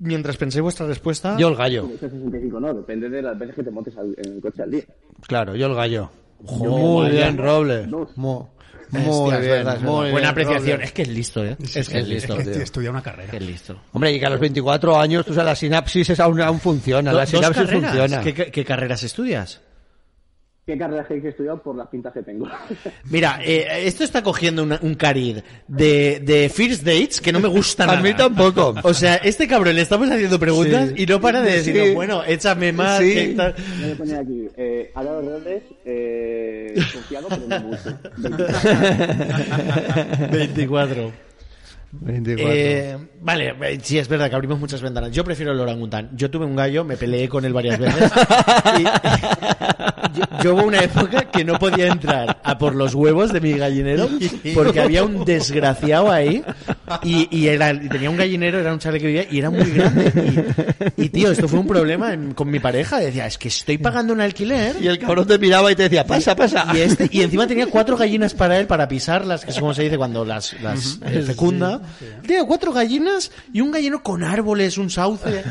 Speaker 3: mientras pensé vuestra respuesta...
Speaker 2: Yo el gallo.
Speaker 5: 65 no, depende de las veces que te montes al- en el coche al día.
Speaker 2: Claro, yo el gallo.
Speaker 3: Joder,
Speaker 2: Muy
Speaker 3: vaya.
Speaker 2: bien, Robles.
Speaker 5: No.
Speaker 2: Mu- Muy,
Speaker 6: Muy
Speaker 2: Hostia, es
Speaker 6: bien,
Speaker 2: verdad, es
Speaker 6: muy
Speaker 2: verdad.
Speaker 6: bien,
Speaker 3: Buena apreciación.
Speaker 6: Robert.
Speaker 3: Es que es listo, ¿eh?
Speaker 1: Sí,
Speaker 3: es que es listo.
Speaker 1: que
Speaker 3: tío.
Speaker 1: estudia una carrera.
Speaker 3: Que es listo.
Speaker 2: Hombre, y que a los 24 años, tú sabes, la sinapsis es aún, aún funciona. La
Speaker 3: Do- dos
Speaker 2: sinapsis
Speaker 3: carreras.
Speaker 2: funciona.
Speaker 3: ¿Qué- qué- qué carreras estudias?
Speaker 5: ¿Qué carreras que he estudiado por las pintas que tengo?
Speaker 3: Mira, eh, esto está cogiendo una- un carid de, de First Dates que no me gusta
Speaker 2: A
Speaker 3: nada.
Speaker 2: mí tampoco.
Speaker 3: O sea, este cabrón le estamos haciendo preguntas
Speaker 2: Sí.
Speaker 3: y no para de decir,
Speaker 2: Sí.
Speaker 3: bueno, échame más.
Speaker 2: Sí.
Speaker 3: que tal".
Speaker 5: Me voy a poner aquí. Eh, Álvaro Robles, eh, confiado, pero no mucho.
Speaker 3: 24.
Speaker 2: 24.
Speaker 3: Eh, vale, eh, sí, es verdad que abrimos muchas ventanas. Yo prefiero el orangután. Yo tuve un gallo, me peleé con él varias veces. Y- yo, yo hubo una época que no podía entrar a por los huevos de mi gallinero porque había un desgraciado ahí y, y era, y tenía un gallinero, era un chale que vivía y era muy grande. Y, y, tío, esto fue un problema en- con mi pareja. Decía, es que estoy pagando un alquiler
Speaker 2: Y el cabrón te miraba y te decía, pasa, pasa.
Speaker 3: y, este, y encima tenía cuatro gallinas para él, para pisarlas, que es como se dice cuando las, las eh, fecunda. Tío, cuatro gallinas y un gallino con árboles, un sauce.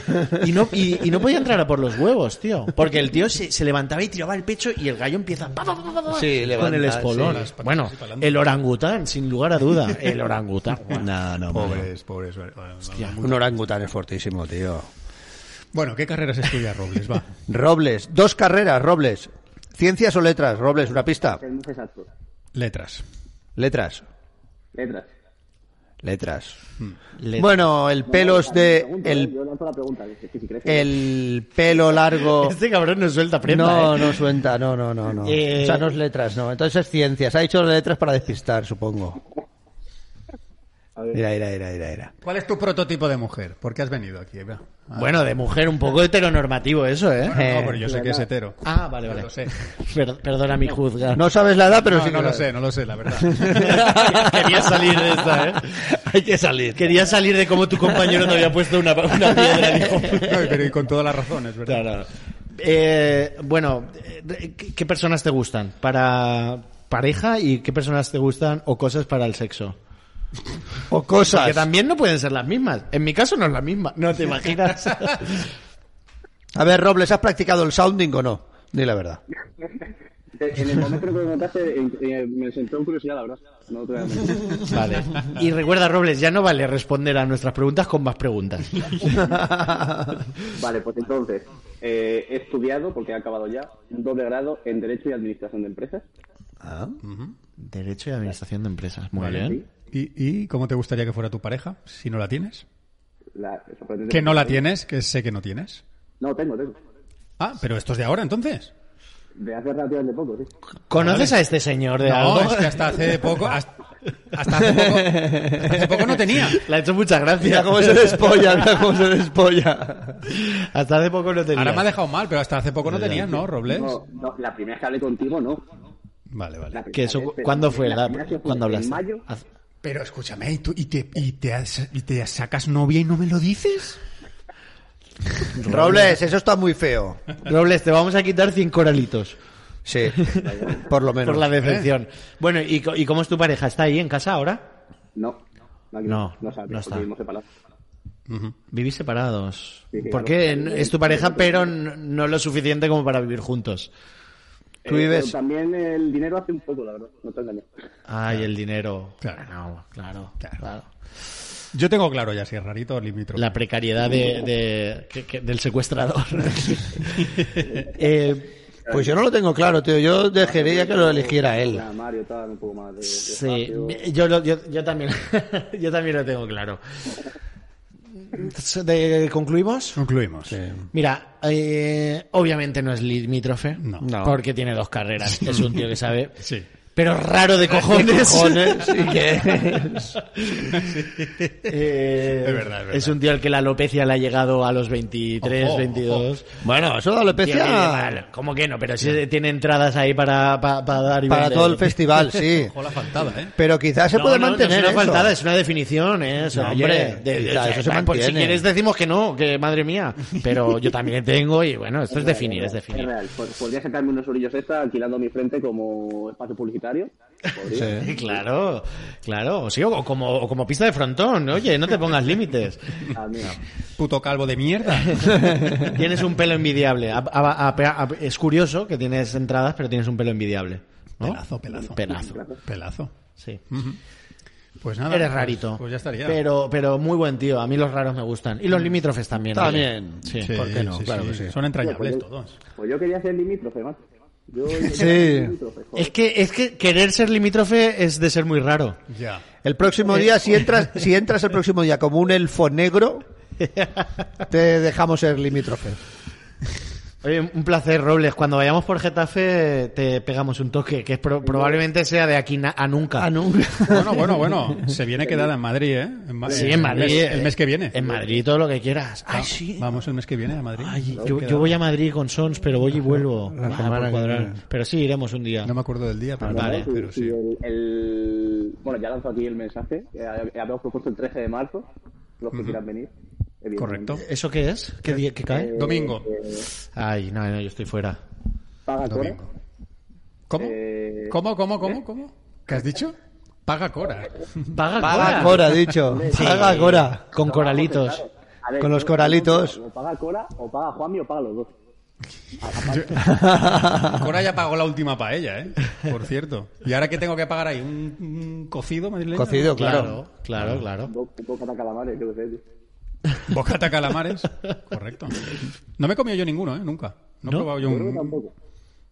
Speaker 3: Y no, y, y no podía entrar a por los huevos, tío. Porque el tío se, se levantaba y tiraba el pecho y el gallo empieza pa, pa, pa, pa, pa,
Speaker 2: Sí,
Speaker 3: con
Speaker 2: levanta,
Speaker 3: el espolón.
Speaker 1: sí, las patas
Speaker 3: bueno,
Speaker 1: así pa'lante.
Speaker 3: el orangután, sin lugar a duda. El orangután. No, no,
Speaker 1: Pobres, pobres. vale, vale, vale, muy-
Speaker 2: Un orangután es fortísimo, tío.
Speaker 1: Bueno, ¿qué carreras estudia Robles? Va.
Speaker 2: Robles, dos carreras, Robles. Ciencias o letras, Robles, una pista.
Speaker 5: Es muy exacto.
Speaker 1: Letras.
Speaker 2: Letras,
Speaker 5: Letras.
Speaker 2: letras. Bueno, el pelos
Speaker 5: Te
Speaker 2: de
Speaker 5: pregunto, eh,
Speaker 2: el,
Speaker 5: Yo lanzo la pregunta. que- que si crees que-
Speaker 2: el pelo largo.
Speaker 3: Este cabrón no suelta prenda.
Speaker 2: No,
Speaker 3: ¿eh?
Speaker 2: no suelta, no, no, no, no.
Speaker 3: Eh,
Speaker 2: O sea, no es letras, no. Entonces es ciencias. Ha dicho letras para despistar, supongo. Mira, mira, mira, mira, mira.
Speaker 1: ¿Cuál es tu prototipo de mujer? ¿Por qué has venido aquí? Va. Ah,
Speaker 3: Bueno, de mujer, un poco heteronormativo eso, ¿eh?
Speaker 1: bueno, no, pero yo sé que es hetero.
Speaker 3: Ah, vale, vale.
Speaker 1: Lo sé.
Speaker 3: Per- perdona mi juzga.
Speaker 2: No sabes la edad, pero
Speaker 1: No,
Speaker 2: sí.
Speaker 1: no
Speaker 2: que-
Speaker 1: lo sé, no lo sé, la verdad.
Speaker 3: Quería salir de esta, ¿eh? Hay que salir. Quería salir de cómo tu compañero te había puesto una, una piedra, dijo.
Speaker 1: No, pero y con toda la razón, es verdad.
Speaker 3: Claro. Eh, bueno, eh, ¿qué qué personas te gustan? ¿Para pareja y qué personas te gustan o cosas para el sexo?
Speaker 2: O
Speaker 3: Que
Speaker 2: cosas.
Speaker 3: también no pueden ser las mismas. En mi caso no es la misma. No te imaginas.
Speaker 2: A ver, Robles, ¿has practicado el sounding o no? Di la verdad.
Speaker 5: Te- En el momento en que me contaste, en- eh, me sentó en curiosidad, la verdad. No te voy a mentir.
Speaker 3: Vale. Y recuerda, Robles, ya no vale responder a nuestras preguntas con más preguntas.
Speaker 5: Vale, pues entonces, eh, he estudiado, porque he acabado ya, un doble grado en Derecho y Administración de Empresas.
Speaker 3: Derecho y administración de empresas. Muy bien.
Speaker 1: ¿Y, y cómo te gustaría que fuera tu pareja si no la tienes?
Speaker 5: La- sorprendente-
Speaker 1: Que no la tienes, que sé que no tienes.
Speaker 5: No, tengo, tengo.
Speaker 1: Ah, pero esto es de ahora entonces.
Speaker 5: De hace relativamente poco, sí.
Speaker 3: ¿Conoces a este señor de
Speaker 1: No,
Speaker 3: algo?
Speaker 1: es que hasta hace poco. Hasta, hasta hace poco. Hace poco no tenía.
Speaker 3: Le ha hecho muchas gracias.
Speaker 2: Mira cómo se despolla, mira cómo se despolla.
Speaker 3: Hasta hace poco no tenía.
Speaker 1: Ahora me ha dejado mal, pero hasta hace poco no tenía, ¿no, Robles?
Speaker 5: No, no, la primera vez que hablé contigo, no.
Speaker 1: Vale,
Speaker 5: La
Speaker 1: vale.
Speaker 5: primera
Speaker 3: Que eso-
Speaker 5: vez, pero
Speaker 3: ¿Cuándo fue?
Speaker 5: la
Speaker 3: la-
Speaker 5: primera vez que fue
Speaker 3: ¿Cuándo hablaste?
Speaker 5: En mayo.
Speaker 3: Haz-
Speaker 1: Pero escúchame, ¿y, tú, y, te, y, te has- y te sacas novia y no me lo dices?
Speaker 2: Robles, eso está muy feo.
Speaker 3: Robles, te vamos a quitar 100 coralitos
Speaker 2: Sí, por lo menos.
Speaker 3: por la decepción. Bueno, ¿y, co- y cómo es tu pareja? ¿Está ahí en casa ahora?
Speaker 5: No. No,
Speaker 3: No,
Speaker 5: no, sabe,
Speaker 3: no
Speaker 5: porque
Speaker 3: está.
Speaker 5: vivimos separados.
Speaker 3: Vivís separados.
Speaker 5: Sí, sí,
Speaker 3: ¿Por
Speaker 5: claro.
Speaker 3: qué? N- Es tu pareja, pero n- no lo suficiente como para vivir juntos.
Speaker 2: Tú
Speaker 5: Eh,
Speaker 2: vives-
Speaker 5: pero También el dinero hace un poco, la verdad. No te engaño.
Speaker 3: Ay, el dinero. Ah,
Speaker 1: Claro.
Speaker 3: No, claro,
Speaker 1: Claro.
Speaker 3: claro.
Speaker 1: Yo tengo claro ya si es rarito limítrofe.
Speaker 3: La precariedad de, de- que- que- del secuestrador. Eh,
Speaker 2: Pues yo no lo tengo claro, tío. Yo dejaría que lo eligiera él.
Speaker 5: Ah, Mario, tal, un poco más de... de
Speaker 3: Sí,
Speaker 5: espacio.
Speaker 3: yo, lo- yo, yo también, yo también lo tengo claro. ¿De- ¿Concluimos?
Speaker 1: Concluimos.
Speaker 3: Mira, eh, obviamente no es limítrofe,
Speaker 1: No.
Speaker 3: porque tiene dos carreras, es un tío que sabe,
Speaker 1: Sí.
Speaker 3: pero raro de cojones.
Speaker 2: ¿Y qué?
Speaker 3: Eh,
Speaker 1: Es verdad, es verdad.
Speaker 3: un tío al que la alopecia le ha llegado a los 23,
Speaker 1: Ojo,
Speaker 3: 22.
Speaker 2: Bueno, eso da
Speaker 3: Tío, que
Speaker 2: alopecia
Speaker 3: mal, ¿Cómo que no? Pero sí tiene entradas ahí para, pa- para dar y
Speaker 2: para
Speaker 3: vender.
Speaker 2: todo el festival, sí.
Speaker 1: Ojo la faltada, ¿eh?
Speaker 2: Pero quizás se
Speaker 3: No,
Speaker 2: puede
Speaker 3: no, no
Speaker 2: mantener
Speaker 3: es una
Speaker 2: eso.
Speaker 3: faltada, es una definición, ¿eh? O sea,
Speaker 2: No,
Speaker 3: hombre,
Speaker 2: hombre,
Speaker 3: de- de-
Speaker 2: quizá
Speaker 3: o sea,
Speaker 2: eso se
Speaker 3: va, por Si
Speaker 2: mantiene.
Speaker 3: quieres decimos que no, que madre mía, pero yo también tengo y bueno, esto es definir, es
Speaker 5: Es
Speaker 3: definir.
Speaker 5: real. Pod- Podría sacarme unos orillos extra alquilando mi frente como espacio publicitario. Podría.
Speaker 3: Claro, claro, o sí, o como, o como pista de frontón, oye, no te pongas límites.
Speaker 5: Ah, mira.
Speaker 1: Puto calvo de mierda.
Speaker 3: Tienes un pelo envidiable. A- a- a- a- es curioso que tienes entradas, pero tienes un pelo envidiable. ¿no?
Speaker 1: Pelazo, pelazo.
Speaker 3: Pelazo.
Speaker 1: Pelazo.
Speaker 3: Sí.
Speaker 1: Pues nada.
Speaker 3: Eres
Speaker 1: pues-
Speaker 3: rarito.
Speaker 1: Pues, ya estaría. Mm.
Speaker 3: Pero, pero muy buen tío. A mí los raros me gustan. Y los limítrofes también. oye.
Speaker 7: También.
Speaker 3: Sí.
Speaker 1: Sí,
Speaker 3: ¿Por qué no?
Speaker 1: sí,
Speaker 3: claro
Speaker 1: sí.
Speaker 3: que sí.
Speaker 1: Son entrañables
Speaker 5: Oye,
Speaker 1: todos.
Speaker 5: Pues yo quería ser limítrofe, macho. Yo yo quería
Speaker 7: Sí.
Speaker 5: ser limítrofe, joder.
Speaker 3: Es que, es que querer ser limítrofe es de ser muy raro.
Speaker 1: Ya.
Speaker 2: El próximo día, si entras, si entras el próximo día como un elfo negro, te dejamos ser limítrofe.
Speaker 3: Oye, un placer, Robles. Cuando vayamos por Getafe te pegamos un toque, que es pro- probablemente sea de aquí na- a nunca.
Speaker 2: Ah, nunca.
Speaker 1: Bueno, bueno, bueno. Se viene quedada en Madrid, ¿eh? En Ma-
Speaker 3: Sí,
Speaker 1: eh,
Speaker 3: en
Speaker 1: El
Speaker 3: Madrid.
Speaker 1: mes,
Speaker 3: eh.
Speaker 1: el mes que viene.
Speaker 3: En Madrid, todo lo que quieras. Ay,
Speaker 1: Va-
Speaker 3: sí.
Speaker 1: Vamos el mes que viene a Madrid.
Speaker 3: Ay, yo, yo voy a Madrid con Sons, pero voy y vuelvo.
Speaker 7: la
Speaker 3: Ah,
Speaker 7: semana
Speaker 3: por
Speaker 7: que
Speaker 3: cuadrar.
Speaker 7: viene.
Speaker 3: Pero sí, iremos un día.
Speaker 1: No me acuerdo del día, pero,
Speaker 5: Bueno,
Speaker 3: Vale,
Speaker 5: si-
Speaker 1: pero
Speaker 5: si
Speaker 1: sí.
Speaker 5: el, el- Bueno, ya lanzo aquí el mensaje. que hab- Habíamos propuesto el 13 de marzo, los que quieran venir. evidentemente.
Speaker 1: Correcto.
Speaker 3: ¿Eso qué es? ¿Qué día qué cae?
Speaker 1: Domingo.
Speaker 3: Ay, no, no, yo estoy fuera.
Speaker 5: Paga Cora.
Speaker 1: Domingo. ¿Cómo?
Speaker 5: Eh,
Speaker 1: ¿Cómo, cómo, cómo, cómo? ¿Qué has dicho? Paga Cora.
Speaker 3: Paga,
Speaker 2: Paga
Speaker 3: Cora.
Speaker 2: Cora, dicho. Paga Cora.
Speaker 3: Con coralitos.
Speaker 5: Claro. A ver,
Speaker 2: Con los
Speaker 5: yo-
Speaker 2: coralitos.
Speaker 5: O paga Cora, o paga Juanmi, o paga los dos.
Speaker 1: Cora ya pagó la última paella, ¿eh? Por cierto. ¿Y ahora qué tengo que pagar ahí? ¿Un, un cocido madrileño?
Speaker 2: Cocido,
Speaker 3: Claro, claro, claro.
Speaker 5: Bo- Bocata calamares, yo qué sé. tío.
Speaker 1: Bocata calamares. Correcto. No me he comido yo ninguno, ¿eh? Nunca. No, he probado yo
Speaker 5: Yo creo que
Speaker 1: un...
Speaker 5: tampoco.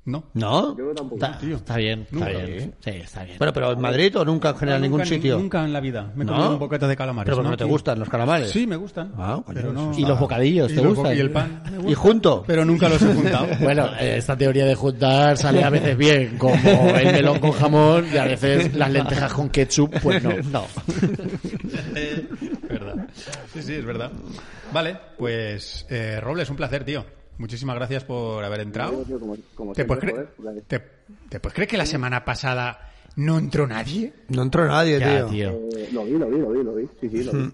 Speaker 1: No.
Speaker 2: ¿No?
Speaker 5: Yo creo que tampoco.
Speaker 3: Está, está bien, está
Speaker 1: Nunca.
Speaker 2: ¿eh?
Speaker 3: bien. Sí, está bien.
Speaker 2: Bueno, pero en Madrid o nunca en general, en
Speaker 1: Nunca
Speaker 2: ningún
Speaker 1: en-
Speaker 2: sitio.
Speaker 1: Nunca en la vida. Me he
Speaker 2: ¿No?
Speaker 1: comido un bocata de calamares.
Speaker 2: Pero porque no te
Speaker 1: tío.
Speaker 2: gustan los calamares.
Speaker 1: Sí, me gustan.
Speaker 2: Ah, coño,
Speaker 1: pero no...
Speaker 3: ¿Y los bocadillos
Speaker 1: Y
Speaker 3: te
Speaker 1: los
Speaker 3: gustan?
Speaker 1: bo- Y el pan. me gusta.
Speaker 2: Y junto.
Speaker 1: Pero nunca los he juntado.
Speaker 3: Bueno, eh, esta teoría de juntar sale a veces bien, como el melón con jamón y a veces las lentejas con ketchup, pues no. No.
Speaker 1: verdad. Sí, sí, es verdad. Vale, pues eh, Robles, un placer, tío. Muchísimas gracias por haber entrado.
Speaker 5: Yo, tío, como- como
Speaker 1: ¿Te
Speaker 5: siempre, pues,
Speaker 1: puedes, cre-
Speaker 5: joder,
Speaker 1: te, te puedes creer que la semana pasada no entró nadie?
Speaker 2: No entró nadie,
Speaker 3: Ya,
Speaker 2: tío.
Speaker 3: tío.
Speaker 5: eh, Lo vi, lo vi, lo vi, lo vi. Sí, sí, lo vi.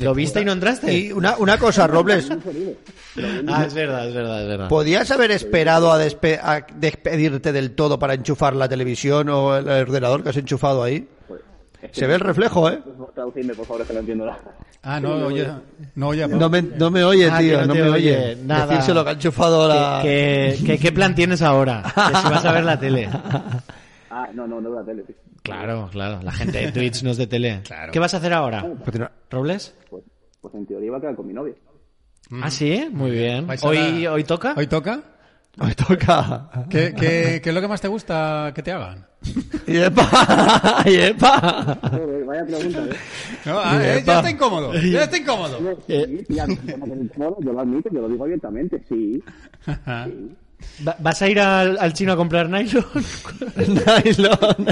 Speaker 3: ¿Lo viste y no entraste?
Speaker 2: Y una, una cosa, Robles.
Speaker 3: Ah, es verdad, es verdad, es verdad.
Speaker 2: ¿Podías haber esperado a, despe- a despedirte del todo para enchufar la televisión o el ordenador que has enchufado ahí? Se ve el reflejo, ¿eh?
Speaker 5: Traducidme, por favor, que no entiendo nada.
Speaker 1: Ah, no, oye, no, oye,
Speaker 2: No me, no me oye,
Speaker 3: Ah,
Speaker 2: tío,
Speaker 3: que
Speaker 2: no,
Speaker 3: no te
Speaker 2: me oye.
Speaker 3: oye, nada.
Speaker 2: Decírselo que ha enchufado la...
Speaker 3: ¿Qué, qué, qué- qué plan tienes ahora? Que si vas a ver la tele.
Speaker 5: Ah, no, no, no la tele. tío.
Speaker 3: Claro, claro. La gente de Twitch no es de tele.
Speaker 1: Claro.
Speaker 3: ¿Qué vas a hacer ahora? ¿Robles?
Speaker 5: Pues, pues en teoría iba a quedar con mi novia.
Speaker 3: Ah, sí, muy bien.
Speaker 1: ¿Vais a
Speaker 3: ¿Hoy,
Speaker 1: la-
Speaker 3: ¿Hoy toca?
Speaker 1: ¿Hoy toca?
Speaker 2: Me toca.
Speaker 1: ¿Qué, qué, qué es lo que más te gusta que te hagan?
Speaker 2: ¡Yepa! ¡Yepa!
Speaker 5: Joder, vaya pregunta, ¿eh?
Speaker 1: No, ah, eh, ya está incómodo, ya está incómodo.
Speaker 2: Eh.
Speaker 5: Sí, sí, a mí me pone incómodo, yo lo admito, yo lo digo abiertamente, sí.
Speaker 1: Ah.
Speaker 3: ¿Va- ¿Vas a ir al, al chino a comprar nylon?
Speaker 2: Nylon.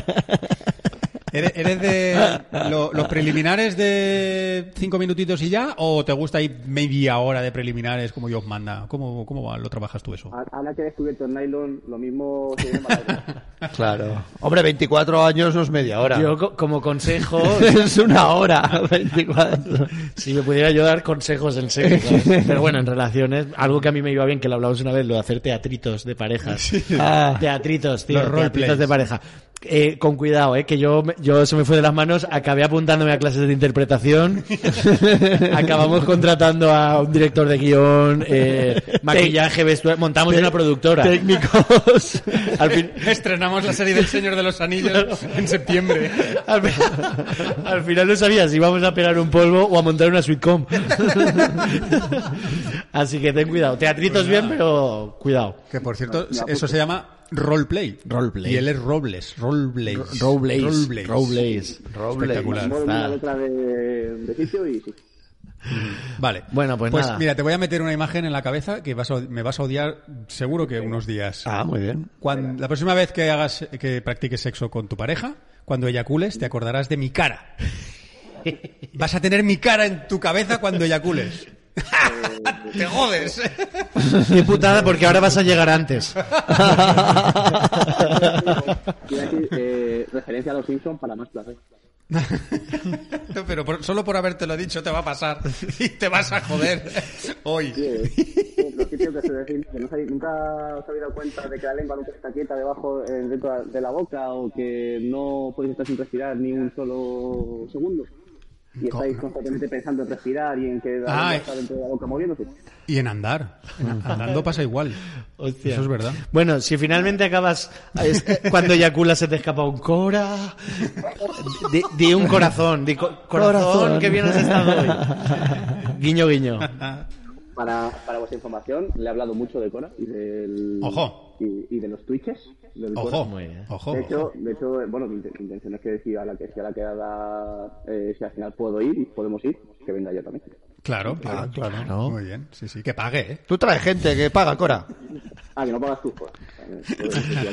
Speaker 1: ¿Eres, eres de lo- los preliminares de cinco minutitos y ya? ¿O te gusta ir media hora de preliminares como Dios manda? ¿Cómo, cómo va- lo trabajas tú eso?
Speaker 5: A- Ahora que he descubierto el nylon, lo mismo se viene para
Speaker 2: Claro. Hombre, 24 años no es media hora.
Speaker 3: Yo, co- como consejo,
Speaker 2: Es una hora. 24.
Speaker 3: si me pudiera yo dar consejos en serio. ¿sabes? Pero bueno, en relaciones, algo que a mí me iba bien, que lo hablamos una vez, lo de hacer teatritos de parejas.
Speaker 2: Ah.
Speaker 3: Teatritos, tío.
Speaker 1: Los
Speaker 3: Teatritos
Speaker 1: roleplays.
Speaker 3: de pareja. Eh, con cuidado, eh, que yo, me- yo se me fue de las manos, acabé apuntándome a clases de interpretación, acabamos contratando a un director de guión, eh, maquillaje, vestuario, montamos una productora.
Speaker 2: Técnicos.
Speaker 3: Al fin-
Speaker 1: Estrenamos la serie del Señor de los Anillos en septiembre.
Speaker 3: Al, fi- al final no sabía si íbamos a pegar un polvo o a montar una sitcom. Así que ten cuidado. Teatritos bien, pero cuidado.
Speaker 1: Que por cierto, eso se llama roleplay.
Speaker 3: Roleplay.
Speaker 1: Y él es Robles. Roleplays.
Speaker 3: Robles. Robles.
Speaker 1: Espectacular.
Speaker 5: Muevo
Speaker 2: Ah.
Speaker 5: una letra de, de sitio y sí.
Speaker 1: Vale.
Speaker 3: Bueno, pues nada.
Speaker 1: mira, te voy a meter una imagen en la cabeza que vas a- me vas a odiar seguro que unos días.
Speaker 2: Ah, muy bien.
Speaker 1: Cuando, la próxima vez que hagas que practiques sexo con tu pareja, cuando eyacules, te acordarás de mi cara. Vas a tener mi cara en tu cabeza cuando eyacules. te jodes.
Speaker 3: Qué putada, porque ahora vas a llegar antes.
Speaker 5: Quiero decir, eh, referencia a los Simpsons para más placer.
Speaker 1: No, pero por- solo por habértelo dicho te va a pasar y te vas a joder hoy.
Speaker 5: Eh, Los sitios que se decir que no sabéis- nunca os habéis dado cuenta de que la lengua nunca está quieta debajo eh, dentro de la boca o que no podéis estar sin respirar ni un solo segundo. y estáis constantemente pensando en respirar y en que
Speaker 1: Ah,
Speaker 5: está dentro de la boca moviéndose.
Speaker 1: Y en andar. En- andando pasa igual.
Speaker 3: Hostia.
Speaker 1: Eso es verdad.
Speaker 3: Bueno, si finalmente acabas es- cuando eyacula se te escapa un cora, di, di un corazón, di co- corazón,
Speaker 8: Corazón.
Speaker 3: que bien has estado hoy. Guiño, guiño.
Speaker 5: Para, para vuestra información, le he hablado mucho de Cora y del.
Speaker 1: Ojo.
Speaker 5: Y, y de los twitches. del Cora.
Speaker 1: Ojo,
Speaker 3: Muy bien.
Speaker 1: ojo.
Speaker 5: De hecho, de hecho, eh, bueno, mi inten- mi intención es que decía a la que si a la quedada, eh, si al final puedo ir y podemos ir, que venga yo también.
Speaker 1: Claro, claro, claro, Muy bien. Sí, sí, que pague, ¿eh?
Speaker 2: Tú traes gente que paga, Cora.
Speaker 5: Ah, que no pagas tú, pues. Eh, pues, decía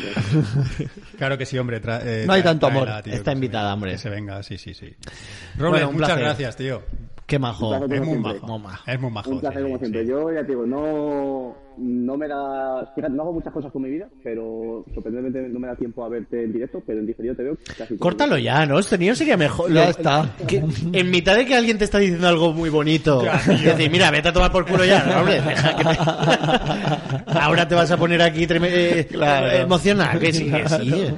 Speaker 5: que-
Speaker 1: Claro que sí, hombre. tra- eh,
Speaker 2: No hay
Speaker 1: tra-
Speaker 2: tanto amor.
Speaker 1: tráela, tío,
Speaker 3: Está
Speaker 1: que se
Speaker 3: invitada,
Speaker 1: venga,
Speaker 3: hombre.
Speaker 1: Que se venga, sí, sí, sí. Robles,
Speaker 3: un
Speaker 1: muchas
Speaker 3: placer.
Speaker 1: gracias, tío.
Speaker 3: Qué majo.
Speaker 5: Un
Speaker 1: Es muy
Speaker 5: siempre.
Speaker 1: majo. Es muy majo.
Speaker 5: Un placer
Speaker 1: sí,
Speaker 5: como
Speaker 1: sí,
Speaker 5: siempre.
Speaker 1: sí.
Speaker 5: Yo ya te digo, no, no me da. Fíjate, no hago muchas cosas con mi vida, pero sorprendentemente no me da tiempo a verte en directo, pero en diferido te veo casi. todo el
Speaker 3: Córtalo ya, ¿no? Este niño sería mejor.
Speaker 2: Ya
Speaker 3: lo-
Speaker 2: está.
Speaker 3: que- en mitad de que alguien te está diciendo algo muy bonito. decir, mira, vete a tomar por culo ya. No, hombre, deja que me- Ahora te vas a poner aquí treme- eh, emocional. Que sí, que sí.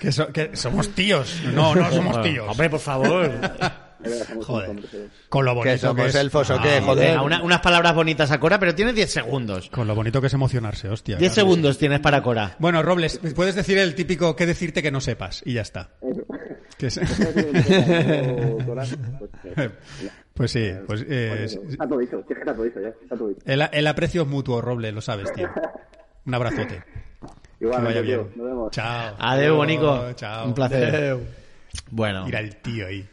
Speaker 1: Que, so- que somos tíos. No, no somos tíos.
Speaker 3: Hombre, por favor.
Speaker 5: día. De verdad, somos unos
Speaker 1: Joder.
Speaker 5: hombres, eh.
Speaker 1: Con lo bonito
Speaker 2: Que
Speaker 1: que,
Speaker 2: somos
Speaker 1: es.
Speaker 2: elfos o qué,
Speaker 1: Ah,
Speaker 2: joder.
Speaker 3: Venga, una- unas palabras bonitas a Cora, pero tienes 10 segundos.
Speaker 1: Con lo bonito que es emocionarse, hostia.
Speaker 3: 10
Speaker 1: claro.
Speaker 3: segundos tienes para Cora.
Speaker 1: Bueno, Robles, puedes decir el típico qué decirte que no sepas y ya está. Que es- pues sí, pues eh,
Speaker 5: Está todo dicho, sí, está todo dicho ya. Está todo dicho.
Speaker 1: el, el aprecio es mutuo, Robles, lo sabes, tío. Un abrazote. Que
Speaker 5: Igual,
Speaker 1: vaya
Speaker 5: tío,
Speaker 1: bien.
Speaker 5: nos vemos.
Speaker 1: Chao.
Speaker 3: Adeu, Bonico.
Speaker 1: Chao.
Speaker 3: Un placer. Bueno.
Speaker 1: Mira el tío ahí.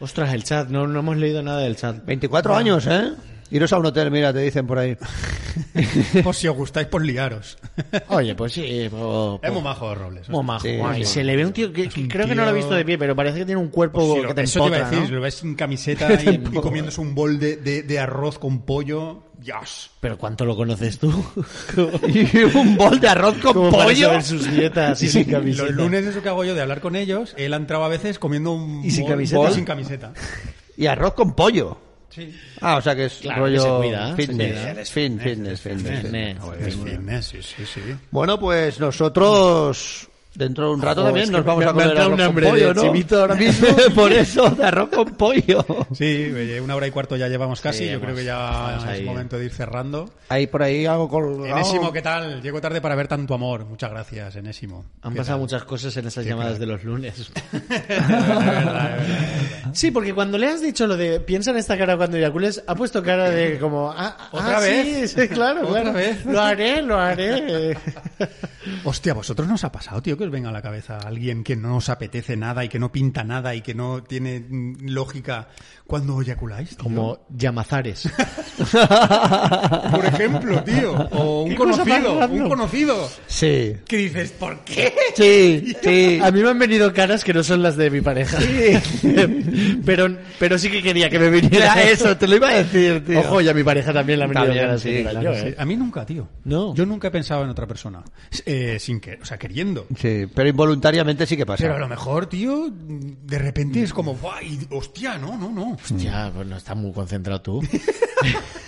Speaker 3: Ostras, el chat. No, no hemos leído nada del chat.
Speaker 2: 24 años, ¿eh? Iros a un hotel, mira, te dicen por ahí.
Speaker 1: Por si os gustáis, por liaros.
Speaker 3: Oye, pues sí. po- po-
Speaker 1: es muy majo, Robles.
Speaker 3: Muy majo.
Speaker 2: Sí,
Speaker 3: Ay,
Speaker 2: sí.
Speaker 3: se le ve un tío Pues que
Speaker 1: un
Speaker 3: creo que no lo he
Speaker 1: tío-
Speaker 3: visto de pie, pero parece que tiene un cuerpo
Speaker 1: Sí, lo-
Speaker 3: que te
Speaker 1: eso te iba
Speaker 3: empota,
Speaker 1: a decir,
Speaker 3: ¿no?
Speaker 1: lo ves sin camiseta y, y comiéndose un bol de, de- de arroz con pollo. Dios.
Speaker 3: Pero ¿cuánto lo conoces tú?
Speaker 2: y un bol de arroz con
Speaker 3: Como para
Speaker 2: pollo.
Speaker 3: saber sus dietas y sin camiseta.
Speaker 1: Los lunes, eso que hago yo de hablar con ellos, él ha entrado a veces comiendo un
Speaker 3: Y sin
Speaker 1: bol-
Speaker 3: camiseta.
Speaker 1: bol sin camiseta.
Speaker 2: Y arroz con pollo.
Speaker 1: Sí.
Speaker 2: Ah, o sea que es
Speaker 3: Claro,
Speaker 2: rollo
Speaker 3: que se cuida, se
Speaker 2: fitness,
Speaker 3: cuida.
Speaker 2: es fin, fitness, fitness, fitness.
Speaker 3: Fitness.
Speaker 1: Joder, es fitness, sí, sí, sí.
Speaker 2: Bueno, pues nosotros dentro de un rato
Speaker 3: Ojo,
Speaker 2: también
Speaker 3: es que
Speaker 2: nos vamos
Speaker 3: me-
Speaker 2: a
Speaker 3: me ha
Speaker 2: comer
Speaker 3: entrado
Speaker 2: arroz
Speaker 3: un
Speaker 2: con
Speaker 3: hambre de
Speaker 2: pollo, ¿no?
Speaker 3: chivito ahora mismo.
Speaker 2: Por eso, de arroz con pollo.
Speaker 1: Sí, oye, una hora y cuarto ya llevamos casi.
Speaker 3: Sí,
Speaker 1: yo
Speaker 3: hemos-
Speaker 1: creo que
Speaker 3: estamos
Speaker 1: ya es
Speaker 3: ahí.
Speaker 1: momento de ir cerrando.
Speaker 2: Hay por ahí algo colgado.
Speaker 1: Enésimo, ¿qué tal? Llego tarde para ver tanto amor. Muchas gracias, Enésimo.
Speaker 3: Han
Speaker 1: ¿Qué
Speaker 3: pasado
Speaker 1: tal?
Speaker 3: muchas cosas en esas llamadas de los lunes.
Speaker 1: Es verdad, es verdad, es verdad.
Speaker 3: Sí, porque cuando le has dicho lo de piensa en esta cara cuando eyacules, ha puesto cara de como, ah, ah,
Speaker 1: ¿Otra
Speaker 3: sí,
Speaker 1: vez?
Speaker 3: sí, claro,
Speaker 1: ¿Otra
Speaker 3: claro.
Speaker 1: vez?
Speaker 3: Lo haré, lo haré.
Speaker 1: Hostia, ¿a vosotros nos ha pasado, tío, que os venga a la cabeza alguien que no os apetece nada y que no pinta nada y que no tiene mm, lógica cuando eyaculáis? tío?
Speaker 3: Como llamazares.
Speaker 1: Por ejemplo, tío. O un
Speaker 3: ¿Qué cosa más
Speaker 1: conocido,
Speaker 3: random?
Speaker 1: un conocido.
Speaker 2: Sí.
Speaker 1: Que dices, ¿por qué?
Speaker 2: Sí, sí.
Speaker 3: A mí me han venido caras que no son las de mi pareja. pero, pero sí que quería que me viniera
Speaker 2: Era
Speaker 3: eso.
Speaker 2: eso, te lo iba a decir, tío.
Speaker 3: Ojo, y a mi pareja también la han venido
Speaker 2: También,
Speaker 3: caras
Speaker 2: sí,
Speaker 3: que no era
Speaker 2: claro,
Speaker 3: yo,
Speaker 1: Sí,
Speaker 3: ¿eh?
Speaker 1: A mí nunca, tío.
Speaker 3: No.
Speaker 1: Yo nunca he pensado en otra persona. Eh, sin que, o sea, queriendo.
Speaker 2: Sí, pero involuntariamente sí que pasa.
Speaker 1: Pero a lo mejor, tío, de repente es como, "Buah, y- hostia, no, no, no.
Speaker 3: Hostia, pues no estás muy concentrado tú.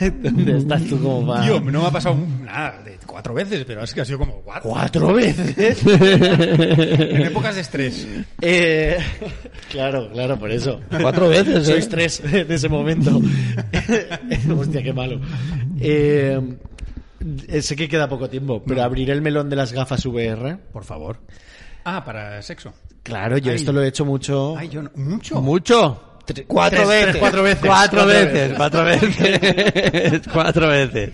Speaker 3: ¿Dónde estás tú como para...?
Speaker 1: Tío, no me ha pasado nada, de cuatro veces, pero es que ha sido como, "What?".
Speaker 3: ¿Cuatro veces?
Speaker 1: En épocas de estrés.
Speaker 3: Eh, claro, claro, por eso.
Speaker 2: Cuatro veces, ¿eh?
Speaker 3: Sois tres en ese momento. Hostia, qué malo. Eh, eh, sé que queda poco tiempo, pero abriré el melón de las gafas VR.
Speaker 1: Por favor. Ah, para sexo.
Speaker 3: Claro, yo
Speaker 1: Ay.
Speaker 3: esto lo he hecho mucho.
Speaker 1: Ay, yo no- mucho.
Speaker 2: Mucho. cuatro,
Speaker 3: tres,
Speaker 2: veces.
Speaker 3: tres, cuatro veces.
Speaker 2: Cuatro
Speaker 3: Cuatro
Speaker 2: veces.
Speaker 3: veces.
Speaker 2: Cuatro veces. Cuatro veces.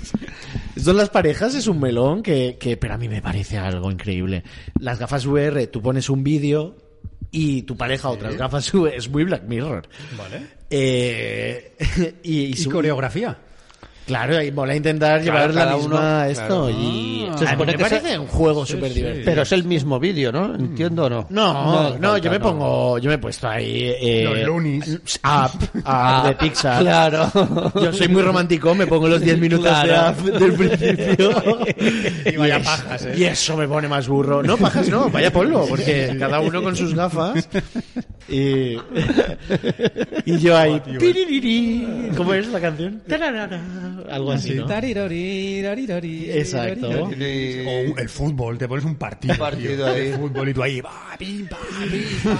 Speaker 3: Esto en las parejas es un melón que, que, pero a mí me parece algo increíble. Las gafas VR, tú pones un vídeo y tu pareja otras gafas VR. Es muy Black Mirror.
Speaker 1: Vale.
Speaker 3: Eh, y, y
Speaker 1: Y
Speaker 3: su-
Speaker 1: coreografía.
Speaker 3: Claro, y mola intentar
Speaker 2: Claro,
Speaker 3: llevar la
Speaker 2: cada
Speaker 3: misma
Speaker 2: uno-
Speaker 3: esto
Speaker 2: claro.
Speaker 3: y
Speaker 1: Ah.
Speaker 3: a
Speaker 1: Se
Speaker 3: mí
Speaker 2: supone
Speaker 3: me
Speaker 2: que
Speaker 3: parece
Speaker 1: se-
Speaker 3: un juego
Speaker 1: sí,
Speaker 3: súper
Speaker 1: sí.
Speaker 3: divertido.
Speaker 2: Pero es el mismo vídeo, ¿no? Entiendo, o Mm. ¿no?
Speaker 3: No, no, yo me
Speaker 2: no.
Speaker 3: pongo, yo me he puesto ahí eh,
Speaker 1: Los Loonies.
Speaker 3: Up, Up de Pixar.
Speaker 2: Claro.
Speaker 3: Yo soy muy romántico, me pongo los 10 minutos
Speaker 2: Claro.
Speaker 3: de Up del principio.
Speaker 1: Y vaya
Speaker 3: es-
Speaker 1: pajas, ¿eh?
Speaker 3: Y eso me pone más burro. No, pajas no, vaya polvo, porque cada uno con sus gafas. Y, y yo ahí.
Speaker 1: tío.
Speaker 3: "Piririrí". ¿Cómo es la canción? Tararara, Algo así. ¿no? Exacto.
Speaker 1: O el fútbol, te pones un partido.
Speaker 2: partido
Speaker 1: tío,
Speaker 2: ahí.
Speaker 1: de fútbol y tú ahí. va, pim, pam, pim, pam.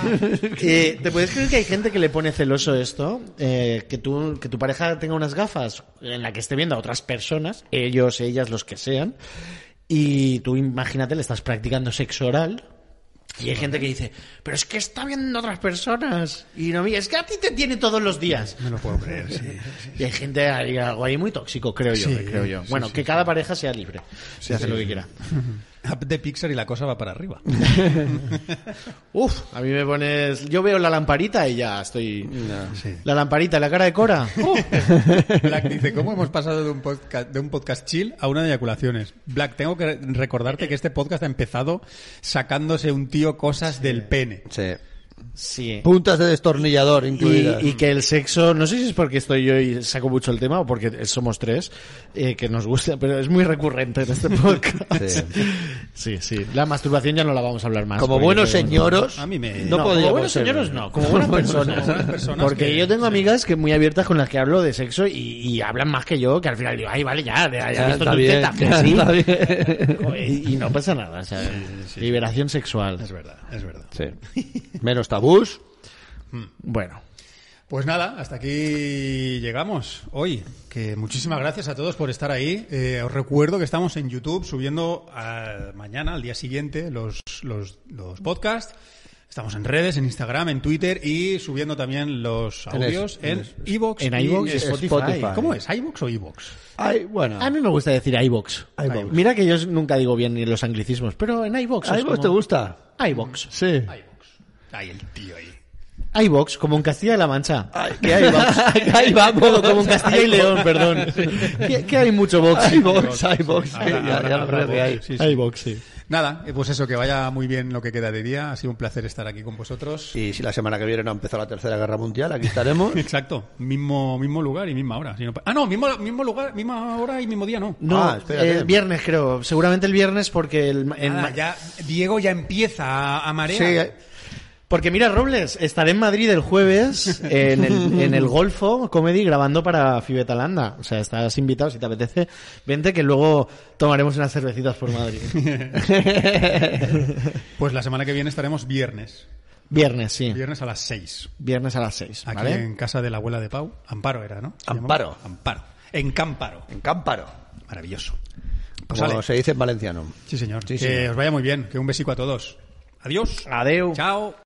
Speaker 3: Eh, ¿Te puedes creer que hay gente que le pone celoso esto? Eh, que, tú, que tu pareja tenga unas gafas en la que esté viendo a otras personas, ellos, ellas, los que sean, y tú imagínate, le estás practicando sexo oral. Y hay gente que dice, pero es que está viendo a otras personas. Y no, mira, es que a ti te tiene todos los días.
Speaker 1: No lo puedo creer, sí.
Speaker 3: Y hay gente, hay algo ahí muy tóxico, creo yo. eh,
Speaker 1: Sí,
Speaker 3: creo yo.
Speaker 1: sí,
Speaker 3: Bueno,
Speaker 1: sí,
Speaker 3: que cada pareja sea libre. Se hace lo que quiera.
Speaker 1: App de Pixar y la cosa va para arriba.
Speaker 3: Uf, a mí me pones. Yo veo la lamparita y ya estoy.
Speaker 1: Sí.
Speaker 3: La lamparita, la cara de Cora. ¡Oh!
Speaker 1: Black dice, ¿cómo hemos pasado de un, podcast, de un podcast chill a una de eyaculaciones? Black, tengo que recordarte que este podcast ha empezado sacándose un tío cosas del pene.
Speaker 2: Sí.
Speaker 3: Sí.
Speaker 2: Puntas de destornillador
Speaker 3: Y,
Speaker 2: incluidas.
Speaker 3: y que el sexo, no sé si es porque estoy yo y saco mucho el tema o porque somos tres, eh, que nos gusta, pero es muy recurrente en este podcast.
Speaker 2: Sí.
Speaker 3: Sí. sí, La masturbación ya no la vamos a hablar más.
Speaker 2: como
Speaker 3: porque
Speaker 2: buenos
Speaker 3: creo que-
Speaker 2: señoros,
Speaker 1: A mí me-
Speaker 2: no,
Speaker 3: No, como
Speaker 2: podríamos
Speaker 3: buenos
Speaker 2: ser.
Speaker 3: señores no, como buenas personas.
Speaker 1: Como buenas personas
Speaker 3: Porque
Speaker 1: que-
Speaker 3: yo tengo amigas que muy abiertas con las que hablo de sexo y, y hablan más que yo, que al final digo, ay, vale, ya, ya, ya
Speaker 2: Ya
Speaker 3: he visto
Speaker 2: está
Speaker 3: tu
Speaker 2: bien,
Speaker 3: teta,
Speaker 2: ya
Speaker 3: pues sí".
Speaker 2: está bien.
Speaker 3: Joder, Y, y no pasa nada, o sea, liberación sexual.
Speaker 1: Es verdad, es verdad.
Speaker 2: Sí. Menos tabús.
Speaker 3: Bueno.
Speaker 1: Pues nada, hasta aquí llegamos hoy. Que muchísimas gracias a todos por estar ahí. Eh, os recuerdo que estamos en YouTube subiendo a- mañana, al día siguiente, los, los, los podcasts. Estamos en redes, en Instagram, en Twitter y subiendo también los
Speaker 2: En
Speaker 1: audios
Speaker 2: es- en
Speaker 1: en iVoox.
Speaker 3: En
Speaker 1: y
Speaker 3: iVoox y Spotify.
Speaker 1: ¿Cómo es? ¿iVoox o iVoox?
Speaker 2: Ay, bueno.
Speaker 3: A mí me gusta decir iBox.
Speaker 2: iVoox.
Speaker 3: Mira que yo nunca digo bien ni los anglicismos, pero en iBox.
Speaker 2: ¿A vos te gusta?
Speaker 3: iBox.
Speaker 2: Sí.
Speaker 1: iVoox. Ay, el tío ahí.
Speaker 3: iBox, como en Castilla y La Mancha.
Speaker 2: Que ahí vamos. ahí
Speaker 3: Como,
Speaker 2: vamos.
Speaker 3: como en Castilla y León, perdón. Que, que hay mucho box.
Speaker 2: iVoox, iVoox,
Speaker 1: Habrá-
Speaker 2: sí, ya-
Speaker 1: habrá-
Speaker 2: ya lo
Speaker 1: habrá
Speaker 2: creo que
Speaker 1: box,
Speaker 2: hay.
Speaker 1: sí, sí.
Speaker 3: iBox, sí.
Speaker 1: Nada, eh, pues eso, que vaya muy bien lo que queda de día. Ha sido un placer estar aquí con vosotros.
Speaker 2: Y si la semana que viene no ha empezado la tercera guerra mundial, aquí estaremos.
Speaker 1: Exacto, mismo, mismo lugar y misma hora. Si no pa- ah, no, mismo, mismo lugar, misma hora y mismo día, no.
Speaker 3: No,
Speaker 2: Ah, espérate.
Speaker 3: el viernes creo. Seguramente el viernes porque el, en
Speaker 2: Ah,
Speaker 1: Nada,
Speaker 3: Ma-
Speaker 1: ya, Diego ya empieza a, a marear.
Speaker 2: Sí, eh,
Speaker 3: Porque mira, Robles, estaré en Madrid el jueves en el, en el Golfo Comedy grabando para Fibetalanda. O sea, estás invitado si te apetece. Vente que luego tomaremos unas cervecitas por Madrid.
Speaker 1: Pues la semana que viene estaremos viernes.
Speaker 3: Viernes, sí.
Speaker 1: Viernes a las 6.
Speaker 3: Viernes a las 6,
Speaker 1: Aquí
Speaker 3: ¿vale?
Speaker 1: en casa de la abuela de Pau. Amparo era, ¿no? ¿Se
Speaker 2: Amparo.
Speaker 1: llamaba? Amparo. En Cámparo.
Speaker 2: en Cámparo.
Speaker 1: Maravilloso. Pues
Speaker 2: Como
Speaker 1: sale.
Speaker 2: se dice en valenciano.
Speaker 1: Sí, señor.
Speaker 2: Sí,
Speaker 1: que
Speaker 2: señor.
Speaker 1: os vaya muy bien. Que un besico a todos. Adiós.
Speaker 3: Adeu.
Speaker 1: Chao.